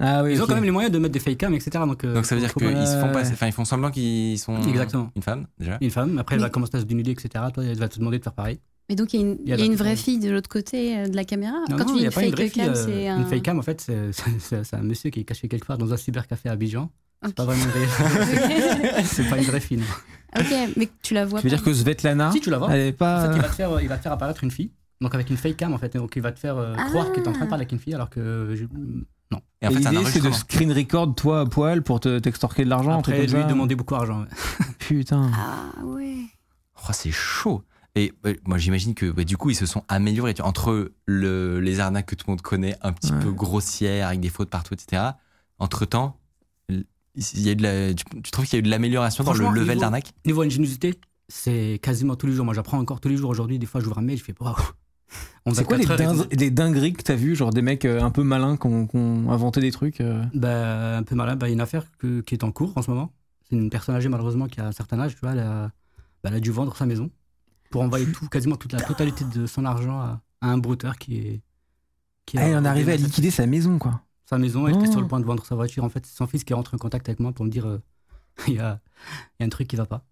S4: Ah oui,
S6: Ils ont
S4: ok.
S6: quand même les moyens de mettre des fake cam, etc. Donc, euh,
S1: Donc ça veut
S6: faut-
S1: dire
S6: faut
S1: qu'ils
S4: pas-
S1: se font passer, enfin ils font semblant qu'ils sont
S6: Exactement.
S1: une femme déjà.
S6: une femme, après elle
S3: Mais-
S6: va commencer à se dénuder, etc. Toi, elle va te demander de faire pareil.
S3: Mais donc, il y a une,
S6: Il y a
S3: il y a
S6: la
S3: une vraie
S6: différence.
S3: fille de l'autre côté euh, de la caméra. Quand tu
S6: il
S3: dis
S6: y a
S3: une
S6: pas
S3: fake
S6: vraie
S3: cam,
S6: fille, euh,
S3: c'est un.
S6: Une fake cam, en fait, c'est- c'est c'est- c'est un monsieur qui est caché quelque part dans un cybercafé à Abidjan.
S3: Ok.
S6: Pas vraiment une vraie- c'est pas une vraie fille. non.
S3: ok, mais tu la vois
S4: Tu veux
S3: pas.
S4: dire que Svetlana,
S6: Si tu la vois,
S3: Euh.
S4: elle est
S6: en fait,
S4: pas.
S6: il, va te faire, euh, il va te faire apparaître une fille, donc avec une fake cam, en fait, et donc il va te faire euh,
S3: Ah.
S6: croire que t'es en train de parler avec une fille alors que. euh, je-
S1: Et en
S4: Et
S1: fait, c'est un
S4: euh, L'idée, c'est de
S1: enregistrement.
S4: screen record toi à poil pour te- t'extorquer de l'argent. un truc
S6: Après, lui
S4: comme ça.
S6: demander beaucoup d'argent. ouais.
S4: Putain.
S3: Ah ouais.
S1: Oh, c'est chaud. Et euh, moi, j'imagine que ouais, du coup, ils se sont améliorés. Tu vois, Entre le, les arnaques que tout le monde connaît, un petit
S4: Ouais.
S1: peu grossières, avec des fautes partout, etc. Entre temps, il y a eu de la- tu, tu trouves qu'il y a eu de l'amélioration dans le
S6: Franchement,
S1: level
S6: niveau-
S1: d'arnaque
S6: Niveau ingéniosité, c'est quasiment tous les jours. Moi, j'apprends encore tous les jours. Aujourd'hui, des fois, j'ouvre un mail, je fais waouh. On a
S4: C'est quoi les,
S6: quatre heures et
S4: dingues- les dingueries que t'as vu, genre des mecs euh, un peu malins qui ont qui ont inventé des trucs euh,
S6: Bah, un peu malin. Bah, il y a une affaire que- qui est en cours en ce moment. C'est une personne âgée, malheureusement, qui a un certain âge. Tu vois, elle, a, bah, elle a dû vendre sa maison pour envoyer tout, quasiment toute la totalité de son argent à, à un brouteur qui est. qui a
S4: Ah, Elle en
S6: rodé
S4: arrivait à
S6: sa-
S4: liquider sa maison, quoi.
S6: Sa maison, elle était
S4: Oh.
S6: sur le point de vendre sa voiture. En fait, c'est son fils qui rentre en contact avec moi pour me dire euh, il y, a, il y a un truc qui va pas.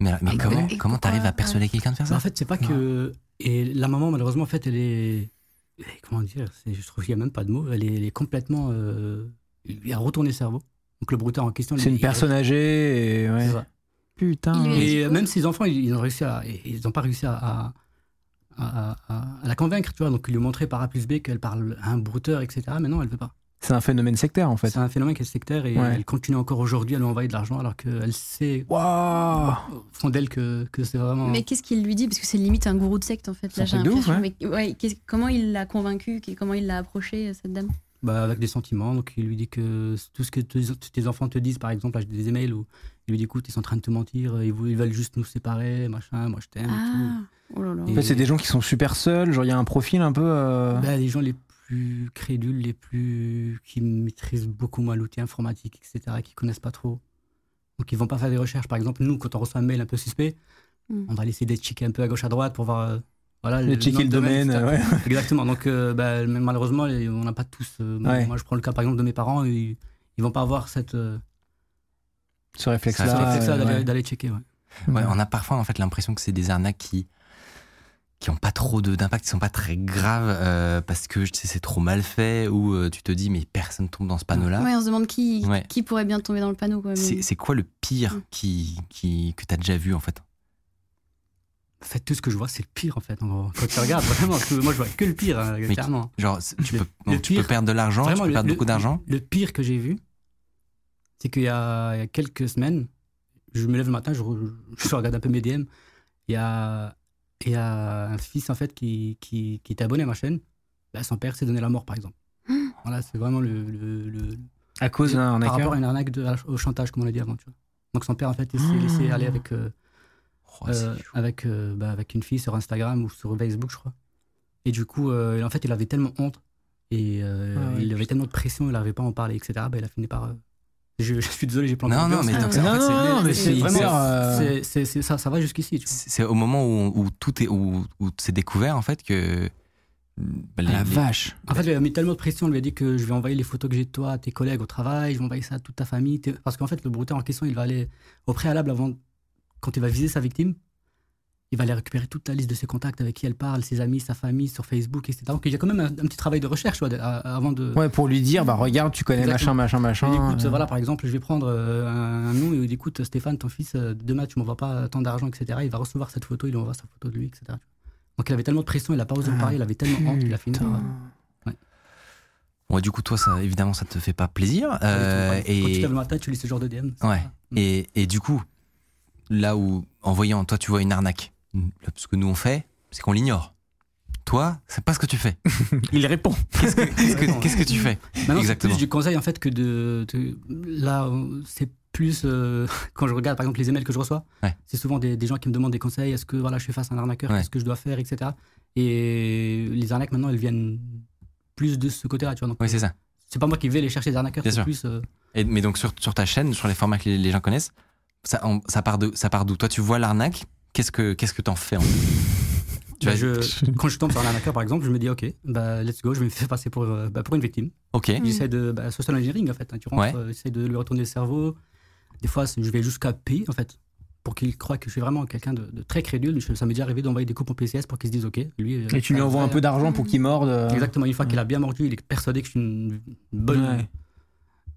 S1: Mais, mais
S3: Et-
S1: comment
S3: et
S1: comment t'arrives
S3: pourquoi-
S1: à persuader quelqu'un
S4: Ah,
S1: de faire
S6: Bah,
S1: ça
S6: en fait, c'est pas que. Et la maman, malheureusement, en fait, elle est. elle est- Comment dire c'est- Je trouve qu'il n'y a même pas de mots. Elle est, elle est complètement. euh, il lui a retourné le cerveau. Donc le brouteur en question.
S4: C'est
S6: lui-
S4: une personne âgée et ouais.
S6: C'est ça.
S4: Putain.
S3: Il est-
S6: Et euh, même ses enfants, ils ils ont réussi à, ils n'ont pas réussi à, à, à- à- à la convaincre, tu vois. Donc, ils lui montraient par A plus B qu'elle parle à un brouteur, etc. Mais non, elle veut pas.
S4: C'est un phénomène sectaire, en fait.
S6: C'est un phénomène qui est sectaire et
S4: Ouais.
S6: elle continue encore aujourd'hui à lui envoyer de l'argent alors qu'elle sait
S4: Waouh
S6: au fond d'elle que, que c'est vraiment.
S3: Mais qu'est-ce qu'il lui dit Parce que c'est limite un gourou de secte en fait.
S4: C'est un
S3: Là, j'ai
S4: truc de ouf,
S3: l'impression. Mais ouais, qu'est-ce- comment il l'a convaincu Comment il l'a approché euh, cette dame
S6: Bah, avec des sentiments. Donc, il lui dit que tout ce que te- tes enfants te disent, par exemple, là, j'ai des emails où il lui dit écoute, ils sont en train de te mentir, ils, vou- ils veulent juste nous séparer, machin, moi je t'aime. et tout.
S3: Ah, oh là là.
S4: En fait, c'est des gens qui sont super seuls, genre il y a un profil un peu. euh,
S6: Bah, les gens les plus crédules, les plus qui maîtrisent beaucoup moins l'outil informatique, etc., qui connaissent pas trop. Donc ils vont pas faire des recherches. Par exemple, nous, quand on reçoit un mail un peu suspect,
S4: Hmm.
S3: Mm.
S6: on va laisser des checker un peu à gauche à droite pour voir. euh, voilà,
S4: de checker
S6: nom
S4: le
S6: de
S4: domaine,
S6: etc.
S4: ouais.
S6: Exactement. Donc euh, bah, mais malheureusement, les- on n'a pas tous. euh,
S4: Ouais.
S6: Moi, je prends le cas par exemple de mes parents. Ils, ils vont pas avoir cette euh,
S4: ce
S6: ce
S4: réflexe-là.
S1: Ah,
S6: réflexe-là
S4: euh,
S6: d'aller-
S4: ouais.
S6: d'aller checker. ouais.
S1: Ouais, on a parfois en fait l'impression que c'est des arnaques qui qui ont pas trop de- d'impact, qui sont pas très graves euh, parce que tu sais, c'est trop mal fait ou euh, tu te dis mais personne tombe dans ce panneau-là.
S3: Ouais, on se demande qui,
S1: Ouais.
S3: qui pourrait bien tomber dans le panneau. Quoi, mais-
S1: C'est c'est quoi le pire
S3: Mm.
S1: qui, qui que t'as déjà vu en fait
S6: En fait, tout ce que je vois, c'est le pire en fait. en gros. Quand tu regardes, vraiment, tout- moi je vois que le pire, hein,
S1: Mais-
S6: clairement.
S1: Genre c'est- tu
S6: Le-
S1: peux
S6: le
S1: donc, tu peux
S6: pire-
S1: perdre de l'argent, tu
S6: Vraiment,
S1: peux perdre beaucoup d'argent.
S6: Le pire que j'ai vu, c'est qu'il y, a il y a quelques semaines, je me lève le matin, je, re- je regarde un peu mes DM. Il y a, il y a un fils en fait qui, qui, qui est abonné à ma chaîne. Bah, son père s'est donné la mort, par exemple. voilà, c'est vraiment le, le- le-
S4: À cause d'un
S6: par
S4: arnaqueur.
S6: rapport à une arnaque de- au chantage, comme on l'a dit avant. Tu vois. Donc son père en fait il s'est
S4: Ah.
S6: laissé aller avec euh,
S1: Oh, c'est
S6: euh,
S1: chaud.
S6: avec, euh, bah, avec une fille sur Instagram ou sur Facebook, je crois. Et du coup, euh, en fait, il avait tellement honte et euh,
S4: Ah ouais,
S6: il avait tellement de pression, il n'arrivait pas à en parler, etc. Bah, il a fini par. euh, Je, je suis désolé, j'ai planté.
S1: Non, non,
S6: l'ambiance.
S1: mais donc, c'est-
S3: Ah
S1: en
S4: Non,
S1: fait, c'est-
S4: non, non, mais
S3: c'est
S4: c'est
S6: vraiment-
S4: hyper, euh,
S6: c'est- c'est- c'est- ça, ça va jusqu'ici. tu vois.
S1: C'est c'est au moment où, où tout est où, où c'est découvert en fait que bah, les- les-
S4: La vache.
S6: En fait, il lui a mis tellement de pression, il lui a dit que je vais envoyer les photos que j'ai de toi à tes collègues au travail, je vais envoyer ça à toute ta famille. t'es- Parce qu'en fait, le brouteur en question, il va aller au préalable avant, quand il va viser sa victime, il va aller récupérer toute la liste de ses contacts avec qui elle parle, ses amis, sa famille, sur Facebook, etc. Donc il y a quand même un, un petit travail de recherche tu vois, de- à- avant de.
S4: Ouais, pour lui dire, bah regarde, tu connais
S6: Exactement.
S4: machin,
S6: Il
S4: machin,
S6: dit,
S4: machin.
S6: écoute,
S4: euh,
S6: voilà, par exemple, je vais prendre euh, un, un nom et il dit, écoute, Stéphane, ton fils, euh, demain, tu m'envoies pas tant d'argent, etc. Il va recevoir cette photo, il lui envoie sa photo de lui, etc. Donc il avait tellement de pression, il a pas osé me
S4: Ah,
S6: parler, il avait tellement honte, il a fini. par-
S4: putain.
S1: Bon, du coup toi ça évidemment ça te fait pas
S6: Ah
S1: plaisir euh,
S6: Quand tu te
S1: et
S6: lèves le matin, tu lis ce genre de DM. c'est
S1: Ouais.
S6: ça.
S1: Et, et du coup, là où, en voyant, toi, tu vois une arnaque. Ce que nous, on fait, c'est qu'on l'ignore. Toi, c'est pas ce que tu fais.
S4: Il répond.
S1: Qu'est-ce que, qu'est-ce que- qu'est-ce que tu fais
S6: Maintenant, c'est
S1: Exactement.
S6: plus du conseil en fait que de. de- là, on- c'est plus euh, quand je regarde par exemple les emails que je reçois.
S1: Ouais.
S6: C'est souvent des, des gens qui me demandent des conseils. Est-ce que voilà, je suis face à un arnaqueur
S1: Ouais.
S6: Qu'est-ce que je dois faire, etc. Et les arnaques maintenant, elles viennent plus de ce côté-là, tu vois. Donc,
S1: Oui, c'est ça.
S6: c'est pas moi qui vais les chercher les arnaqueurs,
S1: Bien
S6: c'est
S1: sûr.
S6: plus. euh,
S1: Et- mais donc, sur, sur ta chaîne, sur les formats que les, les gens connaissent, ça, on- ça part de- ça part d'où Toi, tu vois l'arnaque, qu'est-ce que qu'est-ce que t'en fais en fait Tu
S6: bah,
S1: vas-
S6: je- quand je tombe sur un arnaqueur, par exemple, je me dis ok, bah let's go, je vais me faire passer pour, euh, bah, pour une victime.
S1: Ok.
S4: Mm.
S6: J'essaie de. Bah, social engineering, en fait. hein, tu rentres,
S1: Ouais.
S6: euh, j'essaie de lui retourner le cerveau. Des fois, c'est- je vais jusqu'à payer, en fait, pour qu'il croie que je suis vraiment quelqu'un de, de très crédule. Je- Ça m'est déjà arrivé d'envoyer des coupes en PCS pour qu'il se dise OK. Lui, euh,
S4: Et tu lui
S6: ça-
S4: envoies un peu d'argent pour qu'il morde. euh,
S6: Exactement, une fois qu'il a bien mordu, il est persuadé que je suis une une bonne.
S4: Ouais.
S6: une
S1: Bonne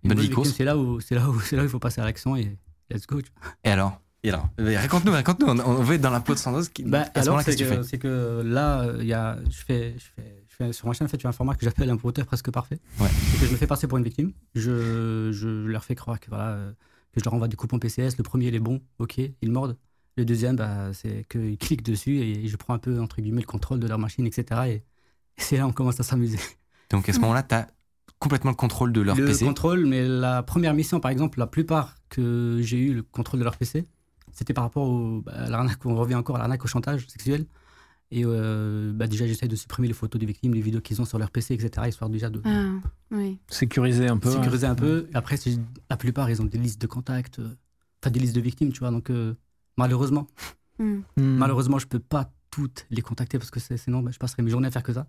S6: bonne
S1: vicose.
S6: victime. C'est là où c'est là où c'est là où il faut passer à l'action et let's go. tu vois.
S1: Et alors et alors, Mais raconte-nous, raconte-nous, on, on veut être dans la peau de Sandoz. Qui,
S6: Bah,
S1: à ce
S6: alors
S1: moment-là,
S6: c'est
S1: qu'est-ce que tu
S6: que,
S1: fais
S6: c'est que là, euh, il y a, je fais, je fais, je fais- sur ma chaîne, en fait, j'ai un format que j'appelle un brouteur presque parfait.
S1: Ouais.
S6: C'est que je me fais passer pour une victime. Je, je leur fais croire que voilà, euh, que je leur envoie des coupons PCS. Le premier, il est bon, ok, ils mordent. Le deuxième, bah, c'est qu'ils cliquent dessus et je prends un peu entre guillemets le contrôle de leur machine, etc. Et, et c'est là où on commence à s'amuser.
S1: Donc à ce moment-là, t'as complètement le contrôle de leur
S6: euh, le
S1: PC.
S6: contrôle, mais la première mission, par exemple, la plupart que j'ai eu le contrôle de leur PC, c'était par rapport au, bah, à l'arnaque, on revient encore à l'arnaque au chantage sexuel. Et euh, bah, déjà, j'essaie de supprimer les photos des victimes, les vidéos qu'ils ont sur leur PC, etc., histoire déjà de
S3: Ah, oui.
S4: Sécuriser un peu.
S6: sécuriser un peu. Et après, c'est- la plupart, ils ont des listes de contacts, euh, enfin des listes de victimes, tu vois. Donc, euh, malheureusement,
S3: Hmm.
S4: Hmm.
S6: Malheureusement, je peux pas toutes les contacter parce que c'est- sinon, bah, je passerai mes journées à faire que ça.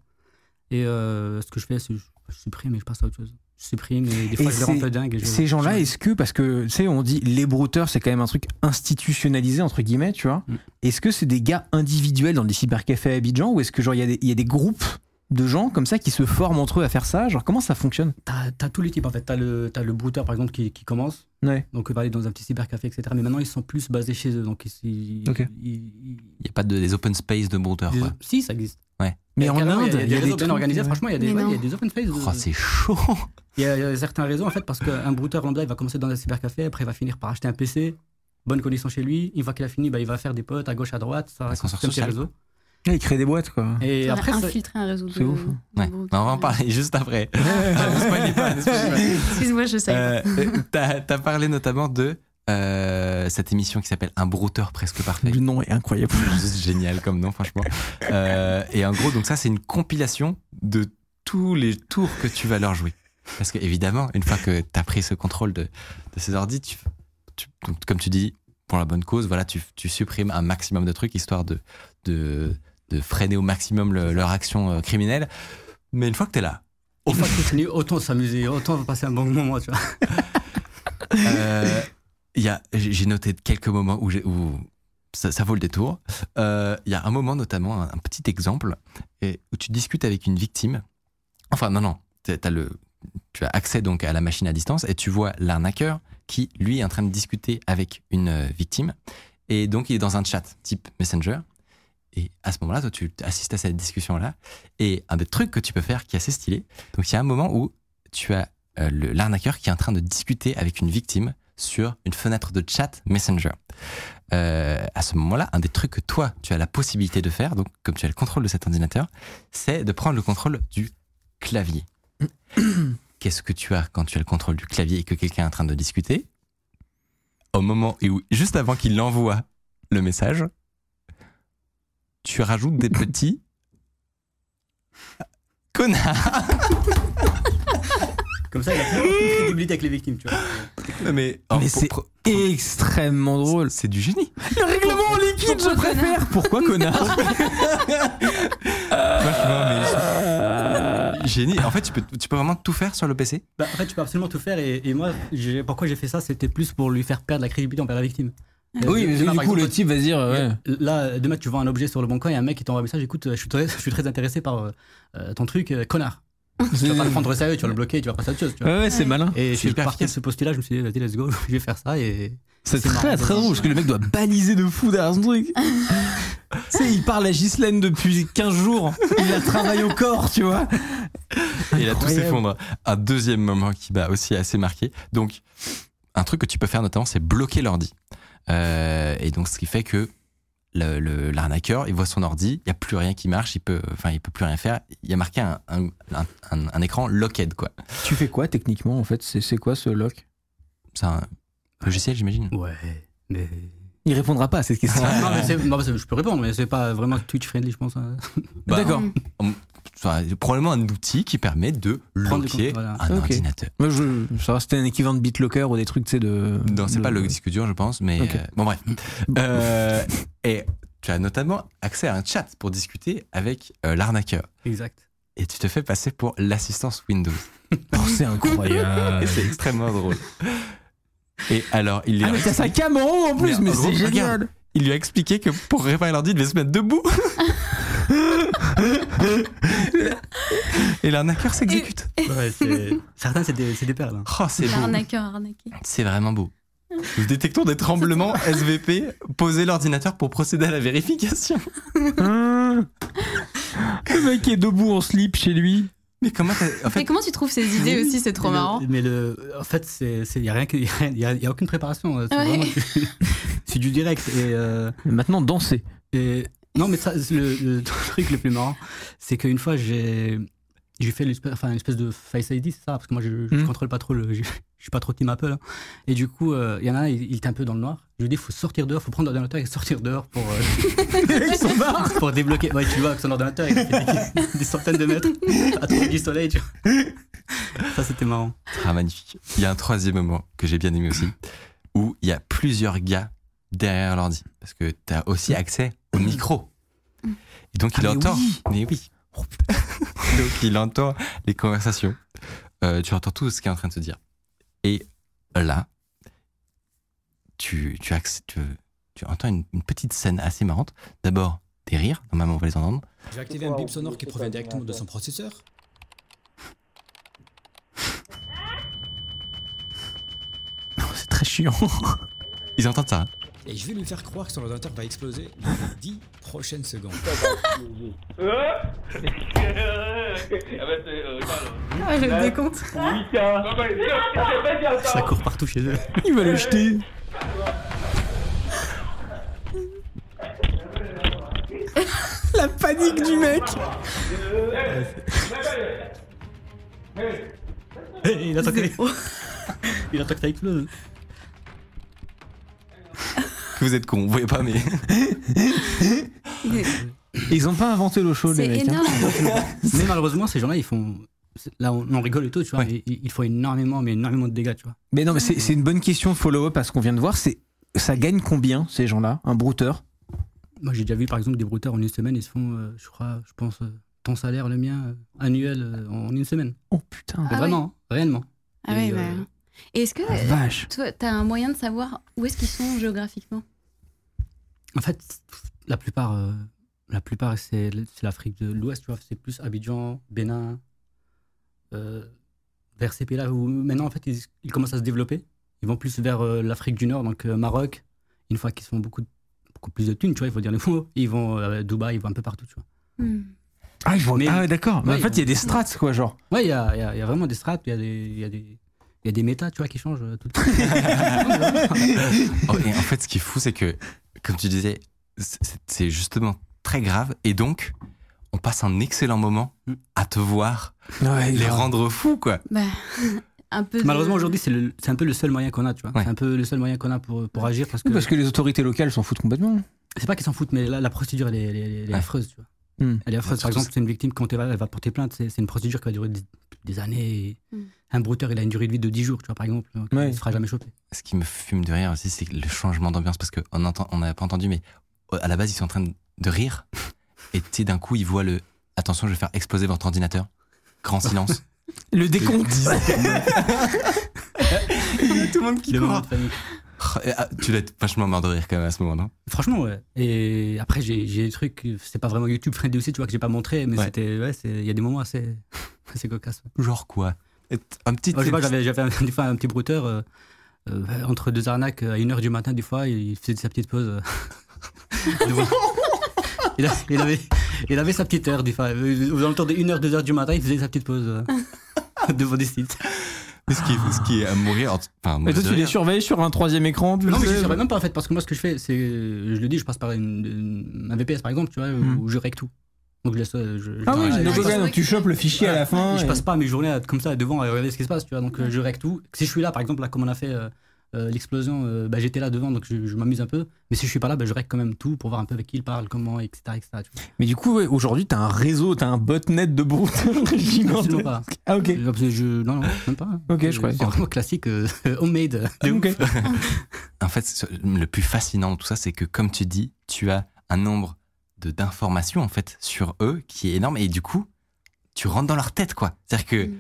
S6: Et euh, ce que je fais, c'est je, je supprime et je passe à autre chose. Je supprime et des
S4: Et
S6: fois, je les
S4: c'est-
S6: rends peu dingues. et je-
S4: Ces gens-là,
S6: je-
S4: est-ce que, parce que, tu sais, on dit les brouteurs, c'est quand même un truc institutionnalisé, entre guillemets, tu vois.
S6: Mm.
S4: Est-ce que c'est des gars individuels dans des cybercafés à Abidjan ou est-ce que, genre, il y, a des- il y a des groupes de gens comme ça qui se forment entre eux à faire ça Genre, comment ça fonctionne
S6: T'as t'as tous les types en fait. T'as le, t'as le brouteur par exemple qui, qui commence.
S4: Ouais.
S6: Donc, il va aller dans un petit cybercafé, etc. Mais maintenant, ils sont plus basés chez eux. Donc, ils. ils-
S4: Ok.
S6: ils- ils-
S1: Il n'y a pas de, des open space de brouteurs.
S6: des-
S1: quoi.
S6: Si, ça existe.
S4: Mais
S6: Et
S4: en
S6: carrément,
S4: Inde,
S6: il y a- il y a des open
S4: trucs-
S6: organisés.
S4: ouais.
S6: Franchement, il y a des,
S3: Mais
S6: ouais, il y a
S3: non.
S6: des open space.
S1: Oh, c'est chaud
S6: Il y, a, il y a certains raisons en fait parce qu'un brouteur lambda il va commencer dans un cybercafé, après il va finir par acheter un PC, bonne connaissance chez lui, une fois qu'il a fini, bah, il va faire des potes à gauche, à droite, ça va
S1: ascenseur
S6: construire ses
S1: social,
S6: réseaux.
S4: Ouais, ils créent des boîtes, quoi.
S6: Et
S3: Faudrait
S6: après, ça-
S3: infiltrer un réseau de.
S4: c'est ouf, hein.
S3: de
S1: Ouais.
S3: gros-
S1: Mais on va en parler juste après. Ne spoilez pas, ne spoilez pas.
S3: Excuse-moi, je sais.
S1: Euh, euh, T'as t'as parlé notamment de euh, cette émission qui s'appelle Un brouteur presque parfait.
S4: Le nom est incroyable.
S1: juste génial comme nom, franchement. Euh, et en gros, donc ça, c'est une compilation de tous les tours que tu vas leur jouer. Parce que évidemment, une fois que tu as pris ce contrôle de, de ces ordi, tu, tu- donc, comme tu dis, pour la bonne cause, voilà, tu, tu supprimes un maximum de trucs histoire de, de, de freiner au maximum le- leur action euh, criminelle. Mais une fois que tu es là,
S6: une fois que c'est fini, autant s'amuser, autant passer un bon moment, tu vois.
S1: Euh, il y a- j'ai j'ai noté quelques moments où, j'ai- où ça, ça vaut le détour. Euh, Il y a un moment notamment, un, un petit exemple, et- où tu discutes avec une victime. Enfin, non, non, t'as- t'as le, tu as accès donc à la machine à distance et tu vois l'arnaqueur qui, lui, est en train de discuter avec une euh, victime. Et donc, il est dans un chat type Messenger. Et à ce moment-là, toi, tu assistes à cette discussion-là. Et un des trucs que tu peux faire qui est assez stylé, donc il y a un moment où tu as euh, le- l'arnaqueur qui est en train de discuter avec une victime sur une fenêtre de chat Messenger. Euh, à ce moment-là, un des trucs que toi, tu as la possibilité de faire, donc comme tu as le contrôle de cet ordinateur, c'est de prendre le contrôle du clavier. Qu'est-ce que tu as quand tu as le contrôle du clavier et que quelqu'un est en train de discuter Au moment où, juste avant qu'il l'envoie le message, tu rajoutes des petits connards.
S6: Comme ça, il a plus aucune crédibilité avec les victimes, tu vois.
S1: Mais,
S4: Mais c'est extrêmement drôle.
S1: c'est du génie.
S4: Le règlement liquide, je préfère. Pourquoi connard
S1: Euh, Génie. En fait, tu peux, tu peux vraiment tout faire sur le PC.
S6: Bah, en fait, tu peux absolument tout faire. Et, et moi, j'ai- pourquoi j'ai fait ça, c'était plus pour lui faire perdre la crédibilité envers la victime. Euh,
S4: Ah Oui,
S6: demain,
S4: mais du coup,
S6: par exemple, euh,
S4: le type va se dire. euh, ouais.
S6: Là, demain, tu vois un objet sur le bon coin et un mec qui t'envoie un message écoute, euh, je suis très, je suis très intéressé par euh, euh, ton truc, euh, connard. Tu vas pas le prendre au sérieux, tu vas le bloquer, tu vas passer à autre chose. Tu vois.
S4: Ouais, ouais, Ah, c'est malin.
S6: Et je
S1: C'est
S6: suis
S1: hyper
S6: parti de
S1: efficace.
S6: ce postulat, je me suis dit, vas-y, let's go, je vais faire ça. Et
S4: C'est
S6: C'est
S4: très
S6: marrant,
S4: très
S6: c'est
S4: drôle
S6: marrant.
S4: parce que le mec doit baliser de fou derrière son truc. tu sais, il parle à Ghislaine depuis 15 jours. Il la travaille au corps, tu vois.
S1: Et là, tout
S4: Incroyable.
S1: s'effondre. Un deuxième moment qui m'a aussi assez marqué. Donc, un truc que tu peux faire notamment, c'est bloquer l'ordi. Euh, et donc, ce qui fait que le- le- l'arnaqueur, il voit son ordi, il n'y a plus rien qui marche, il peut, enfin, il peut plus rien faire. Il y a marqué un, un, un- un- un écran locked, quoi.
S4: Tu fais quoi techniquement en fait C'est c'est quoi ce lock
S1: C'est un logiciel, j'imagine.
S6: Ouais, mais.
S4: Il répondra pas à cette question.
S6: non, mais c'est- non, mais c'est- je peux répondre, mais c'est pas vraiment Twitch friendly, je pense. hein.
S1: Bah,
S4: D'accord.
S3: Mm.
S1: enfin, Bah, probablement un outil qui permet de
S6: Prendre le
S1: loquer
S6: contrôle, voilà.
S1: un
S4: Ok.
S1: ordinateur.
S4: Moi, je, je sais pas, c'était un équivalent de BitLocker ou des trucs, tu sais, de.
S1: Non, c'est
S4: de-
S1: pas le disque dur, je pense, mais
S4: Ok.
S1: euh, bon, bref. Euh, et tu as notamment accès à un chat pour discuter avec euh, l'arnaqueur.
S6: Exact.
S1: Et tu te fais passer pour l'assistance Windows.
S4: Oh, c'est incroyable.
S1: Et c'est extrêmement drôle. Et alors, il lui,
S4: ah,
S1: a,
S4: mais t'as sa cam en haut en plus,
S1: Mais
S4: mais
S1: en
S4: c'est
S1: gros, regarde.
S4: génial.
S1: il lui a expliqué que pour réparer l'ordi, il devait se mettre debout. et l'arnaqueur s'exécute.
S6: Ouais, c'est- Certains, c'est des, c'est des perles. hein.
S1: Oh, c'est beau.
S3: L'arnaqueur, arnaqué.
S1: C'est vraiment beau. Nous détectons des tremblements SVP. Posez l'ordinateur pour procéder à la vérification.
S4: Hum. le mec est debout en slip chez lui.
S1: Mais comment t'as- en fait,
S3: Mais comment tu trouves ces idées aussi C'est trop
S6: Mais le-
S3: marrant.
S6: Mais le, en fait, c'est, c'est- y a rien que, y a, rien- y a- y a aucune préparation. euh, C'est,
S3: Ouais.
S6: vraiment du, c'est du direct. Et, euh,
S4: Maintenant, danser.
S6: et- non, mais ça, c'est le, le truc le plus marrant, c'est qu'une fois, j'ai, j'ai fait l'espèce- enfin, une espèce de Face ID, c'est ça Parce que moi, je, je
S4: Mhm.
S6: contrôle pas trop le. Je, je suis pas trop team Apple. hein. Et du coup, euh, il y en a un, il, il était un peu dans le noir. Je lui ai dit, faut sortir dehors, faut prendre l'ordinateur et sortir dehors pour. euh, pour débloquer. Ouais, tu vois, avec son ordinateur, il a fait des, des centaines de mètres à trouver du soleil, tu vois. Ça, c'était marrant.
S1: Ah, magnifique. Il y a un troisième moment que j'ai bien aimé aussi, où il y a plusieurs gars derrière l'ordi, parce que tu as aussi accès au micro. Et donc, il
S4: Ah, mais
S1: entend.
S4: oui.
S1: Mais oui. donc, il entend les conversations. Euh, tu entends tout ce qui est en train de se dire. Et là, tu, tu, acc- tu, tu entends une, une petite scène assez marrante. D'abord, des rires. Normalement, on va les entendre.
S7: Je vais activer un bip sonore qui provient directement de son processeur.
S4: C'est très chiant.
S1: Ils entendent ça.
S7: Et je vais lui faire croire que son ordinateur va exploser dans les 10 prochaines secondes.
S3: Ah, le décompte.
S6: Ça court partout chez eux.
S4: Il va le jeter. La panique du mec.
S6: il attend que Il attend que ça explose.
S1: Que vous êtes cons, vous voyez pas, mais.
S4: Ils ont pas inventé l'eau chaude, les
S3: C'est
S4: mecs. hein.
S3: énorme.
S6: Mais malheureusement, ces gens-là, ils font. Là, on, on rigole et tout, tu vois.
S1: Ouais.
S6: mais ils, ils font énormément, mais énormément de dégâts, tu vois.
S4: Mais non, mais
S6: Ah.
S4: c'est c'est une bonne question follow-up parce qu'on vient de voir. C'est ça gagne combien ces gens-là, un brouteur
S6: Moi, j'ai déjà vu, par exemple, des brouteurs en une semaine, ils se font, euh, je crois, je pense, euh, ton salaire, le mien, euh, annuel, euh, en une semaine.
S4: Oh putain,
S6: Mais
S3: Ah
S6: vraiment, hein, réellement.
S3: Ah ouais,
S6: Et, euh,
S3: bah. Et est-ce que
S6: Ah,
S4: la vache.
S3: toi, t'as un moyen de savoir où est-ce qu'ils sont géographiquement
S6: En fait, la plupart, euh, la plupart c'est c'est l'Afrique de l'Ouest, tu vois. C'est plus Abidjan, Bénin, euh, vers ces pays-là où maintenant, en fait, ils, ils commencent à se développer. Ils vont plus vers euh, l'Afrique du Nord, donc euh, Maroc. Une fois qu'ils font beaucoup, de- beaucoup plus de thunes, tu vois, il faut dire les mots. Ils vont euh, à Dubaï, ils vont un peu partout, tu vois.
S3: Hmm.
S4: Ah, ils vont-
S6: Mais-
S4: ah ouais, d'accord. Mais
S6: Ouais,
S4: en fait,
S6: ils
S4: il y a
S6: vont-
S4: des strates quoi, genre.
S6: Ouais, il y a, il y a- il y a vraiment des strates, il y a des, il y a des, il y a des méta, tu vois, qui changent euh, tout le temps.
S1: Oh, et en fait, ce qui est fou, c'est que, comme tu disais, c'est c'est justement très grave. Et donc, on passe un excellent moment
S6: Mm.
S1: à te voir
S4: Ouais,
S1: les rendre fous, quoi.
S3: Bah, un peu. de-
S6: Malheureusement, aujourd'hui, c'est le- c'est un peu le seul moyen qu'on a, tu vois.
S1: Ouais.
S6: C'est un peu le seul moyen qu'on a pour, pour agir parce que,
S4: Oui, Parce que les autorités locales s'en foutent complètement.
S6: c'est pas qu'ils s'en foutent, mais là, la procédure, elle est, elle est- elle est
S1: Ouais.
S6: affreuse, tu vois.
S4: Hmm.
S6: Elle est affreuse. Par
S1: Surtout
S6: exemple, c'est une victime, quand elle va, elle va porter plainte, c'est c'est une procédure qui va durer des, des années.
S3: Mm.
S6: Un brouteur, il a une durée de vie de 10 jours, tu vois, par exemple. donc
S4: Ouais.
S6: Il se fera jamais choper.
S1: Ce qui me fume de rire aussi, c'est le changement d'ambiance. Parce qu'on entend, on n'a pas entendu, mais euh, à la base, ils sont en train de rire. Et tu sais, d'un coup, ils voient le Attention, je vais faire exploser votre ordinateur. Grand silence.
S4: Le décompte.
S1: Tout le monde
S6: Le moment de panique. Oh, ah,
S1: tu dois être vachement mort de rire quand même à ce moment, non
S6: Franchement, ouais. Et après, j'ai j'ai des trucs, c'est pas vraiment YouTube friendly aussi, tu vois, que j'ai pas montré, mais
S1: Ouais.
S6: c'était, ouais, c'est- il y a des moments assez, assez cocasses.
S1: Genre quoi Un petit.
S6: Moi, je sais pas, j'avais, j'avais un- des fois un petit brouteur euh, euh, entre deux arnaques euh, à 1h du matin, des fois, il faisait sa petite pause. euh, devant- il, a- il avait, il avait sa petite heure, des fois. euh, Aux alentours de 1h, 2h du matin, il faisait sa petite pause euh, devant des sites.
S1: ce, qui est, ce qui est à mourir. en- Enfin,
S4: Mais
S1: mourir
S4: toi,
S1: de
S4: tu les
S1: rire.
S4: surveilles sur un troisième écran. tu
S6: Non, mais
S4: sais.
S6: je ne saurais même pas en fait, parce que moi, ce que je fais, c'est. Je le dis, je passe par une, une- un VPS par exemple, tu vois,
S4: Hmm.
S6: où je règle tout. Donc je laisse. euh, Je, je-
S4: Ah oui,
S6: je-
S4: j'ai
S6: je-
S4: le
S3: Dogogan.
S4: donc tu chopes le fichier à la fin.
S6: je
S4: et-
S6: passe pas mes journées à- comme ça devant à regarder ce qui se passe, tu vois. Donc euh, je règle tout. Si je suis là, par exemple, là, comme on a fait euh, euh, l'explosion, euh, bah, j'étais là devant, donc je, je m'amuse un peu. Mais si je suis pas là, bah, je règle quand même tout pour voir un peu avec qui il parle, comment, etc. etc. tu vois.
S4: Mais du coup, ouais, aujourd'hui, t'as un réseau, t'as un botnet de brouteurs gigantesque.
S6: Absolument pas.
S4: Ah ok.
S6: Euh, parce que Je, non, non, même pas. hein.
S4: Ok, je
S6: Euh,
S4: croyais.
S6: C'est vraiment classique, euh, homemade. de ouf.
S4: Ah, Ok.
S1: En fait, ce- le plus fascinant de tout ça, c'est que comme tu dis, tu as un nombre de d'informations en fait sur eux qui est énorme et du coup, tu rentres dans leur tête quoi. C'est-à-dire que
S3: Mm.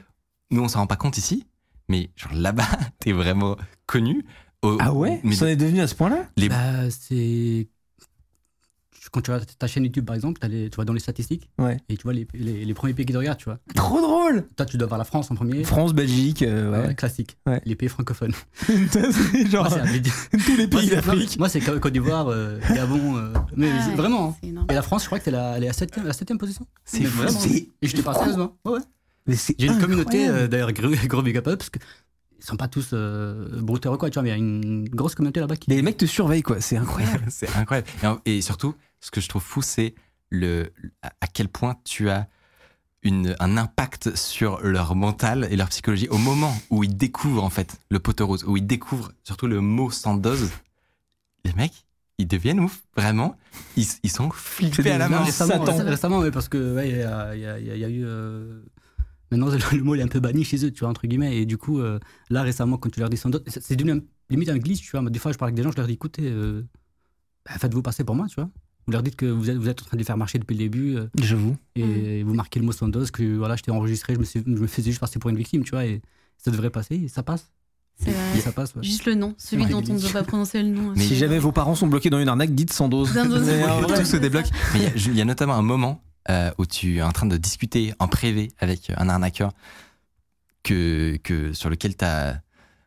S1: nous on s'en rend pas compte ici, mais genre là-bas, t'es vraiment connu. Au-
S4: Ah ouais
S1: mais
S4: Ça en est devenu à ce point-là
S1: les-
S6: Bah, c'est. Quand tu regardes ta chaîne YouTube, par exemple, t'as les- tu vas dans les statistiques
S4: Ouais.
S6: et tu vois les, les- les premiers pays qui te regardent, tu vois.
S4: Trop drôle
S6: Toi, tu dois voir la France en premier.
S4: France, Belgique, euh,
S6: Ouais,
S4: ouais.
S6: classique.
S4: Ouais.
S6: Les pays francophones.
S4: C'est genre
S6: Moi, c'est Abidjan.
S4: tous les
S6: Moi,
S4: pays
S6: c'est-
S4: d'Afrique.
S6: Moi, c'est Côte d'Ivoire, euh, Gabon. euh, mais
S3: Ah
S6: c'est-
S3: ouais,
S6: vraiment. hein.
S3: c'est énorme.
S6: Et la France, je crois que c'est la, elle est à 7 la septième position.
S1: C'est
S6: Mais
S1: fou.
S6: vraiment.
S4: C'est-
S6: Et je te parle sérieusement. Ouais, ouais.
S4: Mais c'est
S6: J'ai une communauté,
S4: incroyable.
S6: euh, d'ailleurs, gros, gros big up à eux, parce qu'ils sont pas tous euh, brouteurs ou quoi, tu vois, mais il y a une grosse communauté là-bas qui.
S4: Les mecs te surveillent, quoi. C'est incroyable.
S1: c'est incroyable. Et en- Et, surtout, ce que je trouve fou, c'est le à à quel point tu as une, un impact sur leur mental et leur psychologie au moment où ils découvrent en fait le pot rose, où ils découvrent surtout le mot sans dose, les mecs, ils deviennent ouf, vraiment, ils, ils sont flippés à la
S6: Non,
S1: mort.
S6: récemment,
S1: Satan.
S6: récemment, récemment, ouais, parce que ouais, il y, a- il y a- il y a- il y a eu. euh, Maintenant, le, le mot il est un peu banni chez eux, tu vois, entre guillemets. Et du coup, euh, là, récemment, quand tu leur dis sans doute, c'est c'est devenu un- limite un glitch, tu vois. Des fois, je parle avec des gens, je leur dis écoutez, euh, bah, faites-vous passer pour moi, tu vois. Vous leur dites que vous êtes, vous êtes en train de les faire marcher depuis le début euh,
S4: J'avoue.
S6: et
S8: Mm.
S6: vous marquez le mot sandos, que voilà, je t'ai enregistré, je me, suis- je me faisais juste passer pour une victime, tu vois. Et ça devrait passer, et ça passe.
S8: C'est
S6: Et
S8: vrai.
S6: ça passe, ouais.
S8: Juste le nom, celui
S6: Ouais.
S8: dont on ne veut pas prononcer le nom.
S4: si jamais vos parents sont bloqués dans une arnaque, dites sans dose.
S8: Sans dose.
S4: Mais euh, en
S8: Ouais.
S4: vrai,
S1: tout se débloque.
S8: Ah,
S1: Mais il y a- il y, a notamment un moment euh, où tu es en train de discuter en privé avec euh, un arnaqueur que, que, sur lequel tu as,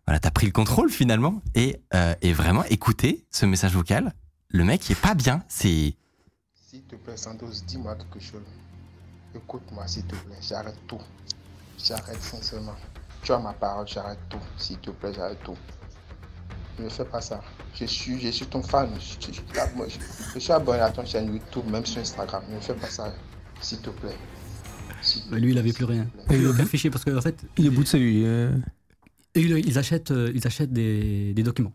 S1: voilà, t'as pris le contrôle finalement. Et, euh, et vraiment, écouter ce message vocal, le mec il est pas bien. C'est
S9: S'il te plaît, Santos, dis-moi quelque chose. Écoute-moi, s'il te plaît, j'arrête tout. J'arrête sincèrement. Tu as ma parole, j'arrête tout. S'il te plaît, j'arrête tout. Ne fais pas ça. Je suis, je suis ton fan. Je, je- je- moi, je- je suis abonné à ton chaîne YouTube, même sur Instagram. Ne fais pas ça, s'il te plaît. S'il te
S6: Ouais, lui, il
S9: plaît,
S6: avait
S9: s'il
S6: plus
S9: te
S6: rien.
S9: plaît.
S6: Il a fichier parce que, en fait,
S4: Il est au bout de sa vie. euh.
S6: Et ils, ils achètent, euh, ils achètent des, des documents.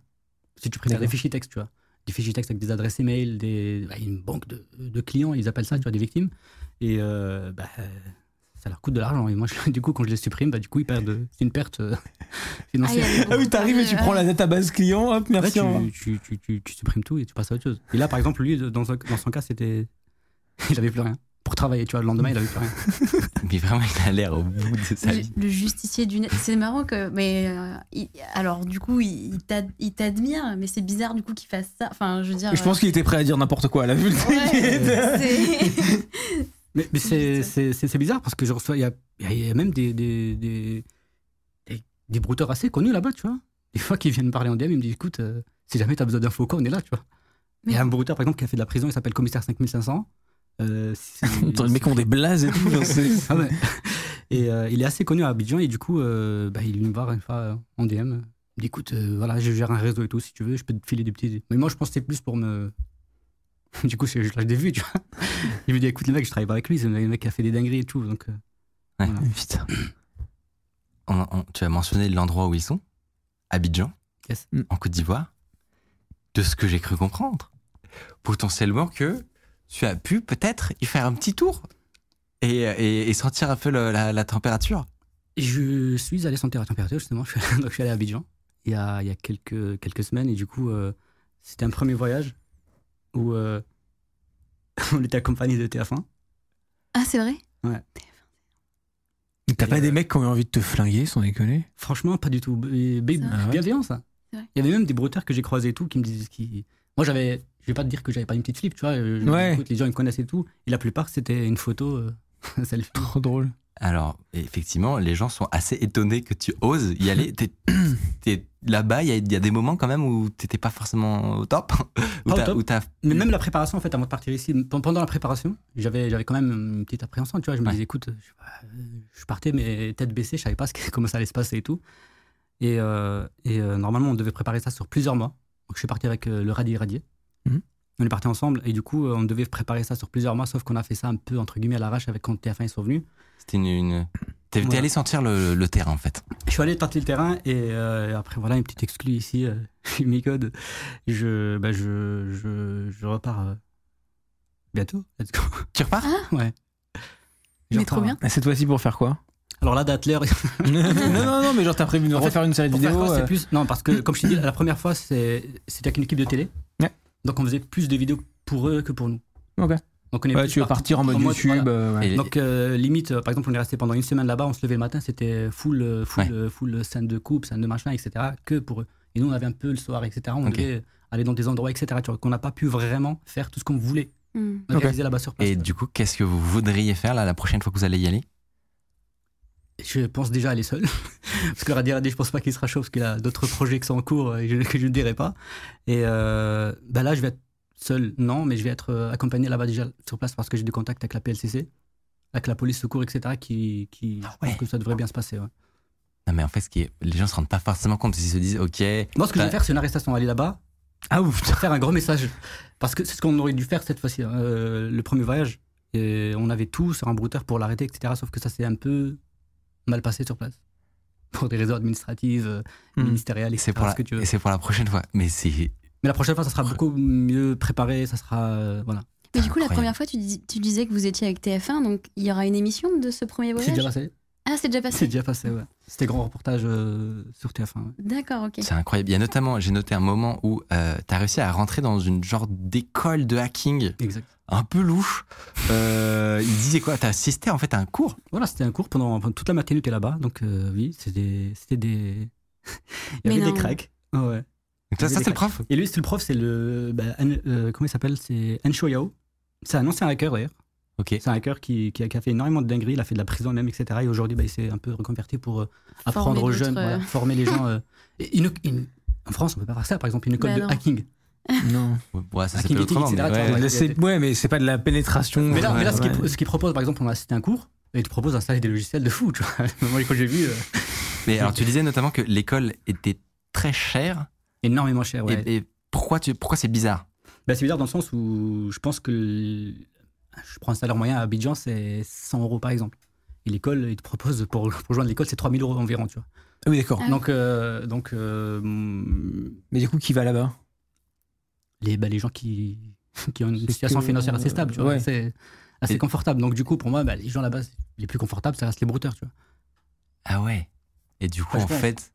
S6: Si tu préfères des
S4: D'accord.
S6: fichiers textes, tu vois. Des fichiers textes avec des adresses email, des, bah, une banque de, de clients, ils appellent ça, tu vois, des victimes. Et euh, bah, euh, ça leur coûte de l'argent. Et moi, je- du coup, quand je les supprime, bah, du coup, ils perdent. C'est une perte euh, financière.
S4: Ah oui, t'arrives et
S8: Euh,
S4: tu prends la database client, hop,
S6: Ouais,
S4: merci.
S6: tu,
S4: au revoir.
S6: tu- tu- tu- tu supprimes tout et tu passes à autre chose. Et là, par exemple, lui, dans, son- dans son cas, c'était. Il avait plus rien. Pour travailler, tu vois, le lendemain, il avait plus rien.
S1: mais vraiment, il a l'air au bout de sa vie.
S8: euh, Le, le justicier du net. C'est marrant que. Mais euh, il- alors, du coup, il, il t'ad- il t'admire, mais c'est bizarre du coup qu'il fasse ça. Enfin, je veux dire.
S4: Je pense qu'il était prêt à dire n'importe quoi à la vue.
S8: euh, ouais, c'est-
S6: Mais, mais c'est-
S8: bizarre.
S6: c'est c'est- c'est bizarre parce que je reçois, il y a, il y a- il y a même des, des, des, des, des brouteurs assez connus là-bas, tu vois. Des fois qu'ils viennent me parler en DM, ils me disent écoute, euh, si jamais t'as besoin d'infos, quoi, on est là, tu vois. Il y a un brouteur par exemple qui a fait de la prison, il s'appelle Commissaire 5500. Euh, c'est-
S4: Les mecs ont des blazes et tout. genre, c'est-
S6: Ah ouais. Et euh, il est assez connu à Abidjan et du coup, euh, bah, il est venu me voir une fois euh, en DM. Il dit écoute, euh, voilà, je gère un réseau et tout, si tu veux, je peux te filer des petits. Mais moi, je pense que c'est plus pour me. du coup, c'est- je lâche des vues, tu vois. Il me dit écoute, le mec, je travaille pas avec lui, c'est le mec qui a fait des dingueries et tout. Donc, euh,
S4: Putain.
S1: On- on- tu as mentionné l'endroit où ils sont, Abidjan,
S6: Yes.
S4: Mm.
S1: en Côte d'Ivoire, de ce que j'ai cru comprendre. Potentiellement que tu as pu peut-être y faire un petit tour et, et- et sentir un peu le- la, la température.
S6: Je suis allé sentir la température, justement. Je suis allé, donc je suis allé à Abidjan il y a, il y a quelques, quelques semaines. Et du coup, euh, c'était un premier voyage où euh, on était accompagné de TF1.
S8: Ah, c'est vrai
S4: T'as pas des mecs qui ont eu envie de te flinguer, sans déconner
S6: Franchement, pas du tout. B- b-
S8: C'est
S4: vrai.
S6: bienveillant, ça.
S8: C'est vrai.
S6: Il y avait même des brouteurs que j'ai croisés et tout qui me disaient qui. Moi, j'avais. Je vais pas te dire que j'avais pas une petite flip, tu vois. je- je-
S4: Ouais.
S6: écoute, les gens, ils me connaissaient et tout. Et la plupart, c'était une photo. euh, selfie.
S4: Trop drôle.
S1: Alors, effectivement, les gens sont assez étonnés que tu oses y aller. T'es- t'es- Là-bas, il y a, il y a des moments quand même où t'étais pas forcément au top. où
S6: Pas au
S1: t'as-
S6: top.
S1: où t'as-
S6: Mais même la préparation, en fait, avant de partir ici, pen- pendant la préparation, j'avais j'avais quand même une petite appréhension, tu vois. Je me
S1: Ouais.
S6: disais, écoute, je, euh, je partais, mais tête baissée, je savais pas ce que- comment ça allait se passer et tout. Et, euh, et, euh, normalement, on devait préparer ça sur plusieurs mois. Donc, je suis parti avec euh, le radier radier.
S4: Mhm.
S6: On est parti ensemble et du coup, euh, on devait préparer ça sur plusieurs mois, sauf qu'on a fait ça un peu, entre guillemets, à l'arrache avec quand TF1 ils sont venus.
S1: C'était une. une- T'es t'es
S6: Voilà.
S1: allé sentir le, le terrain en fait.
S6: Je suis allé tenter le terrain et euh, après, voilà, une petite exclue ici, euh, chez Micode. Je, bah, je, je, je repars euh, bientôt. Let's go.
S1: Tu repars
S6: Je
S8: Mais trop
S6: repars.
S8: bien.
S4: Ah, Cette fois-ci pour faire quoi
S6: hein. Alors là, Dattler,
S4: Non, non, non, mais genre t'as prévu de
S6: En fait,
S4: refaire une série de
S6: pour faire
S4: vidéos.
S6: quoi, c'est
S4: euh,
S6: plus. Non, parce que comme je t'ai dit, la première fois, c'est- c'était avec une équipe de télé.
S4: Ouais.
S6: Donc on faisait plus de vidéos pour eux que pour nous.
S4: Ok.
S6: Donc on est
S4: Ouais,
S6: plus
S4: tu veux
S6: parti
S4: partir en
S6: pour
S4: mode
S6: trois mois,
S4: YouTube.
S6: voilà.
S4: euh, ouais.
S1: Et-
S6: Donc euh, limite, euh, par exemple, on est resté pendant une semaine là-bas, on se levait le matin, c'était full, euh, full,
S1: Ouais.
S6: euh, full scène de coupe, scène de machin, etc. Que pour eux. Et nous, on avait un peu le soir, etc. On
S1: Ok.
S6: devait aller dans des endroits, etc. Tu vois, qu'on n'a pas pu vraiment faire tout ce qu'on voulait
S8: Hmm.
S6: On a
S4: Ok.
S6: réalisé là-bas sur place.
S1: Et du coup, qu'est-ce que vous voudriez faire là, la prochaine fois que vous allez y aller
S6: Je pense déjà aller seul. parce que Radia Radia, je pense pas qu'il sera chaud parce qu'il a d'autres projets qui sont en cours euh, et je- que je ne dirai pas. Et euh, bah là, je vais être seul, non, mais je vais être euh, accompagné là-bas déjà sur place parce que j'ai des contacts avec la PLCC, avec la police secours, etc. qui, qui je pense
S1: ouais.
S6: que ça devrait bien se passer. ouais.
S1: Non, mais en fait, ce qui est- les gens se rendent pas forcément compte. Ils se disent, OK,
S6: Moi, ce que je
S1: Bah-
S6: vais faire, c'est une arrestation. Aller là-bas. Ah ouf Faire un gros message. Parce que c'est ce qu'on aurait dû faire cette fois-ci, hein, euh, le premier voyage. Et on avait tout sur un brouteur pour l'arrêter, etc. Sauf que ça s'est un peu mal passé sur place. Pour des raisons administratives, euh,
S4: Hmm.
S6: ministérielles,
S1: Et
S6: etc.
S1: c'est pour,
S6: ce
S1: la-
S6: que tu veux.
S1: et c'est pour la prochaine fois. Mais c'est.
S6: Mais la prochaine fois, ça sera beaucoup mieux préparé, ça sera. euh, voilà.
S3: Mais du coup, la
S1: Incroyable.
S3: première fois, tu, dis- tu disais que vous étiez avec TF1, donc il y aura une émission de ce premier
S6: C'est
S3: voyage
S6: déjà passé.
S3: Ah, c'est déjà
S6: C'est
S3: passé.
S6: déjà passé, ouais. C'était grand reportage euh, sur TF1. ouais.
S3: D'accord, ok.
S1: C'est incroyable. Il y a notamment, j'ai noté un moment où euh, t'as réussi à rentrer dans une genre d'école de hacking
S6: Exact.
S1: un peu louche. Euh, il disait quoi T'as assisté en fait à un cours
S6: Voilà, c'était un cours pendant, pendant toute la matinée, t'es là-bas. Donc, euh, oui, c'était c'était des.
S3: Mais
S6: il y avait
S3: non.
S6: des cracks. Ah ouais.
S1: Donc ça, ça, c'est le prof
S6: Et lui, c'est le prof, c'est le. bah, An- euh, comment il s'appelle C'est Anshu Yao. C'est un ancien hacker d'ailleurs.
S1: Ok.
S6: C'est un hacker qui, qui a qui a fait énormément de dingueries, il a fait de la prison même, etc. Et aujourd'hui, bah, il s'est un peu reconverti pour euh, apprendre aux
S3: d'autres,
S6: jeunes,
S3: euh,
S6: voilà, former les gens. euh, et une- une- en France, on peut pas faire ça, par exemple, une école
S3: Bah
S6: de
S3: non.
S6: hacking.
S4: Non.
S1: Ouais, ça s'appelle
S6: Hacking Meeting,
S1: autrement. mais
S6: Ah, etc., tu
S1: ouais.
S6: vois.
S4: Mais c'est- ouais, mais c'est pas de la pénétration.
S6: Mais là, mais là, ce
S4: Ouais.
S6: qu'il ce qu'il propose, par exemple, on a cité un cours, et il te propose d'installer des logiciels de fou, tu vois. Moi, quand j'ai vu, euh,
S1: Mais alors, tu disais notamment que l'école était très chère.
S6: énormément cher. Ouais.
S1: Et, et pourquoi, tu, pourquoi c'est bizarre
S6: Bah, c'est bizarre dans le sens où je pense que le- je prends un salaire moyen à Abidjan, c'est 100 euros par exemple. Et l'école, ils te proposent pour, pour joindre l'école, c'est 3000 euros environ, tu vois.
S4: Ah oui, d'accord.
S3: Ah oui.
S6: Donc, euh, donc euh, mm,
S4: Mais du coup, qui va là-bas
S6: les, bah, les gens qui, qui ont une
S4: C'est
S6: situation
S4: que-
S6: financière assez stable, tu vois,
S4: Ouais.
S6: c'est assez
S1: Et-
S6: confortable. Donc, du coup, pour moi, bah, les gens là-bas, c'est- les plus confortables, ça reste les brouteurs, tu vois.
S1: Ah ouais. Et du coup,
S6: Ouais, je
S1: en
S6: pense.
S1: fait,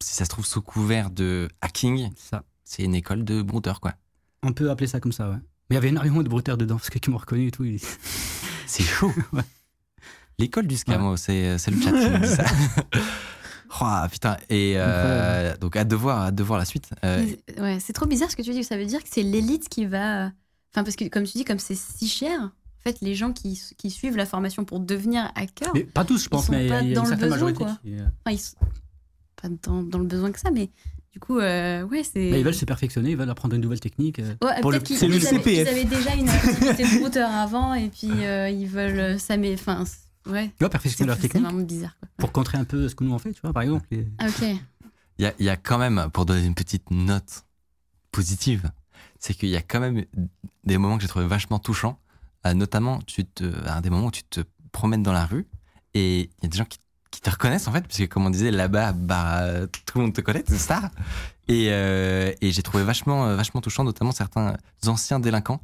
S1: si ça se trouve sous couvert de hacking,
S6: C'est Ça.
S1: c'est une école de brouteurs, quoi.
S6: On peut appeler ça comme ça, ouais. Mais il y avait énormément de brouteurs dedans, parce que qui m'ont reconnu et tout. ils-
S1: C'est chaud.
S6: Ouais.
S1: L'école du scamo, c'est c'est le chat qui nous dit ça. Oh, putain. Et euh, donc, hâte de voir, hâte de voir la suite. Euh,
S3: Mais c'est- Ouais, c'est trop bizarre ce que tu dis. Ça veut dire que c'est l'élite qui va. Enfin, parce que comme tu dis, comme c'est si cher, en fait, les gens qui, qui suivent la formation pour devenir hacker,
S6: Mais pas tous, je pense,
S3: sont
S6: mais il y a
S3: pas
S6: une
S3: dans le
S6: certaine
S3: besoin,
S6: majorité.
S3: quoi.
S6: qui, euh,
S3: enfin, ils sont pas dans, dans le besoin que ça, mais du coup, euh, ouais, c'est.
S6: bah, ils veulent se perfectionner, ils veulent apprendre une nouvelle technique. euh.
S3: Ouais,
S4: Pour
S3: peut-être
S4: le-
S3: qu'ils
S4: c'est le
S3: ils avaient,
S4: CPF.
S3: ils avaient déjà une activité de routeur avant et puis euh, ils veulent euh, ça mais enfin c- ouais
S6: Tu vois,
S3: c'est
S6: perfectionner leur
S3: c'est
S6: technique.
S3: vraiment bizarre quoi.
S6: pour contrer un peu ce que nous on fait, tu vois, par exemple. Et-
S3: Ah, ok
S1: Il y a, il y a quand même, pour donner une petite note positive, c'est qu'il y a quand même des moments que j'ai trouvé vachement touchants. Euh, notamment, tu te, à des moments où tu te promènes dans la rue et il y a des gens qui, qui te reconnaissent en fait, puisque comme on disait là-bas, bah, euh, tout le monde te connaît, t'es une star. Et, euh, et j'ai trouvé vachement, euh, vachement touchant, notamment certains anciens délinquants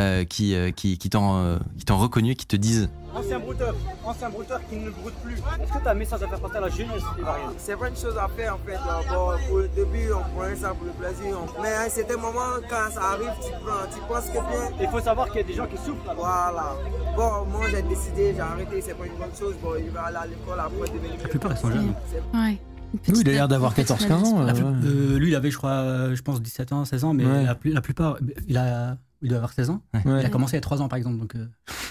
S1: euh, qui, euh, qui, qui t'ont euh, qui t'ont reconnu et qui te disent
S10: Ancien brouteur, ancien brouteur qui ne broute plus. Est-ce que tu as un message à faire passer à la jeunesse ivoirienne
S11: C'est pas une chose à faire en fait. euh, Bon, pour le début, on prenait ça pour le plaisir. on- Mais à un certain moment, quand ça arrive, tu, prends, tu penses que bien.
S10: Il faut savoir qu'il y a des gens qui souffrent là-bas.
S11: Voilà. Bon, moi j'ai décidé, j'ai arrêté, c'est pas une bonne chose. Bon, je vais aller à l'école après devenir.
S6: La plupart, ils sont jeunes.
S11: C'est-
S3: ouais Une
S4: Oui,
S3: petite
S4: il a l'air
S3: note
S4: d'avoir 14-15 ans.
S3: professionnelle.
S6: La plus-
S4: euh, ouais.
S6: euh, lui, il avait, je crois, euh, je pense 17 ans, 16 ans, mais
S4: Ouais.
S6: la, plus- la plupart, il, a, il doit avoir 16 ans. Il
S4: Ouais.
S6: a commencé à 3 ans, par exemple. Donc, euh,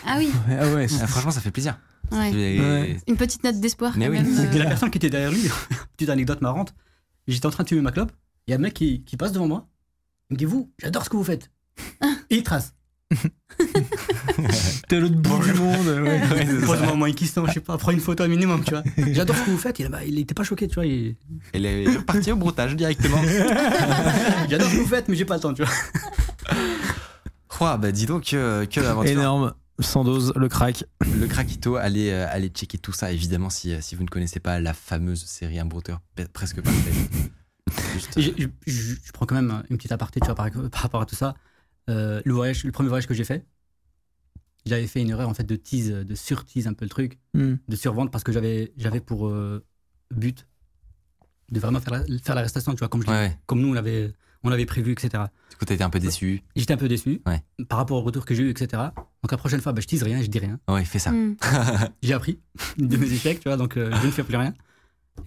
S3: ah oui
S4: Ah ouais, c'est-
S1: Ah, Franchement, ça fait plaisir.
S3: ouais.
S1: Et-
S4: Ouais.
S3: une petite note d'espoir
S1: Mais
S3: quand
S1: oui.
S3: même
S6: Et la
S3: euh,
S6: personne qui était derrière lui, petite anecdote marrante, j'étais en train de fumer ma clope, il y a un mec qui, qui passe devant moi, il me dit Vous, j'adore ce que vous faites. Et il trace.
S4: t'es à l'autre bout du monde. ouais.
S6: Pose-moi au moins une question, je sais pas, prends une photo au minimum, tu vois. J'adore ce que vous faites. Il, bah, il était pas choqué, tu vois. il-
S1: Elle est repartie au broutage directement.
S6: J'adore ce que vous faites, mais j'ai pas le temps, tu vois.
S1: Ouah, bah dis donc que, que aventure.
S4: Énorme. Sans dose, le crack.
S1: Le Krakito, allez, euh, allez checker tout ça, évidemment, si, euh, si vous ne connaissez pas la fameuse série Un brouteur pe- presque parfait. Juste,
S6: Et
S1: euh,
S6: je, je- je- je prends quand même une petite aparté tu vois, par, par rapport à tout ça. Euh, le, voyage, le premier voyage que j'ai fait, j'avais fait une erreur en fait de tease, de sur-tease un peu le truc,
S4: Hmm.
S6: de survendre parce que j'avais j'avais pour euh, but de vraiment faire la- faire l'arrestation, tu vois, comme, je l'ai-
S1: ouais, ouais.
S6: comme nous on l'avait on l'avait prévu, etc.
S1: Du coup, t'étais un peu déçu.
S6: J'étais un peu déçu
S1: Ouais.
S6: par rapport au retour que j'ai eu, etc. Donc la prochaine fois, bah, je tease rien, je dis rien.
S1: Ah Ouais, fais ça.
S4: Mm.
S3: hmm.
S6: J'ai appris de mes échecs, tu vois, donc euh, je ne fais plus rien.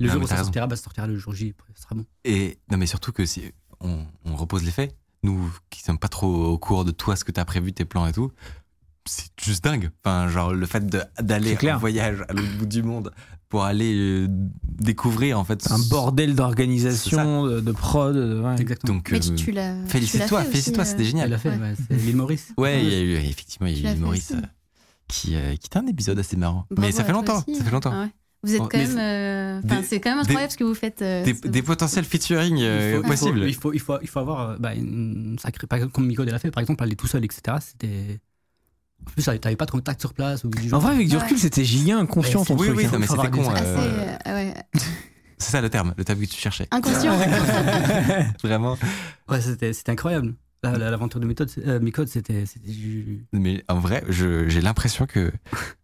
S6: Le
S1: Non,
S6: jour
S1: Ah, mais
S6: où ça
S1: t'as raison.
S6: sortira, bah, ça sortira le jour J, après, ce sera bon.
S1: Et non, mais surtout que si on, on repose les faits, nous qui sommes pas trop au courant de toi, ce que t'as prévu, tes plans et tout, c'est juste dingue. Enfin, genre le fait de- d'aller
S4: C'est clair.
S1: en voyage à l'autre bout du monde pour aller euh, découvrir en fait
S4: Un
S1: ce-
S4: bordel d'organisation,
S1: d'organisation,
S4: de, prod.
S6: Exactement.
S1: Donc,
S3: mais
S1: euh,
S3: tu, tu l'as tu l'as
S1: félicite-toi,
S3: fait
S1: félicite-toi,
S3: aussi,
S1: c'était
S3: euh,
S1: génial.
S6: Elle a fait,
S3: Ouais.
S6: ouais, c'est l'île Maurice.
S1: Ouais, il y a eu, effectivement, il
S3: Mmh. Tu
S1: y a
S3: l'as
S1: eu
S3: fait
S1: Maurice
S3: aussi.
S1: euh, qui, euh, qui était un épisode assez marrant.
S3: Bravo
S1: mais ça
S3: à
S1: fait
S3: toi
S1: longtemps,
S3: aussi,
S1: ça fait
S3: hein.
S1: longtemps.
S3: Ah ouais. vous êtes
S1: Oh,
S3: quand
S1: mais
S3: même euh, enfin,
S1: des-
S3: c'est quand même
S1: des-
S3: incroyable ce que vous faites euh,
S1: Des,
S3: c'est-
S1: des potentiels featuring euh,
S6: il faut,
S1: possibles.
S6: Il faut, il faut, il faut avoir euh, bah, une sacrée. Par exemple, comme Miko l'a fait, par exemple, elle est tout seul, etc. C'était. En plus, t'avais pas de contact sur place ou du
S4: En
S6: genre.
S4: vrai, avec du recul,
S6: Ouais.
S4: c'était giga inconscient ton
S1: Oui,
S4: truc.
S1: oui,
S4: hein.
S1: non, mais c'était con.
S3: Assez,
S1: euh,
S3: euh, ouais,
S1: C'est ça le terme, le terme que tu cherchais.
S3: inconscient.
S1: Vraiment.
S6: Ouais, c'était c'était incroyable. La-
S1: Mm.
S6: la- L'aventure de méthode, euh, Micode, c'était c'était du-
S1: Mais en vrai, je- j'ai l'impression que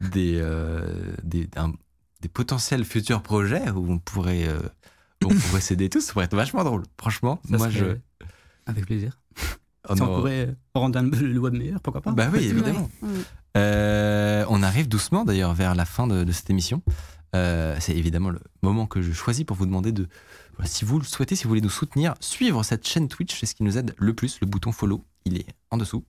S1: des, euh, des, un- des potentiels futurs projets où on pourrait, euh, on pourrait s'aider tous, ça pourrait être vachement drôle. Franchement,
S6: ça
S1: moi je.
S6: serait- Avec plaisir.
S1: Oh
S6: si
S1: non.
S6: on pourrait euh, rendre un- le web meilleur, pourquoi pas
S1: Bah oui, évidemment. Euh, on arrive doucement d'ailleurs vers la fin de, de cette émission. Euh, c'est évidemment le moment que je choisis pour vous demander de, voilà, si vous le souhaitez, si vous voulez nous soutenir, suivre cette chaîne Twitch, c'est ce qui nous aide le plus. Le bouton follow, il est en dessous.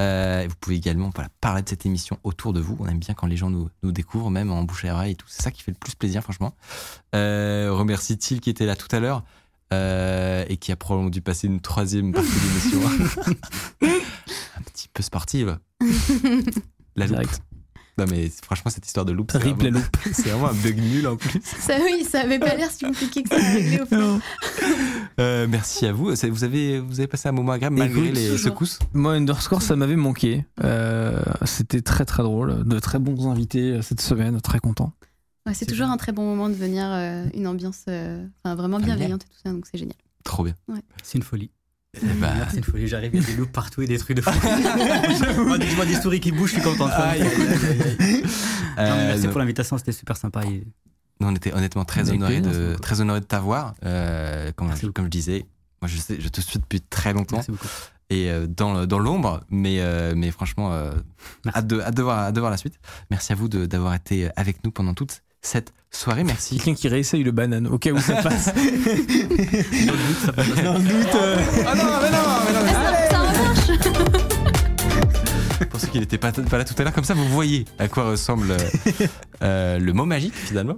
S1: Euh, et vous pouvez également voilà, parler de cette émission autour de vous. On aime bien quand les gens nous, nous découvrent, même en bouche à oreille et tout. C'est ça qui fait le plus plaisir, franchement. Euh, on remercie Thiel qui était là tout à l'heure euh, et qui a probablement dû passer une troisième partie de l'émission. Un petit peu sportive. La loupe.
S4: Direct.
S1: Non mais franchement cette histoire de loupe, c'est
S4: Rip
S1: vraiment-
S4: la loupe.
S1: c'est vraiment un bug nul en plus.
S3: Ça, oui, ça avait pas l'air si compliqué que ça. à régler, au final.
S1: Euh, merci à vous. C'est- Vous avez, vous avez passé un moment agréable malgré
S4: Écoute,
S1: les
S4: toujours.
S1: secousses.
S4: Moi, Underscore, ça m'avait manqué. Euh, c'était très très drôle. De très bons invités euh, cette semaine, très content.
S3: Ouais, c'est toujours un très bon moment de venir, euh, une ambiance euh, enfin, vraiment
S1: Familiale.
S3: bienveillante et tout ça, donc c'est génial.
S1: Trop bien.
S6: C'est une folie.
S1: Eh ben,
S6: C'est une folie. J'arrive, il y a des loups partout et des trucs de fou. Moi, dès que je vois Oh, des souris qui bougent, je suis content.
S1: Aïe, aïe, aïe, aïe.
S6: Non, mais
S1: euh,
S6: merci
S1: donc,
S6: pour l'invitation, c'était super sympa. et-
S1: nous, on était honnêtement très
S4: Avec
S1: honorés
S4: plaisir,
S1: de,
S4: beaucoup.
S1: très honorés de t'avoir. Euh, comme,
S6: Merci beaucoup.
S1: comme je disais, moi je, sais, je te suis depuis très longtemps
S6: Merci beaucoup.
S1: et euh, dans, le- dans l'ombre, mais, euh, mais franchement, euh,
S6: Merci.
S1: hâte, de, hâte de voir, hâte de voir la suite. Merci à vous de- d'avoir été avec nous pendant toute cette soirée. Merci.
S4: Quelqu'un qui réessaye le banane, au cas où ça passe. euh,
S3: Ah, ça, ça remarche
S1: Pour ceux qui n'étaient pas, pas là tout à l'heure, comme ça vous voyez à quoi ressemble euh, euh, le mot magique finalement.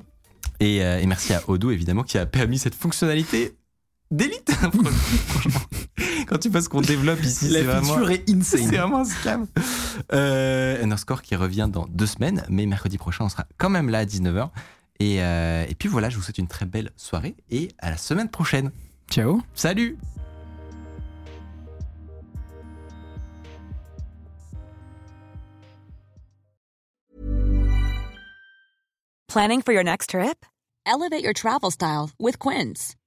S1: Et, euh, et merci à Odo évidemment qui a permis cette fonctionnalité d'élite. hein, Franchement, quand tu vois ce qu'on développe ici, c'est vraiment.
S4: est insane.
S1: C'est vraiment un scam. Euh, Underscore qui revient dans deux semaines, mais mercredi prochain, on sera quand même là à 19h. Et, euh, et puis voilà, je vous souhaite une très belle soirée et à la semaine prochaine.
S4: Ciao.
S1: Salut
S11: Planning for your next trip? Elevate your travel style with Quince.